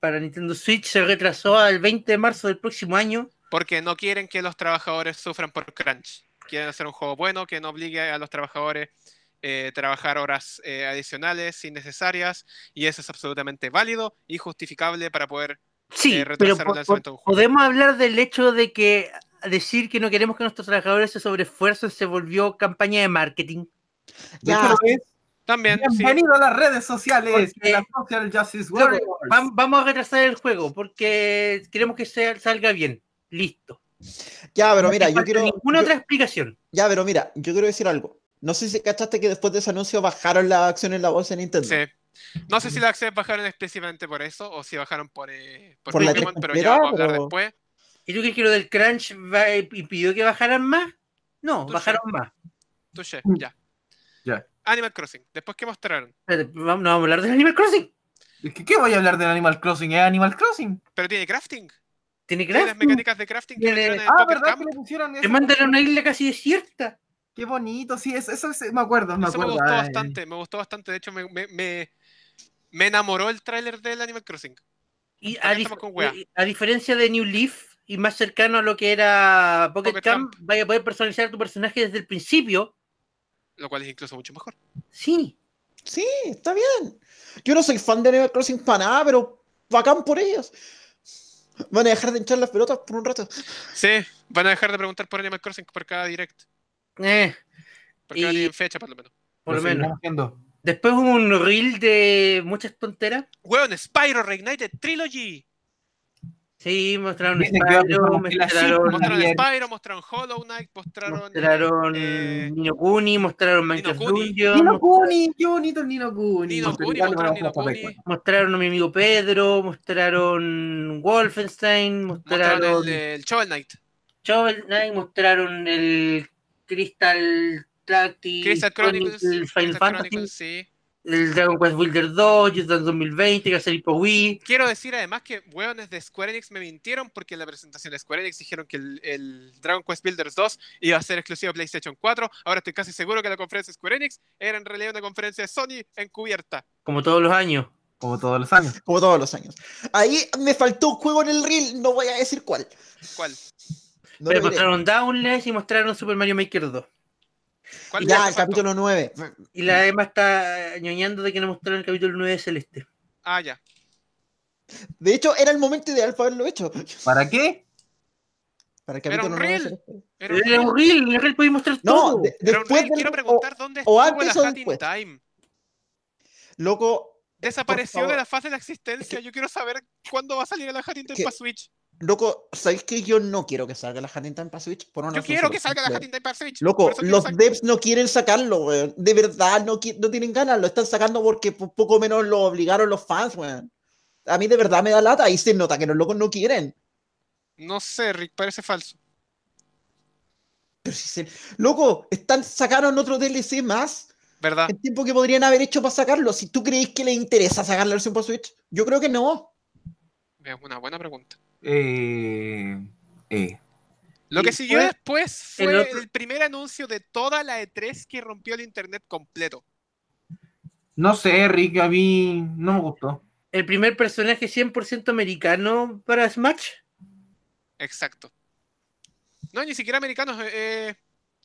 S1: para Nintendo Switch se retrasó al 20 de marzo del próximo año.
S2: Porque no quieren que los trabajadores sufran por crunch. Quieren hacer un juego bueno que no obligue a los trabajadores eh, trabajar horas eh, adicionales innecesarias. Y eso es absolutamente válido y justificable para poder.
S1: Sí,
S2: Eh,
S1: pero
S2: retrasaron
S1: po-
S2: el lanzamiento de un
S1: po-
S2: juego.
S1: podemos hablar del hecho de que decir que no queremos que nuestros trabajadores se sobreesfuercen se volvió campaña de marketing.
S3: De
S4: Ya,
S3: hecho, lo es.
S2: También, sí,
S3: Bienvenido a las redes sociales.
S1: Porque-
S3: de la Social Justice
S1: Loco,
S3: Warriors.
S1: vam- vamos a retrasar el juego porque queremos que sea- salga bien. Listo.
S4: ya, pero
S1: No
S4: mira,
S1: hace
S4: yo
S1: falta
S4: quiero.
S1: Ninguna
S4: yo-
S1: otra explicación.
S4: Ya, pero mira, yo quiero decir algo. No sé si cachaste que después de ese anuncio bajaron las acciones en la bolsa de Nintendo.
S2: sí. No sé si las acciones bajaron explícitamente por eso o si bajaron por, eh, por
S4: Por la
S2: Pokémon, pero ya
S4: tercera,
S2: vamos a hablar
S4: pero-
S2: después.
S1: ¿Y tú crees que lo del crunch va- impidió que bajaran más? No,
S2: Tú
S1: bajaron más.
S2: Touché,
S3: Mm.
S2: ya.
S3: Ya.
S2: Animal Crossing. Después que mostraron.
S1: Espérate, vamos, no vamos a hablar del Animal Crossing.
S3: Es que, ¿Qué voy a hablar del Animal Crossing? ¿Es Animal Crossing?
S2: Pero tiene crafting.
S1: Tiene
S2: Tiene las
S1: crunch.
S2: mecánicas de crafting que
S1: Tiene-
S2: metieron en el
S3: Ah,
S2: Pocket
S3: ¿verdad?
S2: Camp.
S3: Que le pusieron
S1: Te
S3: eso.
S1: mandan a una isla casi desierta.
S3: Qué bonito, sí, eso, eso, sí, me acuerdo, me
S2: Eso me
S3: acuerdo. Ah,
S2: gustó
S3: ay.
S2: bastante, me gustó bastante. De hecho, me, me- me- me enamoró el tráiler del Animal Crossing.
S1: Y
S2: Acá
S1: a, dif-
S2: estamos con wea.
S1: y- a diferencia de New Leaf y más cercano a lo que era Pocket,
S2: Pocket
S1: Camp, vaya a poder personalizar a tu personaje desde el principio.
S2: Lo cual es incluso mucho mejor.
S1: Sí.
S4: Sí, está bien. Yo no soy fan de Animal Crossing para nada, pero bacán por ellos. Van a dejar de hinchar las pelotas por un rato.
S2: Sí, van a dejar de preguntar por Animal Crossing por cada direct.
S1: Eh,
S2: Por
S1: Y-
S2: cada día en fecha, por lo menos.
S1: por lo
S3: Lo seguimos
S1: menos.
S3: haciendo.
S1: Después hubo un reel de muchas tonteras.
S2: Weón, Spyro Reignited Trilogy.
S1: Sí, mostraron
S3: Dicen que va a
S1: Spyro,
S3: empezar la
S1: mostraron,
S3: cita.
S2: Mostraron
S3: Ayer.
S2: Spyro, mostraron Hollow Knight, mostraron. eh,
S1: mostraron
S2: eh,
S1: Nino Kuni, mostraron Minecraft
S2: Kuni.
S1: Dungeon,
S3: Nino
S1: mo-
S3: Kuni, qué bonito el Nino Kuni.
S2: Nino
S3: Porque
S2: Kuni,
S3: ya lo
S2: mostraron
S3: vamos
S2: Nino
S3: a saber,
S2: Kuni.
S1: mostraron a mi amigo Pedro, mostraron Wolfenstein, mostraron
S2: mostraron el, el Shovel Knight.
S1: Shovel Knight, mostraron el Crystal Tactics,
S2: Crystal Chronicles.
S1: el Final
S2: Crystal
S1: Fantasy,
S2: Chronicles, sí.
S1: el Dragon Quest Builder 2, Jordan 2020, que va a salir para Wii.
S2: Quiero decir además que hueones de Square Enix me mintieron porque en la presentación de Square Enix dijeron que el, el Dragon Quest Builders 2 iba a ser exclusivo a PlayStation 4. Ahora estoy casi seguro que la conferencia de Square Enix era en realidad una conferencia de Sony encubierta.
S1: Como todos los años.
S3: Como todos los años.
S4: Como todos los años. Ahí me faltó un juego en el reel, no voy a decir cuál.
S2: ¿Cuál?
S1: Pero
S4: No lo diré.
S1: mostraron Downless y mostraron Super Mario Maker 2.
S2: ¿Cuál fue
S4: Ya,
S2: el
S4: el
S2: que faltó?
S4: capítulo 9.
S1: Y
S4: Mm.
S1: la Emma está ñoñando de que no mostraron el capítulo 9 de Celeste.
S2: Ah, ya.
S4: De hecho, era el momento ideal para haberlo hecho.
S3: ¿Para qué?
S4: Para el
S2: Era
S4: capítulo
S2: un
S4: 9
S2: reel.
S4: hacer esto.
S2: Era un
S1: Era
S2: reel.
S1: un reel, en el reel podéis mostrar
S4: No,
S1: todo.
S4: de-
S2: Era un
S4: después
S2: reel.
S4: del-
S2: Quiero
S4: o-
S2: preguntar dónde
S4: o
S2: estuvo
S4: antes o
S2: la Hat in
S4: después.
S2: Time.
S4: loco,
S2: Desapareció de
S4: favor.
S2: la faz de la existencia. Yo quiero saber cuándo va a salir la Hat in Time
S4: Que-
S2: para Switch.
S4: loco, ¿sabéis que yo no quiero que salga la Huntington para Switch? Por una
S2: Yo
S4: razón
S2: quiero
S4: súper
S2: que salga la Hat
S4: simple.
S2: in Time para Switch.
S4: Loco,
S2: Por eso quiero
S4: los
S2: sac-
S4: devs no quieren sacarlo, weón. De verdad, no, qui- no tienen ganas. Lo están sacando porque po- poco menos lo obligaron los fans, weón. A mí de verdad me da lata y se nota que los locos no quieren.
S2: No sé, Rick, parece falso.
S4: Pero si se- Loco, están, sacaron otro DLC más.
S1: Ah.
S2: ¿Verdad?
S4: El tiempo que podrían haber hecho para sacarlo. Si tú creéis que les interesa sacar la versión para Switch, yo creo que no.
S2: Es una buena pregunta.
S3: Eh, eh.
S2: Lo
S1: Y
S2: que siguió
S1: después,
S2: después fue
S1: el
S2: el,
S1: otro-
S2: primer anuncio de toda la E3 que rompió el internet completo.
S3: No sé, Rick, a mí no me gustó.
S1: El primer personaje 100% americano para Smash.
S2: Exacto. No, ni siquiera americano. eh, eh,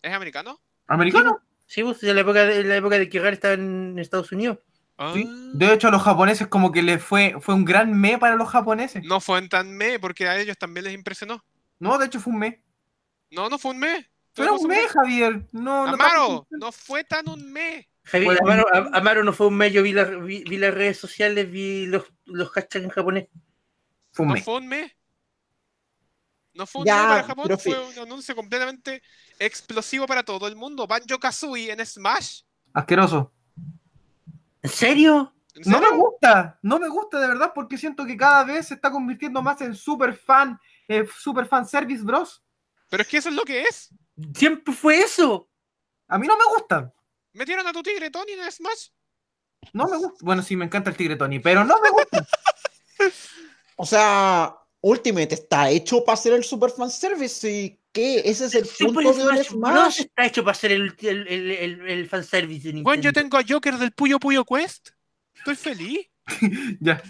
S2: ¿Es americano?
S3: ¿Americano?
S1: Sí, pues, en la época de, en la época de que Gar estaba en Estados Unidos.
S2: Ok.
S3: ¿sí?
S2: Ah.
S3: De hecho, a los japoneses como que les fue, fue un gran me para los japoneses.
S2: No fue en tan me, porque a ellos también les impresionó.
S3: No, de hecho fue un me.
S2: No, no fue un me.
S3: Pero
S2: No
S3: un
S2: fue
S3: me, Javier. No, no
S2: Amaro, no fue tan un me.
S1: Javier,
S3: Bueno.
S1: Amaro, a- Amaro no fue un medio, vi, la- vi- vi las redes sociales, vi los, los hashtags en japonés.
S3: fue un
S2: No
S3: me.
S2: fue un mes. No fue un
S4: Ya,
S2: mes para Japón,
S4: pero
S2: fue
S4: fe-
S2: un anuncio completamente explosivo para todo el mundo. Banjo Kazooie en Smash.
S3: Asqueroso.
S1: ¿En serio?
S2: ¿En
S3: No me
S2: serio?
S3: gusta, no me gusta de verdad porque siento que cada vez se está convirtiendo más en super fan, eh, super fan service bros.
S2: Pero es que eso es lo que es.
S1: Siempre fue eso.
S3: A mí no me gusta,
S2: Metieron a tu tigre Tony en Smash.
S3: no me gusta. Bueno, sí, me encanta el tigre Tony, pero no me gusta.
S4: O sea, Ultimate está hecho para hacer el super fanservice y que ese es el
S1: Super
S4: punto de un
S1: Smash Bros.
S4: Smash.
S1: está hecho para hacer el, el, el, el- el fanservice de Nintendo.
S2: Bueno, yo tengo a Joker del Puyo Puyo Quest. Estoy feliz.
S3: ya.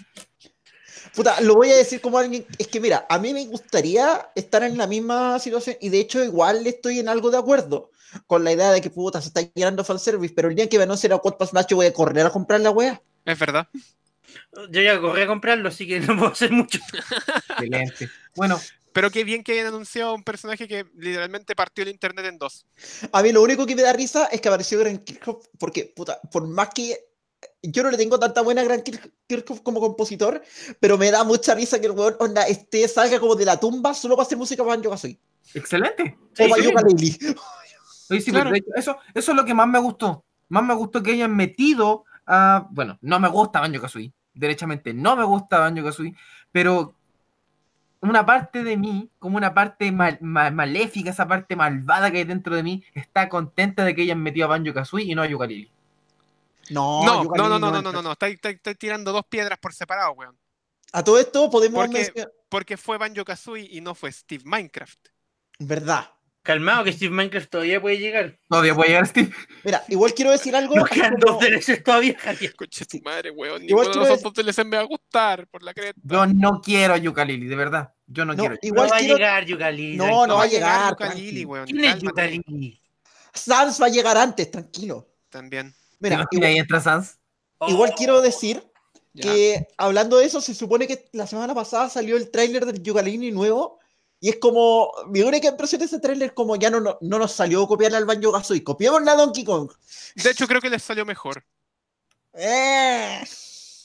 S4: Puta, lo voy a decir como alguien. Es que mira, a mí me gustaría estar en la misma situación y de hecho, igual estoy en algo de acuerdo con la idea de que puta se está llenando fanservice, pero el día que me anuncien a Cuerpo Smash, yo voy a correr a comprar la wea.
S2: Es verdad.
S1: Yo ya corrí a comprarlo, así que no puedo hacer mucho.
S3: Excelente. Bueno,
S2: Pero qué bien que hayan anunciado un personaje que literalmente partió el internet en dos.
S4: A mí lo único que me da risa es que apareció Gran Kirchhoff, porque, puta, por más que yo no le tengo tanta buena a Gran Kirch- Kirchhoff como compositor, pero me da mucha risa que el weón onda, este, salga como de la tumba solo para hacer música para Banjo Kazooie.
S3: excelente.
S4: o para
S2: sí.
S4: Yooka-Laylee.
S3: Oye, sí,
S2: Claro.
S3: pero de hecho, eso, eso es lo que más me gustó. Más me gustó que hayan metido a. Bueno, no me gusta Banjo Kazooie. Derechamente, no me gusta Banjo Kazooie. Pero una parte de mí, como una parte mal- ma- maléfica, esa parte malvada que hay dentro de mí, está contenta de que hayan metido a Banjo Kazooie y no a Yukalili.
S4: No,
S2: No,
S4: Yooka-Laylee
S2: no, no, no, no,
S4: entra.
S2: no, no, no. Estáis estáis- estáis tirando dos piedras por separado, weón.
S4: A todo esto podemos
S2: Porque-
S4: mencionar.
S2: Porque fue Banjo Kazooie y no fue Steve Minecraft.
S4: Verdad.
S1: Calmado, que Steve Minecraft todavía puede llegar.
S3: No, Dios, voy a llegar Steve.
S4: Mira, igual quiero decir algo.
S1: Nos
S4: así
S1: quedan
S4: como-
S1: dos DLCs todavía, Javier.
S2: Coche tu
S4: Sí.
S2: madre, weón.
S4: Igual
S2: Ninguno de
S4: quiero
S2: los
S4: decir-
S2: otros DLCs me va a gustar por la creta.
S3: Yo no quiero a Yukalili, de verdad. Yo no,
S4: no,
S3: quiero.
S1: Igual
S4: igual
S1: no va
S4: quiero.
S1: a llegar Yugali.
S4: No,
S1: tranquilo.
S4: no va a llegar,
S2: Yucalili,
S4: tranqui.
S2: weón.
S1: ¿Quién es
S2: cálmate
S1: Yugali?
S4: Sans va a llegar antes, tranquilo.
S2: También.
S3: ¿Te
S4: Mira,
S3: imaginas?
S4: igual,
S3: ahí entra Sans.
S4: igual
S1: Oh.
S4: quiero decir
S2: Ya.
S4: que hablando de eso, se supone que la semana pasada salió el tráiler del Yugalini nuevo. Y es como, mi única impresión de ese tráiler es como ya no, no, no nos salió copiarle al Banjo Kazooie, copiémosle a Donkey Kong.
S2: De hecho, creo que les salió mejor.
S4: Eh,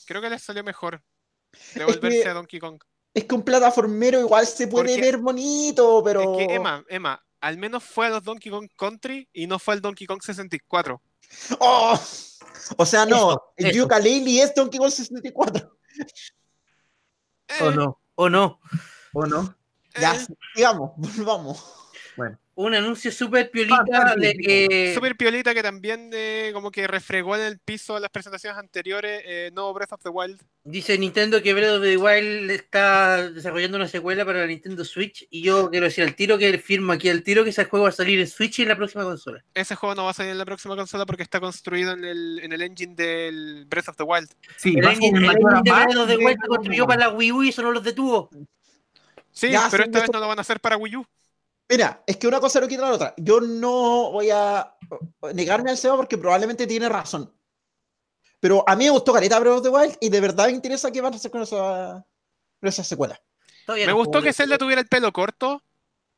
S2: Creo que les salió mejor. Devolverse a Donkey Kong.
S4: es que un plataformero igual se puede
S2: Porque-
S4: ver bonito, pero.
S2: Es que Emma, Emma, al menos fue a los Donkey Kong Country y no fue al Donkey Kong 64.
S4: ¡Oh! O sea, no,
S1: Eso,
S4: el
S1: eso.
S4: Yooka-Laylee es Donkey Kong 64.
S2: Eh,
S3: ¿O no?
S1: ¿O Oh, no?
S3: ¿O no?
S2: eh,
S4: Ya, digamos, volvamos.
S1: Un anuncio súper piolita
S3: Ah,
S1: de que...
S2: Eh, Super piolita que también eh, como que refregó en el piso de las presentaciones anteriores. eh, no Breath of the Wild.
S1: Dice Nintendo que Breath of the Wild está desarrollando una secuela para la Nintendo Switch y yo quiero decir al tiro que firmo aquí al tiro que ese juego va a salir en Switch y en la próxima consola.
S2: Ese juego no va a salir en la próxima consola porque está construido en el, en el engine del Breath of the Wild.
S3: Sí,
S1: el
S3: va a ser
S1: engine, el
S3: mayor
S1: engine de
S3: avance
S1: Breath of the
S3: de
S1: Wild se
S3: Donkey
S1: construyó
S3: Kong.
S1: para la Wii U y eso no los detuvo.
S2: Sí,
S4: Ya,
S2: pero
S4: sí,
S2: esta vez
S4: eso-
S2: no lo van a hacer para Wii U.
S4: Mira, es que una cosa no quita la otra. Yo no voy a negarme al Seba porque probablemente tiene razón. Pero a mí me gustó Careta Breath of the Wild y de verdad me interesa qué van a hacer con esa, con esa secuela.
S1: Todavía
S2: Me
S1: no
S2: gustó
S1: juego
S2: que
S1: de-
S2: Zelda tuviera el pelo corto.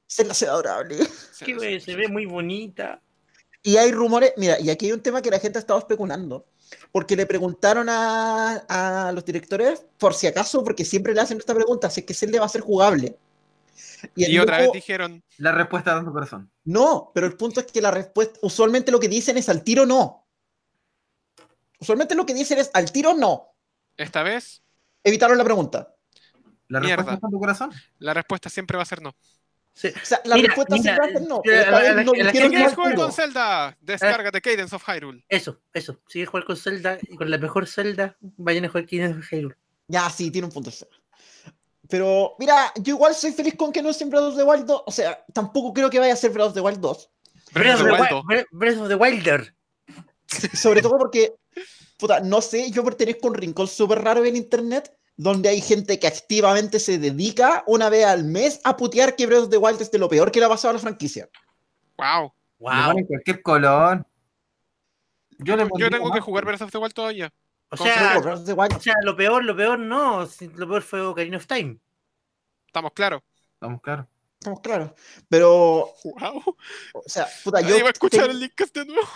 S4: Zelda se ve adorable.
S2: Se-
S1: que, güey, se ve muy bonita.
S4: Y hay rumores, mira, y aquí hay un tema que la gente ha estado especulando, porque le preguntaron a, a los directores, por si acaso, porque siempre le hacen esta pregunta, si es que Zelda va a ser jugable. el
S2: Y otra vez
S4: loco-
S2: dijeron,
S3: La respuesta dando corazón.
S4: No, pero el punto es que la respuesta, usualmente lo que dicen es al tiro no. Usualmente lo que dicen es al tiro no.
S2: esta vez
S4: Evitaron la pregunta.
S3: La
S2: Mierda.
S3: respuesta dando corazón.
S2: la respuesta siempre va a ser no.
S1: Sí.
S4: O sea, la
S1: Mira,
S4: respuesta
S1: mira,
S4: siempre va a ser no.
S1: eh,
S4: pero esta
S1: a
S4: vez
S1: la-
S4: no
S1: a la gente
S4: dijeron no
S1: que
S2: ¿Quieres
S4: al
S2: jugar
S4: tiro.
S2: con Zelda? Descárgate Cadence of Hyrule.
S1: Eso, eso. Sigue jugar con Zelda y con la mejor Zelda, vayan a jugar Kingdom Hearts Hyrule.
S4: Ya, sí, tiene un punto. ese. Pero, mira, yo igual soy feliz con que no sea en Breath of the Wild 2. O sea, tampoco creo que vaya a ser Breath of the Wild 2.
S2: Breath of the Wild.
S1: Wild- Bre- Breath of the Wilder.
S4: Sobre todo porque, puta, no sé, yo pertenezco a un rincón súper raro en internet donde hay gente que activamente se dedica una vez al mes a putear que Breath of the Wild es de lo peor que le ha pasado a la franquicia.
S2: Wow.
S3: Le
S1: Wow.
S3: ponen cualquier color. Yo, le
S2: Yo
S3: pondría
S2: tengo que
S3: más.
S2: jugar Breath of the Wild todavía.
S1: O
S2: Con
S1: sea,
S4: Pero Breath of the Wild-
S1: o sea, lo peor, lo peor no. si- Lo peor fue Ocarina of Time.
S2: Estamos claros.
S3: Estamos claros.
S4: estamos claros. Pero,
S2: Wow.
S4: o sea, puta, Ah, yo,
S2: Nadie va a escuchar
S4: tengo-
S2: el Linkcast de nuevo.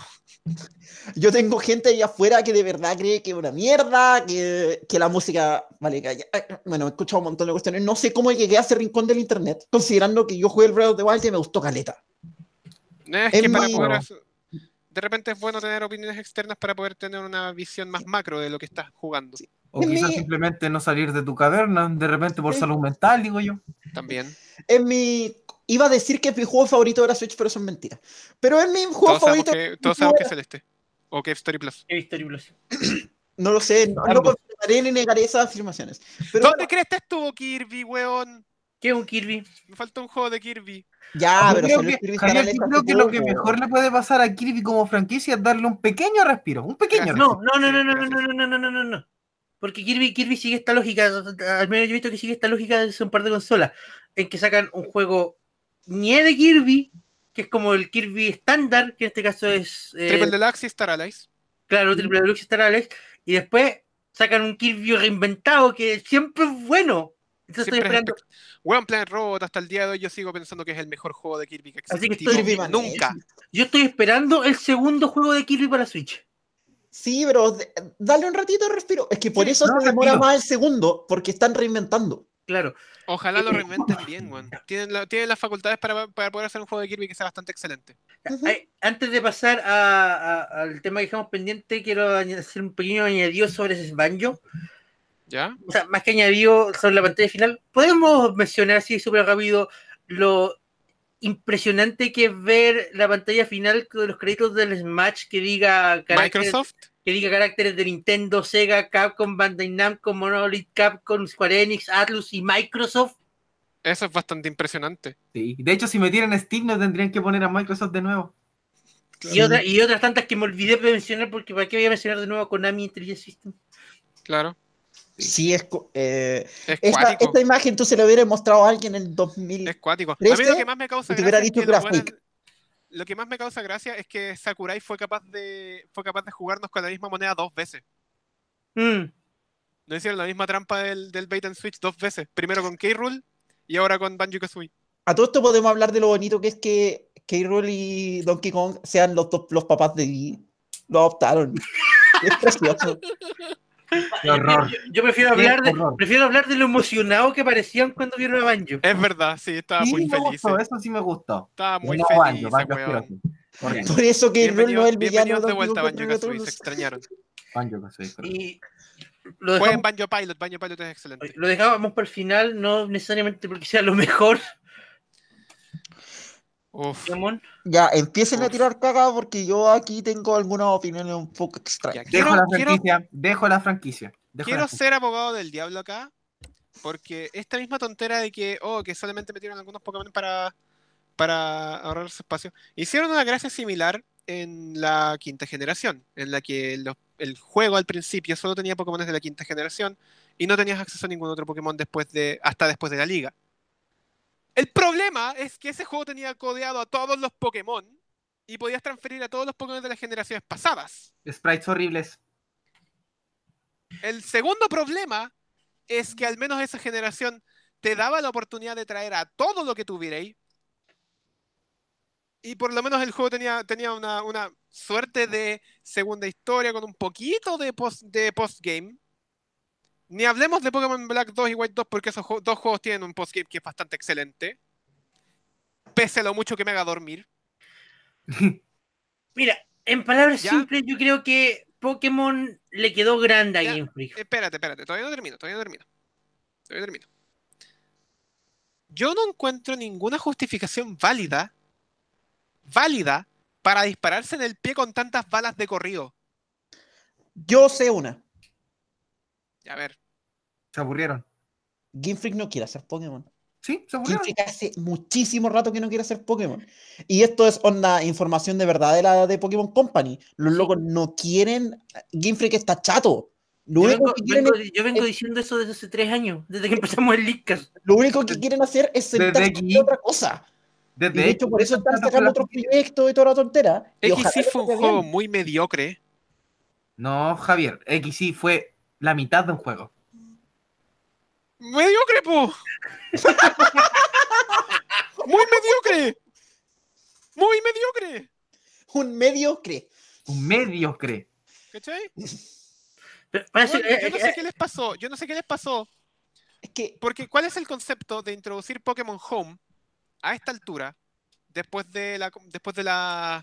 S4: yo tengo gente allá afuera que de verdad cree que es una mierda, que, que la música, vale, calla. Ay, Bueno, he escuchado un montón de cuestiones. No sé cómo llegué a ese rincón del internet, considerando que yo jugué el Breath of the Wild y me gustó caleta.
S2: Es
S4: Es
S2: que para
S4: mi-
S2: poder hacer- De repente es bueno tener opiniones externas para poder tener una visión más macro de lo que estás jugando.
S3: O
S4: Es
S3: quizás
S4: mi-
S3: simplemente no salir de tu caverna, de repente por
S4: Sí.
S3: salud mental, digo yo.
S2: También.
S4: Es mi. Iba a decir que es mi juego favorito de la Switch, pero eso es mentira. Pero es mi juego
S2: Todos sabemos,
S4: favorito.
S2: que, todos sabemos que es Celeste. O que es Story Plus.
S1: He visto Story Plus.
S4: No lo sé, no, no
S3: Ambos.
S4: confirmaré ni negaré esas afirmaciones. Pero
S2: ¿Dónde crees que estuvo Kirby, weón?
S1: ¿Qué es un Kirby?
S2: Me falta un juego de Kirby.
S4: ya, Ah, pero
S3: yo
S4: salió
S3: creo,
S4: el Kirby
S3: que, Javier,
S4: Canal
S3: yo
S4: este
S3: creo
S4: hace
S3: que lo que
S4: poco.
S3: mejor le puede pasar a Kirby como franquicia es darle un pequeño respiro, un pequeño.
S2: Gracias.
S3: respiro.
S1: No, no, no, no, no,
S2: Gracias.
S1: no, no, no, no, no, no, no. Porque Kirby, Kirby sigue esta lógica, al menos yo he visto que sigue esta lógica desde hace un par de consolas, en que sacan un juego nie de Kirby, que es como el Kirby estándar, que en este caso es eh,
S2: Triple Deluxe y Star Allies.
S1: claro, Triple Deluxe Star Allies, y después sacan un Kirby reinventado que siempre es bueno. Entonces
S2: Siempre es
S1: estoy esperando.
S2: espect- Weón Planet Robot, hasta el día de hoy yo sigo pensando que es el mejor juego de Kirby que
S1: Así que
S2: existe.
S1: estoy-
S4: Kirby
S2: Nunca.
S4: Magnetic.
S1: Yo estoy esperando el segundo juego de Kirby para Switch.
S4: Sí, pero de- dale un ratito de respiro. Es que por
S3: Sí,
S4: eso
S3: no,
S4: se demora
S3: tranquilo.
S4: más el segundo, porque están reinventando.
S1: Claro.
S2: Ojalá lo reinventen bien, weón. Tienen, la- tienen las facultades para, para poder hacer un juego de Kirby que sea bastante excelente.
S4: Ujú.
S1: Ay, Antes de pasar a- a- al tema que dejamos pendiente, quiero añ- hacer un pequeño añadido sobre ese banjo.
S2: ¿Ya?
S1: o sea, más que añadido sobre la pantalla final, podemos mencionar así súper rápido lo impresionante que es ver la pantalla final de los créditos del Smash que diga caracteres,
S2: Microsoft.
S1: que diga caracteres de Nintendo, Sega, Capcom, Bandai Namco, Monolith, Capcom, Square Enix, Atlus y Microsoft.
S2: Eso es bastante impresionante.
S3: Sí, De hecho, si metieran Steam, no tendrían que poner a Microsoft de nuevo.
S1: Y, otra- y otras tantas que me olvidé de mencionar porque para qué voy a mencionar de nuevo a Konami Intelligent System.
S2: Claro.
S3: Sí.
S4: Sí, es. co- eh,
S2: Es
S4: esta,
S2: cuático.
S4: esta imagen tú se la hubieras mostrado a alguien en el 2000.
S2: Es cuático. A mí
S4: ¿Trece?
S2: lo que más me causa
S4: Y te hubiera
S2: gracia es
S4: dicho
S2: que los
S4: Graphic.
S2: buenos- lo que más me causa gracia es que Sakurai fue capaz de fue capaz de jugarnos con la misma moneda dos veces.
S1: Mm,
S2: Nos hicieron la misma trampa del, del bait and switch dos veces. Primero con K-Rule y ahora con Banjo Kazooie.
S4: A todo esto podemos hablar de lo bonito que es que K-Rool y Donkey Kong sean los, dos- los papás de Didi. Lo adoptaron. Es precioso.
S3: Qué horror.
S1: Yo, yo prefiero hablar de,
S3: horror.
S1: prefiero hablar de lo emocionado que parecían cuando vieron a Banjo.
S2: Es verdad, sí, estaba
S3: Sí,
S2: muy
S3: me
S2: feliz. eh.
S3: gustó, eso sí me gustó.
S2: Estaba muy
S3: No,
S2: feliz.
S3: Banjo,
S2: ese
S3: Banjo,
S2: weón.
S3: espérate. Correcto,
S4: Por eso K-Rool no
S2: Bienvenidos,
S4: es el villano
S2: bienvenidos de vuelta a
S4: Donkey
S2: Banjo
S4: Kong,
S2: Kazooie, se
S4: Turtles.
S2: extrañaron.
S3: Banjo, Kazooie, correcto.
S1: Y lo dejamos
S2: Jueguen Banjo Pilot, Banjo Pilot es excelente.
S1: Lo dejábamos para el final, no necesariamente porque sea lo mejor,
S2: Uf,
S1: Ramón.
S4: Ya, empiecen a
S2: Uf.
S4: tirar caga porque yo aquí tengo algunas opiniones un poco
S2: ya,
S4: extrañas.
S3: Dejo
S2: quiero-
S3: la
S2: quiero-
S3: franquicia, dejo la franquicia. dejo la
S2: Quiero
S3: franquicia.
S2: ser abogado del diablo acá, porque esta misma tontera de que, oh, que solamente metieron algunos Pokémon para, para ahorrar su espacio, hicieron una gracia similar en la quinta generación, en la que los- el juego al principio solo tenía Pokémon de la quinta generación y no tenías acceso a ningún otro Pokémon después de, hasta después de la liga. El problema es que ese juego tenía codeado a todos los Pokémon y podías transferir a todos los Pokémon de las generaciones pasadas.
S3: Sprites horribles.
S2: El segundo problema es que al menos esa generación te daba la oportunidad de traer a todo lo que tuvierais. Y por lo menos el juego tenía, tenía una, una suerte de segunda historia con un poquito de, post, de postgame. Ni hablemos de Pokémon Black 2 y White 2 porque esos ju- dos juegos tienen un postgame que es bastante excelente. Pese a lo mucho que me haga dormir.
S1: Mira, en palabras
S2: ¿Ya?
S1: simples, yo creo que Pokémon le quedó grande a
S2: Ya.
S1: Game Freak.
S2: Espérate, espérate, todavía no termino, todavía no termino. Todavía no termino. Yo no encuentro ninguna justificación válida, válida, para dispararse en el pie con tantas balas de corrido.
S4: Yo sé una.
S2: A ver,
S3: Se aburrieron.
S4: Game Freak no quiere hacer Pokémon.
S3: Sí, se
S4: Game
S3: aburrieron.
S4: Freak hace muchísimo rato que no quiere hacer Pokémon. Y esto es onda información de verdad de la de Pokémon Company. Los locos no quieren. Game Freak está chato.
S1: Yo
S4: Lo único
S1: vengo,
S4: que quieren
S1: vengo- yo vengo diciendo eso desde hace tres años, desde que empezamos el Leadcast.
S4: Lo único que quieren hacer es
S3: Desde
S4: sentarse
S3: aquí-
S4: a hacer otra cosa. Y
S3: Desde
S4: de hecho, por eso están sacando otros
S3: proyectos.
S4: proyectos y toda la tontera. Y
S2: X
S4: ojalá
S2: sí
S4: les
S2: fue un
S4: vaya
S2: juego
S4: bien.
S2: muy mediocre.
S3: No, Javier, XY fue la mitad de un juego.
S2: ¡Mediocre, po! ¡Muy mediocre! ¡Muy mediocre!
S4: Un mediocre.
S3: Un mediocre.
S2: ¿Cachai?
S1: Pero parece-
S2: Bueno, yo
S1: eh,
S2: no
S1: eh,
S2: sé qué les pasó, yo no sé qué les pasó,
S4: Es que
S2: porque ¿cuál es el concepto de introducir Pokémon Home a esta altura, después de la, después de la,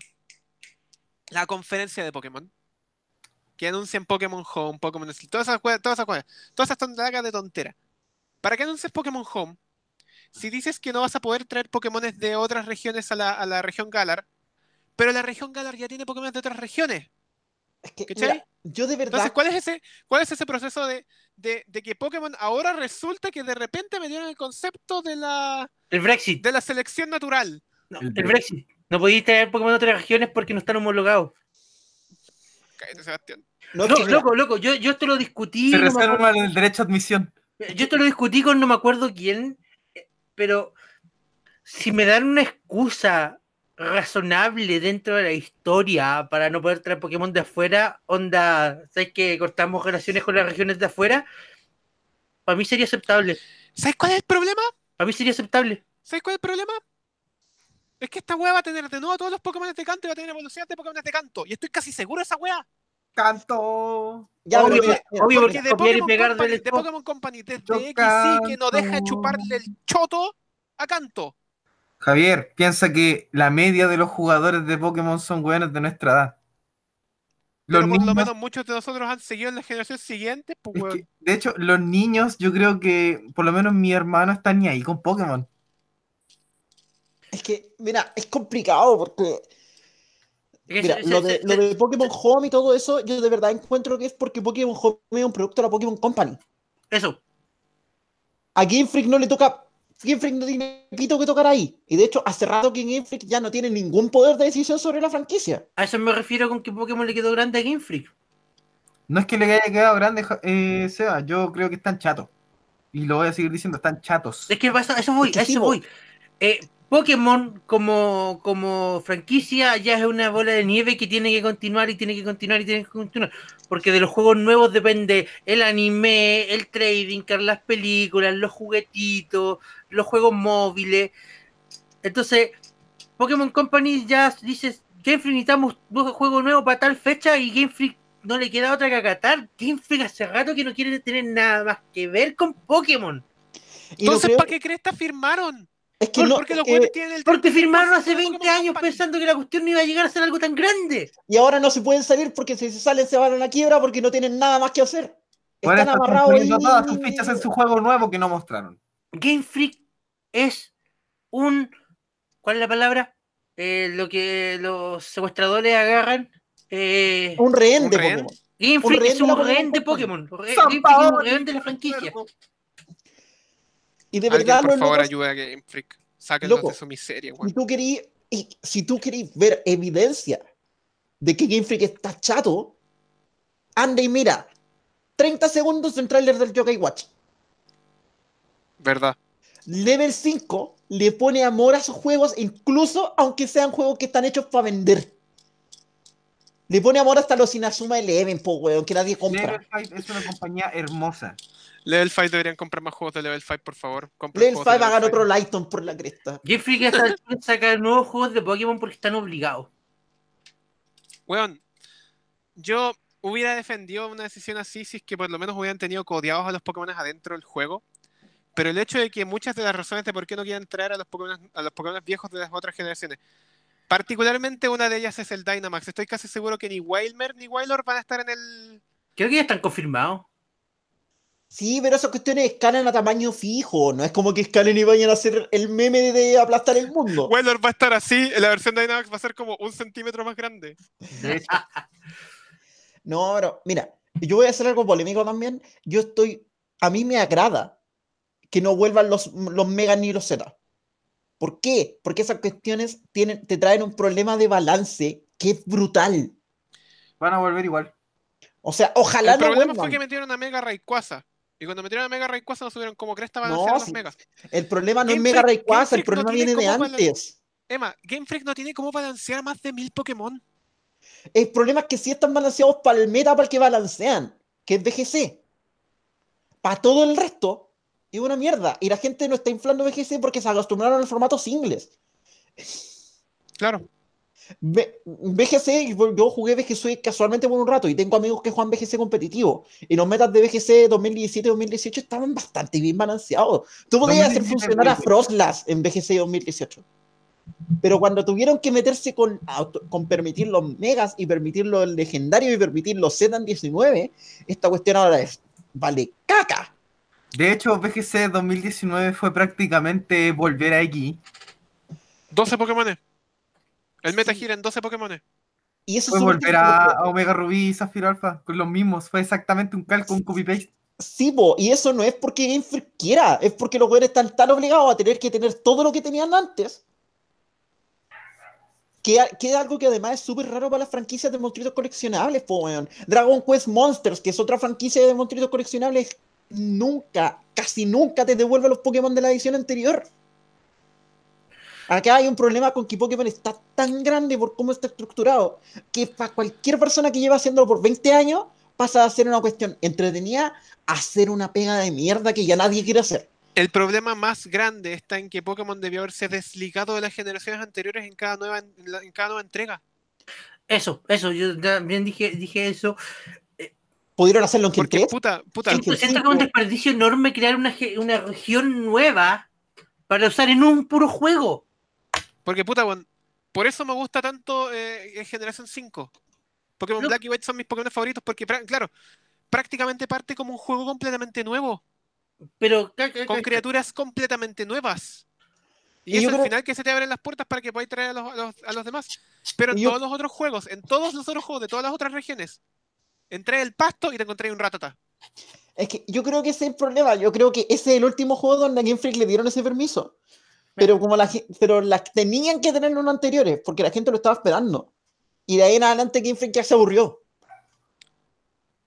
S2: la conferencia de Pokémon? Que anuncian Pokémon Home, Pokémon Sleep, todas esas cue- todas esas cosas, todas esas tonterías de tontera. ¿Para qué anuncias Pokémon Home si dices que no vas a poder traer Pokémones de otras regiones a la, a la región Galar? Pero la región Galar ya tiene Pokémon de otras regiones.
S4: Es que,
S2: ¿Cachai?
S4: mira, yo de verdad.
S2: Entonces, ¿cuál es ese, cuál es ese proceso de, de- de que Pokémon ahora resulta que de repente me dieron el concepto de la,
S1: El Brexit.
S2: de la selección natural?
S1: No,
S3: El
S1: el Brexit. No podéis traer Pokémon de otras regiones porque no están homologados.
S2: Cállate, Sebastián.
S4: no, es
S1: No,
S4: que, mira,
S1: loco, loco, yo, yo esto lo discutí.
S3: Se
S1: no me acuerdo-
S3: reserva el derecho a admisión.
S1: Yo esto lo discutí con no me acuerdo quién, eh, pero si me dan una excusa razonable dentro de la historia para no poder traer Pokémon de afuera, onda, ¿sabes que cortamos relaciones con las regiones de afuera? Para mí sería aceptable.
S2: ¿Sabes cuál es el problema?
S1: Para mí sería aceptable.
S2: ¿Sabes cuál es el problema? Es que esta wea va a tener de nuevo todos los Pokémon de este canto y va a tener evoluciones de Pokémon de canto. Y estoy casi seguro de esa wea.
S3: Canto.
S4: ya, pero
S1: obvio,
S4: mira, mira,
S1: obvio,
S2: Porque
S1: porque
S2: de
S1: copiar y
S2: Pokémon,
S1: pegar
S2: Company,
S1: del
S2: de Pokémon Company,
S3: Yo
S2: desde XY que no deja de
S3: canto.
S2: chuparle el choto a canto.
S3: Javier, piensa que la media de los jugadores de Pokémon son weones de nuestra edad. Los
S2: Pero por lo
S3: niños-
S2: menos muchos de nosotros han seguido en la generación siguiente, pues
S3: es
S2: weón.
S3: que, de hecho, los niños, yo creo que por lo menos mi hermano está ni ahí con Pokémon.
S4: es que, mira, es complicado porque. Mira, lo de, lo de Pokémon Home y todo eso, yo de verdad encuentro que es porque Pokémon Home es un producto de la Pokémon Company.
S1: Eso.
S4: A Game Freak no le toca. Game Freak no tiene pito que tocar ahí. Y de hecho, hace rato que Game Freak ya no tiene ningún poder de decisión sobre la franquicia.
S1: A eso me refiero con que Pokémon le quedó grande a Game Freak.
S3: No es que le haya quedado grande, Ja- eh, Seba, yo creo que están chatos. Y lo voy a seguir diciendo, están chatos.
S1: Es que pasa, a eso voy,
S4: Es que
S1: a
S4: sí,
S1: eso
S4: po.
S1: voy. Eh, Pokémon como, como franquicia ya es una bola de nieve que tiene que continuar y tiene que continuar y tiene que continuar. Porque de los juegos nuevos depende el anime, el trading, card, las películas, los juguetitos, los juegos móviles. Entonces, Pokémon Company ya dices, Game Freak necesitamos un juego nuevo para tal fecha y Game Freak no le queda otra que acatar. Game Freak hace rato que no quiere tener nada más que ver con Pokémon.
S4: Y no
S2: Entonces,
S4: creo-
S2: ¿para qué cresta firmaron?
S4: es que no-
S2: porque los
S4: eh,
S2: güeyes tienen el
S1: Porque firmaron
S2: 30%
S1: hace
S2: de
S1: 20
S2: Pokémon
S1: años
S2: Company.
S4: pues,
S1: pensando que la cuestión no iba a llegar a ser algo tan grande.
S4: y ahora no se pueden salir porque si se salen se van a la quiebra porque no tienen nada más que hacer.
S3: Ahora
S4: Están
S3: están
S4: amarrados ahí.
S3: poniendo todas sus fichas en su juego nuevo que no mostraron.
S1: Game Freak es un. ¿Cuál es la palabra? Eh, lo que los secuestradores agarran. Eh,
S4: Un rehén
S2: Un
S4: de
S2: rehén.
S4: Pokémon.
S1: Game
S4: un
S1: Freak
S4: rehén
S1: es
S4: de la
S1: un
S4: Pokémon
S1: rehén de
S4: Company.
S1: Pokémon. Re- Game Freak es un rehén de la franquicia.
S4: Y de
S2: Alguien,
S4: verdad,
S2: por
S4: los
S2: favor,
S4: locos-
S2: ayuda a Game Freak. Sáquenlos
S4: Loco.
S2: de su miseria,
S4: si
S2: weón.
S4: tú querís, y si tú querís ver evidencia de que Game Freak está chato, anda y mira 30 segundos del tráiler del Yokai Watch.
S2: ¿Verdad?
S4: Level 5 le pone amor a sus juegos, incluso aunque sean juegos que están hechos para vender. Le pone amor hasta los Inazuma Eleven, po, weón, que nadie compra.
S3: Level 5 es una compañía hermosa.
S2: Level 5 deberían comprar más juegos de Level 5, por favor. Compren
S4: Level 5
S2: juegos de
S4: hagan
S2: Level
S4: otro Lighton por la cresta.
S1: Game Freak hasta el punto de sacar nuevos juegos de Pokémon porque están obligados.
S2: Weón, yo hubiera defendido una decisión así si es que por lo menos hubieran tenido codeados a los Pokémon adentro del juego. Pero el hecho de que muchas de las razones de por qué no quieren traer a los Pokémon, a los Pokémon viejos de las otras generaciones, particularmente una de ellas es el Dynamax. Estoy casi seguro que ni Wilmer ni Wailord van a estar en el.
S1: Creo que ya están confirmados.
S4: Sí, pero esas cuestiones escalan a tamaño fijo. No es como que escalen y vayan a hacer el meme de aplastar el mundo.
S2: Wailord va a estar así, la versión Dynamax va a ser como un centímetro más grande.
S3: De hecho,
S4: No, no, mira, yo voy a hacer algo polémico también. Yo estoy, a mí me agrada que no vuelvan los, los megas ni los Z. ¿Por qué? Porque esas cuestiones tienen, te traen un problema de balance que es brutal.
S3: van a volver igual.
S4: O sea,
S2: El
S4: ojalá no
S2: problema
S4: vuelvan.
S2: fue que metieron a Mega Rayquaza. Y cuando metieron a Mega Rayquaza no subieron como cresta
S4: No,
S2: balancear a los
S4: sí.
S2: megas.
S4: El problema no es
S2: Game
S4: Mega
S2: Freak- Game
S4: Rayquaza, el
S2: Freak no
S4: problema
S2: tiene
S4: viene de
S2: cómo balan-
S4: antes.
S2: Emma, Game Freak no tiene cómo balancear más de mil Pokémon.
S4: El problema es que sí están balanceados para el meta para el que balancean, que es BGC. Para todo el resto, es una mierda. Y la gente no está inflando BGC porque se acostumbraron al formato singles.
S2: Claro.
S4: B- BGC, yo- yo jugué BGC casualmente por un rato y tengo amigos que juegan BGC competitivo. Y los metas de BGC 2017-2018 estaban bastante bien balanceados. Tú podías hacer
S3: 2017-2018.
S4: funcionar a Frostlass en BGC 2018. Pero cuando tuvieron que meterse con, auto- con permitir los megas y permitir los legendarios y permitir los Zetan 19, esta cuestión ahora es, vale, caca.
S3: De hecho, BGC 2019 fue prácticamente volver a aquí.
S2: 12 Pokémones. El meta gira en 12 Pokémones.
S4: Y eso
S3: Fue
S4: súper
S3: volver a,
S4: típico.
S3: a Omega Rubí y Zafiro Alpha con los mismos. Fue exactamente un calco, un copy-paste.
S4: Sí, po, y eso no es porque Game Freak quiera, es porque los jugadores están tan obligados a tener que tener todo lo que tenían antes. Que, a- que es algo que además es súper raro para las franquicias de monstruitos coleccionables, po, weón. Dragon Quest Monsters, que es otra franquicia de monstruitos coleccionables, nunca, casi nunca te devuelve los Pokémon de la edición anterior. Acá hay un problema con que Pokémon está tan grande por cómo está estructurado, que para cualquier persona que lleva haciéndolo por 20 años, pasa a ser una cuestión entretenida hacer una pega de mierda que ya nadie quiere hacer.
S2: El problema más grande está en que Pokémon debió haberse desligado de las generaciones anteriores en cada nueva, en la- en cada nueva entrega.
S1: Eso, eso, yo también dije, dije eso.
S4: Pudieron hacerlo en Gen
S2: Porque
S4: 3,
S2: puta, puta,
S4: Gen
S1: Siento, siento que es
S4: 5.
S1: un desperdicio enorme crear una, ge- una región nueva para usar en un puro juego.
S2: porque puta, weón, por eso me gusta tanto eh, eh, Generación 5. Pokémon
S1: Lo-
S2: Black y White son mis Pokémon favoritos porque, pra- claro, prácticamente parte como un juego completamente nuevo,
S1: Pero ca- ca-
S2: con
S1: ca-
S2: criaturas completamente nuevas.
S4: Y
S2: Y es
S4: yo
S2: al
S4: creo-
S2: final que se te abren las puertas para que podáis traer a los, a los- a los demás. Pero en
S4: Y yo-
S2: todos los otros juegos, en todos los otros juegos de todas las otras regiones, entré el pasto y te encontré un ratata.
S4: Es que yo creo que ese es el problema. Yo creo que ese es el último juego donde a Game Freak le dieron ese permiso. Pero como la gen- pero las tenían que tener en los anteriores, porque la gente lo estaba esperando. Y de ahí en adelante Game Freak ya se aburrió.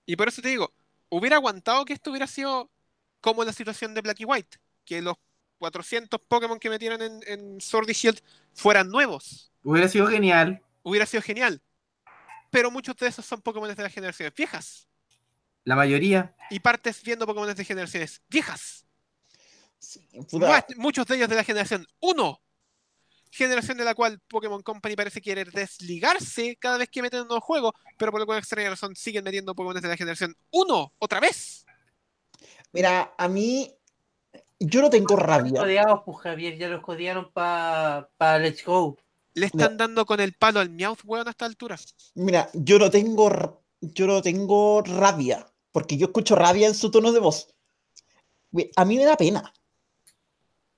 S2: Y por eso te digo, hubiera aguantado que esto hubiera sido como la situación de Black y White, que los 400 Pokémon que metieron en, en Sword y Shield fueran nuevos.
S3: Hubiera sido genial.
S2: Hubiera sido genial. Pero muchos de esos son Pokémon de las generaciones viejas.
S3: La mayoría.
S2: Y partes viendo Pokémon de generaciones viejas.
S4: Sí, puta.
S2: Mu- Muchos de ellos de la generación 1. Generación de la cual Pokémon Company parece querer desligarse cada vez que meten un nuevo juego, pero por alguna extraña razón siguen metiendo Pokémon de la generación 1 otra vez.
S4: Mira, a mí. Yo no tengo
S1: Los
S4: rabia.
S1: codeados, pues Javier, ya los codearon para Let's Go.
S2: Le están dando con el palo al Meowth, weón, a esta altura.
S4: Mira, yo no tengo. r- Yo no tengo rabia. Porque yo escucho rabia en su tono de voz. We- A mí me da pena.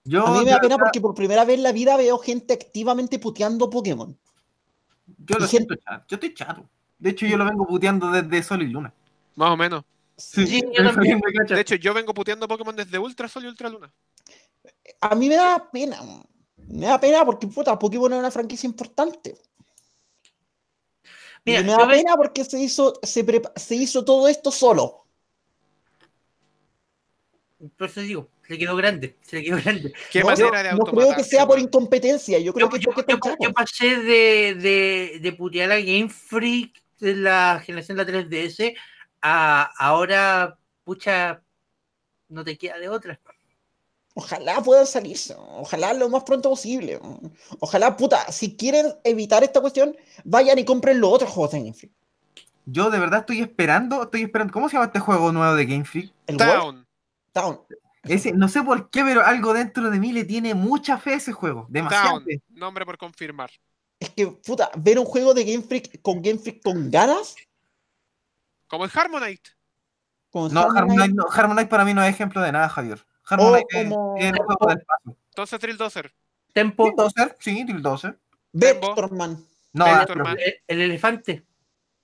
S3: Yo,
S4: A mí me da
S3: yo-
S4: pena porque por primera vez en la vida veo gente activamente puteando Pokémon.
S3: yo lo
S4: y gente-
S3: siento chato. Yo estoy chato. De hecho, yo lo vengo puteando desde Sol y Luna.
S2: Más o menos.
S4: Sí,
S1: Sí, yo también.
S3: me cacha.
S2: De hecho, yo vengo puteando Pokémon desde Ultra Sol y Ultra Luna.
S4: A mí me da pena. man. Me da pena porque puta, Pokémon es una franquicia importante. Y
S1: Mira,
S4: me da
S1: yo ve-
S4: pena porque se hizo, se, prepa- se hizo todo esto solo.
S1: por eso digo, se le quedó grande, se le quedó grande.
S2: Qué
S4: no,
S2: manera de
S4: No creo que
S2: automatarse,
S4: sea por
S2: weón.
S4: incompetencia. Yo creo
S1: Yo,
S4: que es
S1: pues, yo-
S4: porque
S1: yo-
S4: están
S1: yo
S4: cagos.
S1: pasé de, de, de putear a Game Freak de la generación de la 3DS a ahora, pucha, no te queda de otra.
S4: Ojalá puedan salirse. Ojalá lo más pronto posible. man. Ojalá, puta, si quieren evitar esta cuestión, vayan y compren los otros juegos de Game Freak.
S3: Yo de verdad estoy esperando, estoy esperando. ¿Cómo se llama este juego nuevo de Game Freak?
S4: El World
S2: Town,
S4: Town.
S3: Ese, no sé por qué, pero algo dentro de mí le tiene mucha fe a ese juego. Demasiado.
S2: Town. Nombre por confirmar.
S4: Es que, puta, ver un juego de Game Freak con Game Freak con ganas.
S2: Como el Harmonite.
S4: con
S3: No,
S4: Harmony
S3: Harmonite, no, Harmonite para mí no es ejemplo de nada, Javier. Harmonite es-
S4: como-
S3: es el juego del paso.
S2: Entonces Drilldozer.
S1: Tempo,
S3: Bulldozer, sí, Bulldozer.
S4: Vectorman.
S3: No,
S2: Vector
S3: Astro.
S2: Man.
S1: el, el elefante.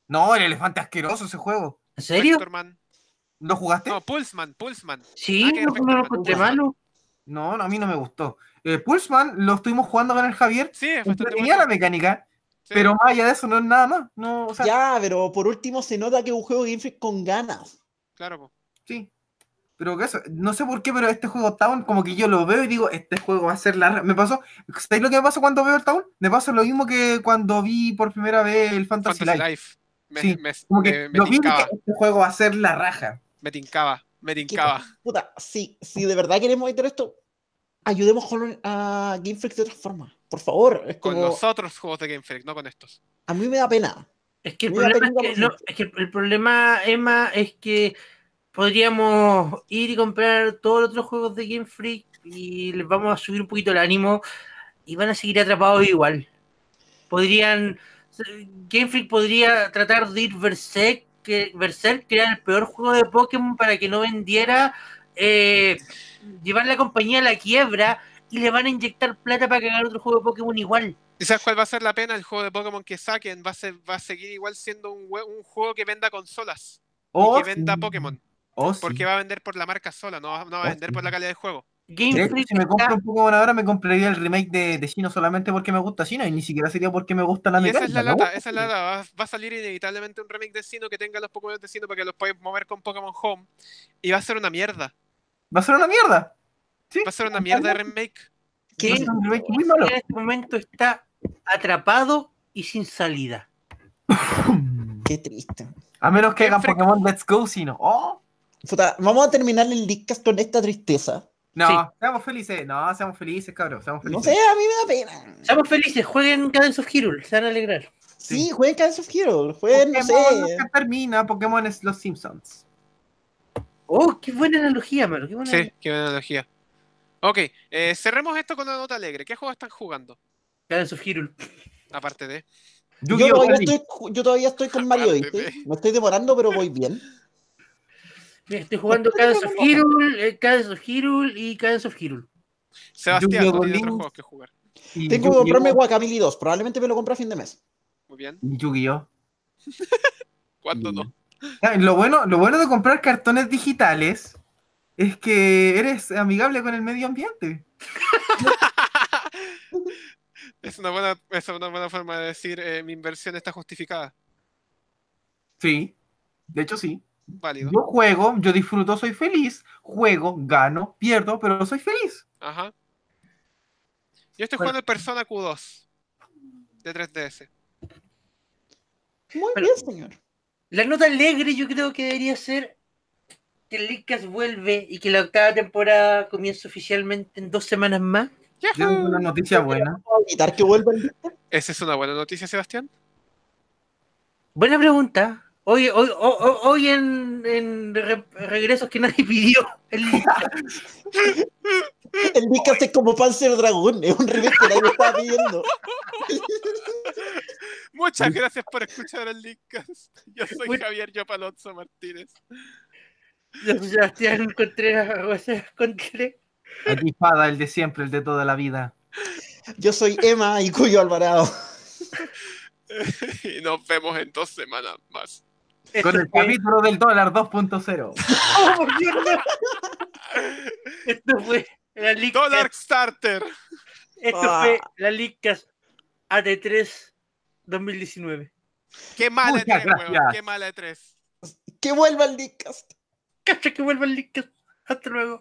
S3: no, el elefante asqueroso ese juego.
S1: ¿En serio?
S2: Vectorman.
S3: ¿Lo jugaste?
S2: No, Pulseman, Pulseman.
S1: Sí,
S2: Ah, que
S1: no,
S2: perfecto,
S1: no lo
S2: man.
S1: encontré malo.
S3: No, no, a mí no me gustó. Eh, Pulseman lo estuvimos jugando con el Javier.
S2: Sí, es bastante
S3: Tenía la
S2: bueno.
S3: mecánica,
S2: Sí.
S3: pero más allá de eso no es nada más. No, o sea,
S4: Ya, pero por último se nota que es un juego de Game Freak con ganas.
S2: Claro, po.
S3: sí. Pero que eso, no sé por qué, pero este juego Town, como que yo lo veo y digo, este juego va a ser la. Me pasó. ¿Sabéis lo que me pasó cuando veo el Town? Me pasó lo mismo que cuando vi por primera vez el Fantasy,
S2: Fantasy
S3: Life.
S2: Life. Me,
S3: Sí,
S2: me,
S3: Como que
S2: me- me
S3: lo vi y dije,
S2: tincaba,
S3: este juego va a ser la raja.
S2: me tincaba, me tincaba.
S4: Puta, si, si de verdad queremos evitar esto, ayudemos con- a Game Freak de otra forma. Por favor. Es
S2: Con
S4: como,
S2: los otros juegos de Game Freak, no con estos.
S4: a mí me da pena.
S1: Es que el
S4: Mira,
S1: problema,
S4: tengo
S1: es que, no,
S4: razón.
S1: es que el problema, Emma, es que podríamos ir y comprar todos los otros juegos de Game Freak y les vamos a subir un poquito el ánimo y van a seguir atrapados igual. Podrían. Game Freak podría tratar de ir Berserk, que Berserk, que era el peor juego de Pokémon para que no vendiera, eh, llevar la compañía a la quiebra y le van a inyectar plata para que hagan otro juego de Pokémon igual.
S2: ¿Y sabes cuál va a ser la pena? El juego de Pokémon que saquen va a, ser, va a seguir igual siendo un, hue- un juego que venda consolas
S3: Oh,
S2: y que venda
S3: sí.
S2: Pokémon.
S3: Oh, sí.
S2: Porque va a vender por la marca sola, no va, no va a
S4: Oh,
S2: vender
S4: sí.
S2: por la calidad del juego.
S1: Game
S3: De hecho,
S1: Freak
S3: si me
S1: está-
S3: compro un Pokémon ahora, me compraría el remake de, de Shino solamente porque me gusta Shino y ni siquiera sería porque me gusta la
S2: Y
S3: mecánica.
S2: esa es la
S3: ¿no?
S2: lata, esa es la lata. Va, va a salir inevitablemente un remake de Sino que tenga los Pokémon de Sino para que los podáis mover con Pokémon Home. Y va a ser una mierda.
S3: Va a ser una mierda.
S2: Va a ser una mierda de remake.
S4: ¿Qué?
S3: Va a ser un remake muy malo.
S1: en este momento está atrapado y sin salida.
S4: Qué triste.
S3: A menos que
S2: Qué
S3: hagan
S2: fre-
S3: Pokémon Let's Go Shino. Oh,
S4: Puta, vamos a terminar el discast con esta tristeza.
S3: no,
S1: Sí.
S3: seamos felices. No, seamos felices, cabrón. Seamos
S4: No
S3: felices.
S4: sé, a mí me da pena.
S1: Estamos felices, jueguen Cadence of Hyrule, se van a alegrar.
S4: Sí, jueguen Cadence of Heroes, jueguen, no
S3: Pokémon
S4: sé.
S3: nunca termina, Pokémon es los Simpsons.
S1: Oh, qué buena analogía, mano. Qué buena
S2: Sí, qué buena analogía. Ok, eh, cerremos esto con una nota alegre. ¿Qué juegos están jugando?
S1: Cadence of Hyrule.
S2: Aparte de.
S4: Yo
S3: Yu-Gi-Oh!
S4: todavía,
S3: Tony.
S4: estoy, ju- yo todavía estoy con Mario, ¿viste? Me estoy demorando, pero voy bien.
S1: Mira, estoy jugando Cadence of Hyrule, eh, Cadence of Hyrule y Cadence of Hyrule.
S2: Sebastián,
S3: Yu-Gi-Oh!
S2: no tiene
S3: Link.
S2: otros juegos que jugar.
S3: Y
S4: Tengo que comprarme
S3: Yu-Gi-Oh!
S4: Guacamole 2, probablemente me lo compre a fin de mes.
S2: Muy bien.
S3: y Yu-Gi-Oh!
S2: ¿Cuándo no?
S3: Ah, Lo bueno, lo bueno de comprar cartones digitales es que eres amigable con el medio ambiente.
S2: Es una buena, es una buena forma de decir eh, mi inversión está justificada.
S3: Sí. De hecho, sí.
S2: Válido.
S3: Yo juego, yo disfruto, soy feliz, juego, gano, pierdo, pero soy feliz.
S2: Ajá. Yo estoy
S1: Bueno.
S2: jugando el Persona Q2 de 3DS.
S4: Muy
S1: Pero-
S4: bien, señor.
S1: La nota alegre yo creo que debería ser que el Leadcast vuelve y que la octava temporada comience oficialmente en dos semanas más.
S3: Yo tengo una noticia buena.
S4: ¿Puedo evitar que vuelva el
S2: Esa es una buena noticia, Sebastián.
S1: Buena pregunta. Hoy, hoy, hoy, hoy en, en re- regresos que nadie pidió. El
S4: El discast es como Panzer Dragon, es un remake que nadie estaba pidiendo.
S2: Muchas gracias por escuchar el Linkcast. Yo soy
S1: Bueno.
S2: Javier Yopalonso Martínez.
S1: Yo soy Sebastián Contreras, arroba Sebas Contreras.
S3: Aquí espada, el de siempre, el de toda la vida.
S4: Yo soy Emma y Cuyo Alvarado.
S2: Y nos vemos en dos semanas más.
S1: Esto
S3: Con el
S1: fue-
S3: capítulo del dólar 2.0.
S1: ¡Oh, por mierda! Esto fue la
S2: Dollar
S1: Leadcast.
S2: Starter.
S1: Esto
S4: Ah.
S1: fue la Leadcast AT3 2019.
S2: Qué mala
S3: Muchas
S2: E3, weón.
S3: gracias.
S2: Qué mala E E3.
S4: Que vuelva el discast.
S1: Cacha que vuelva el Leadcast. Hasta luego.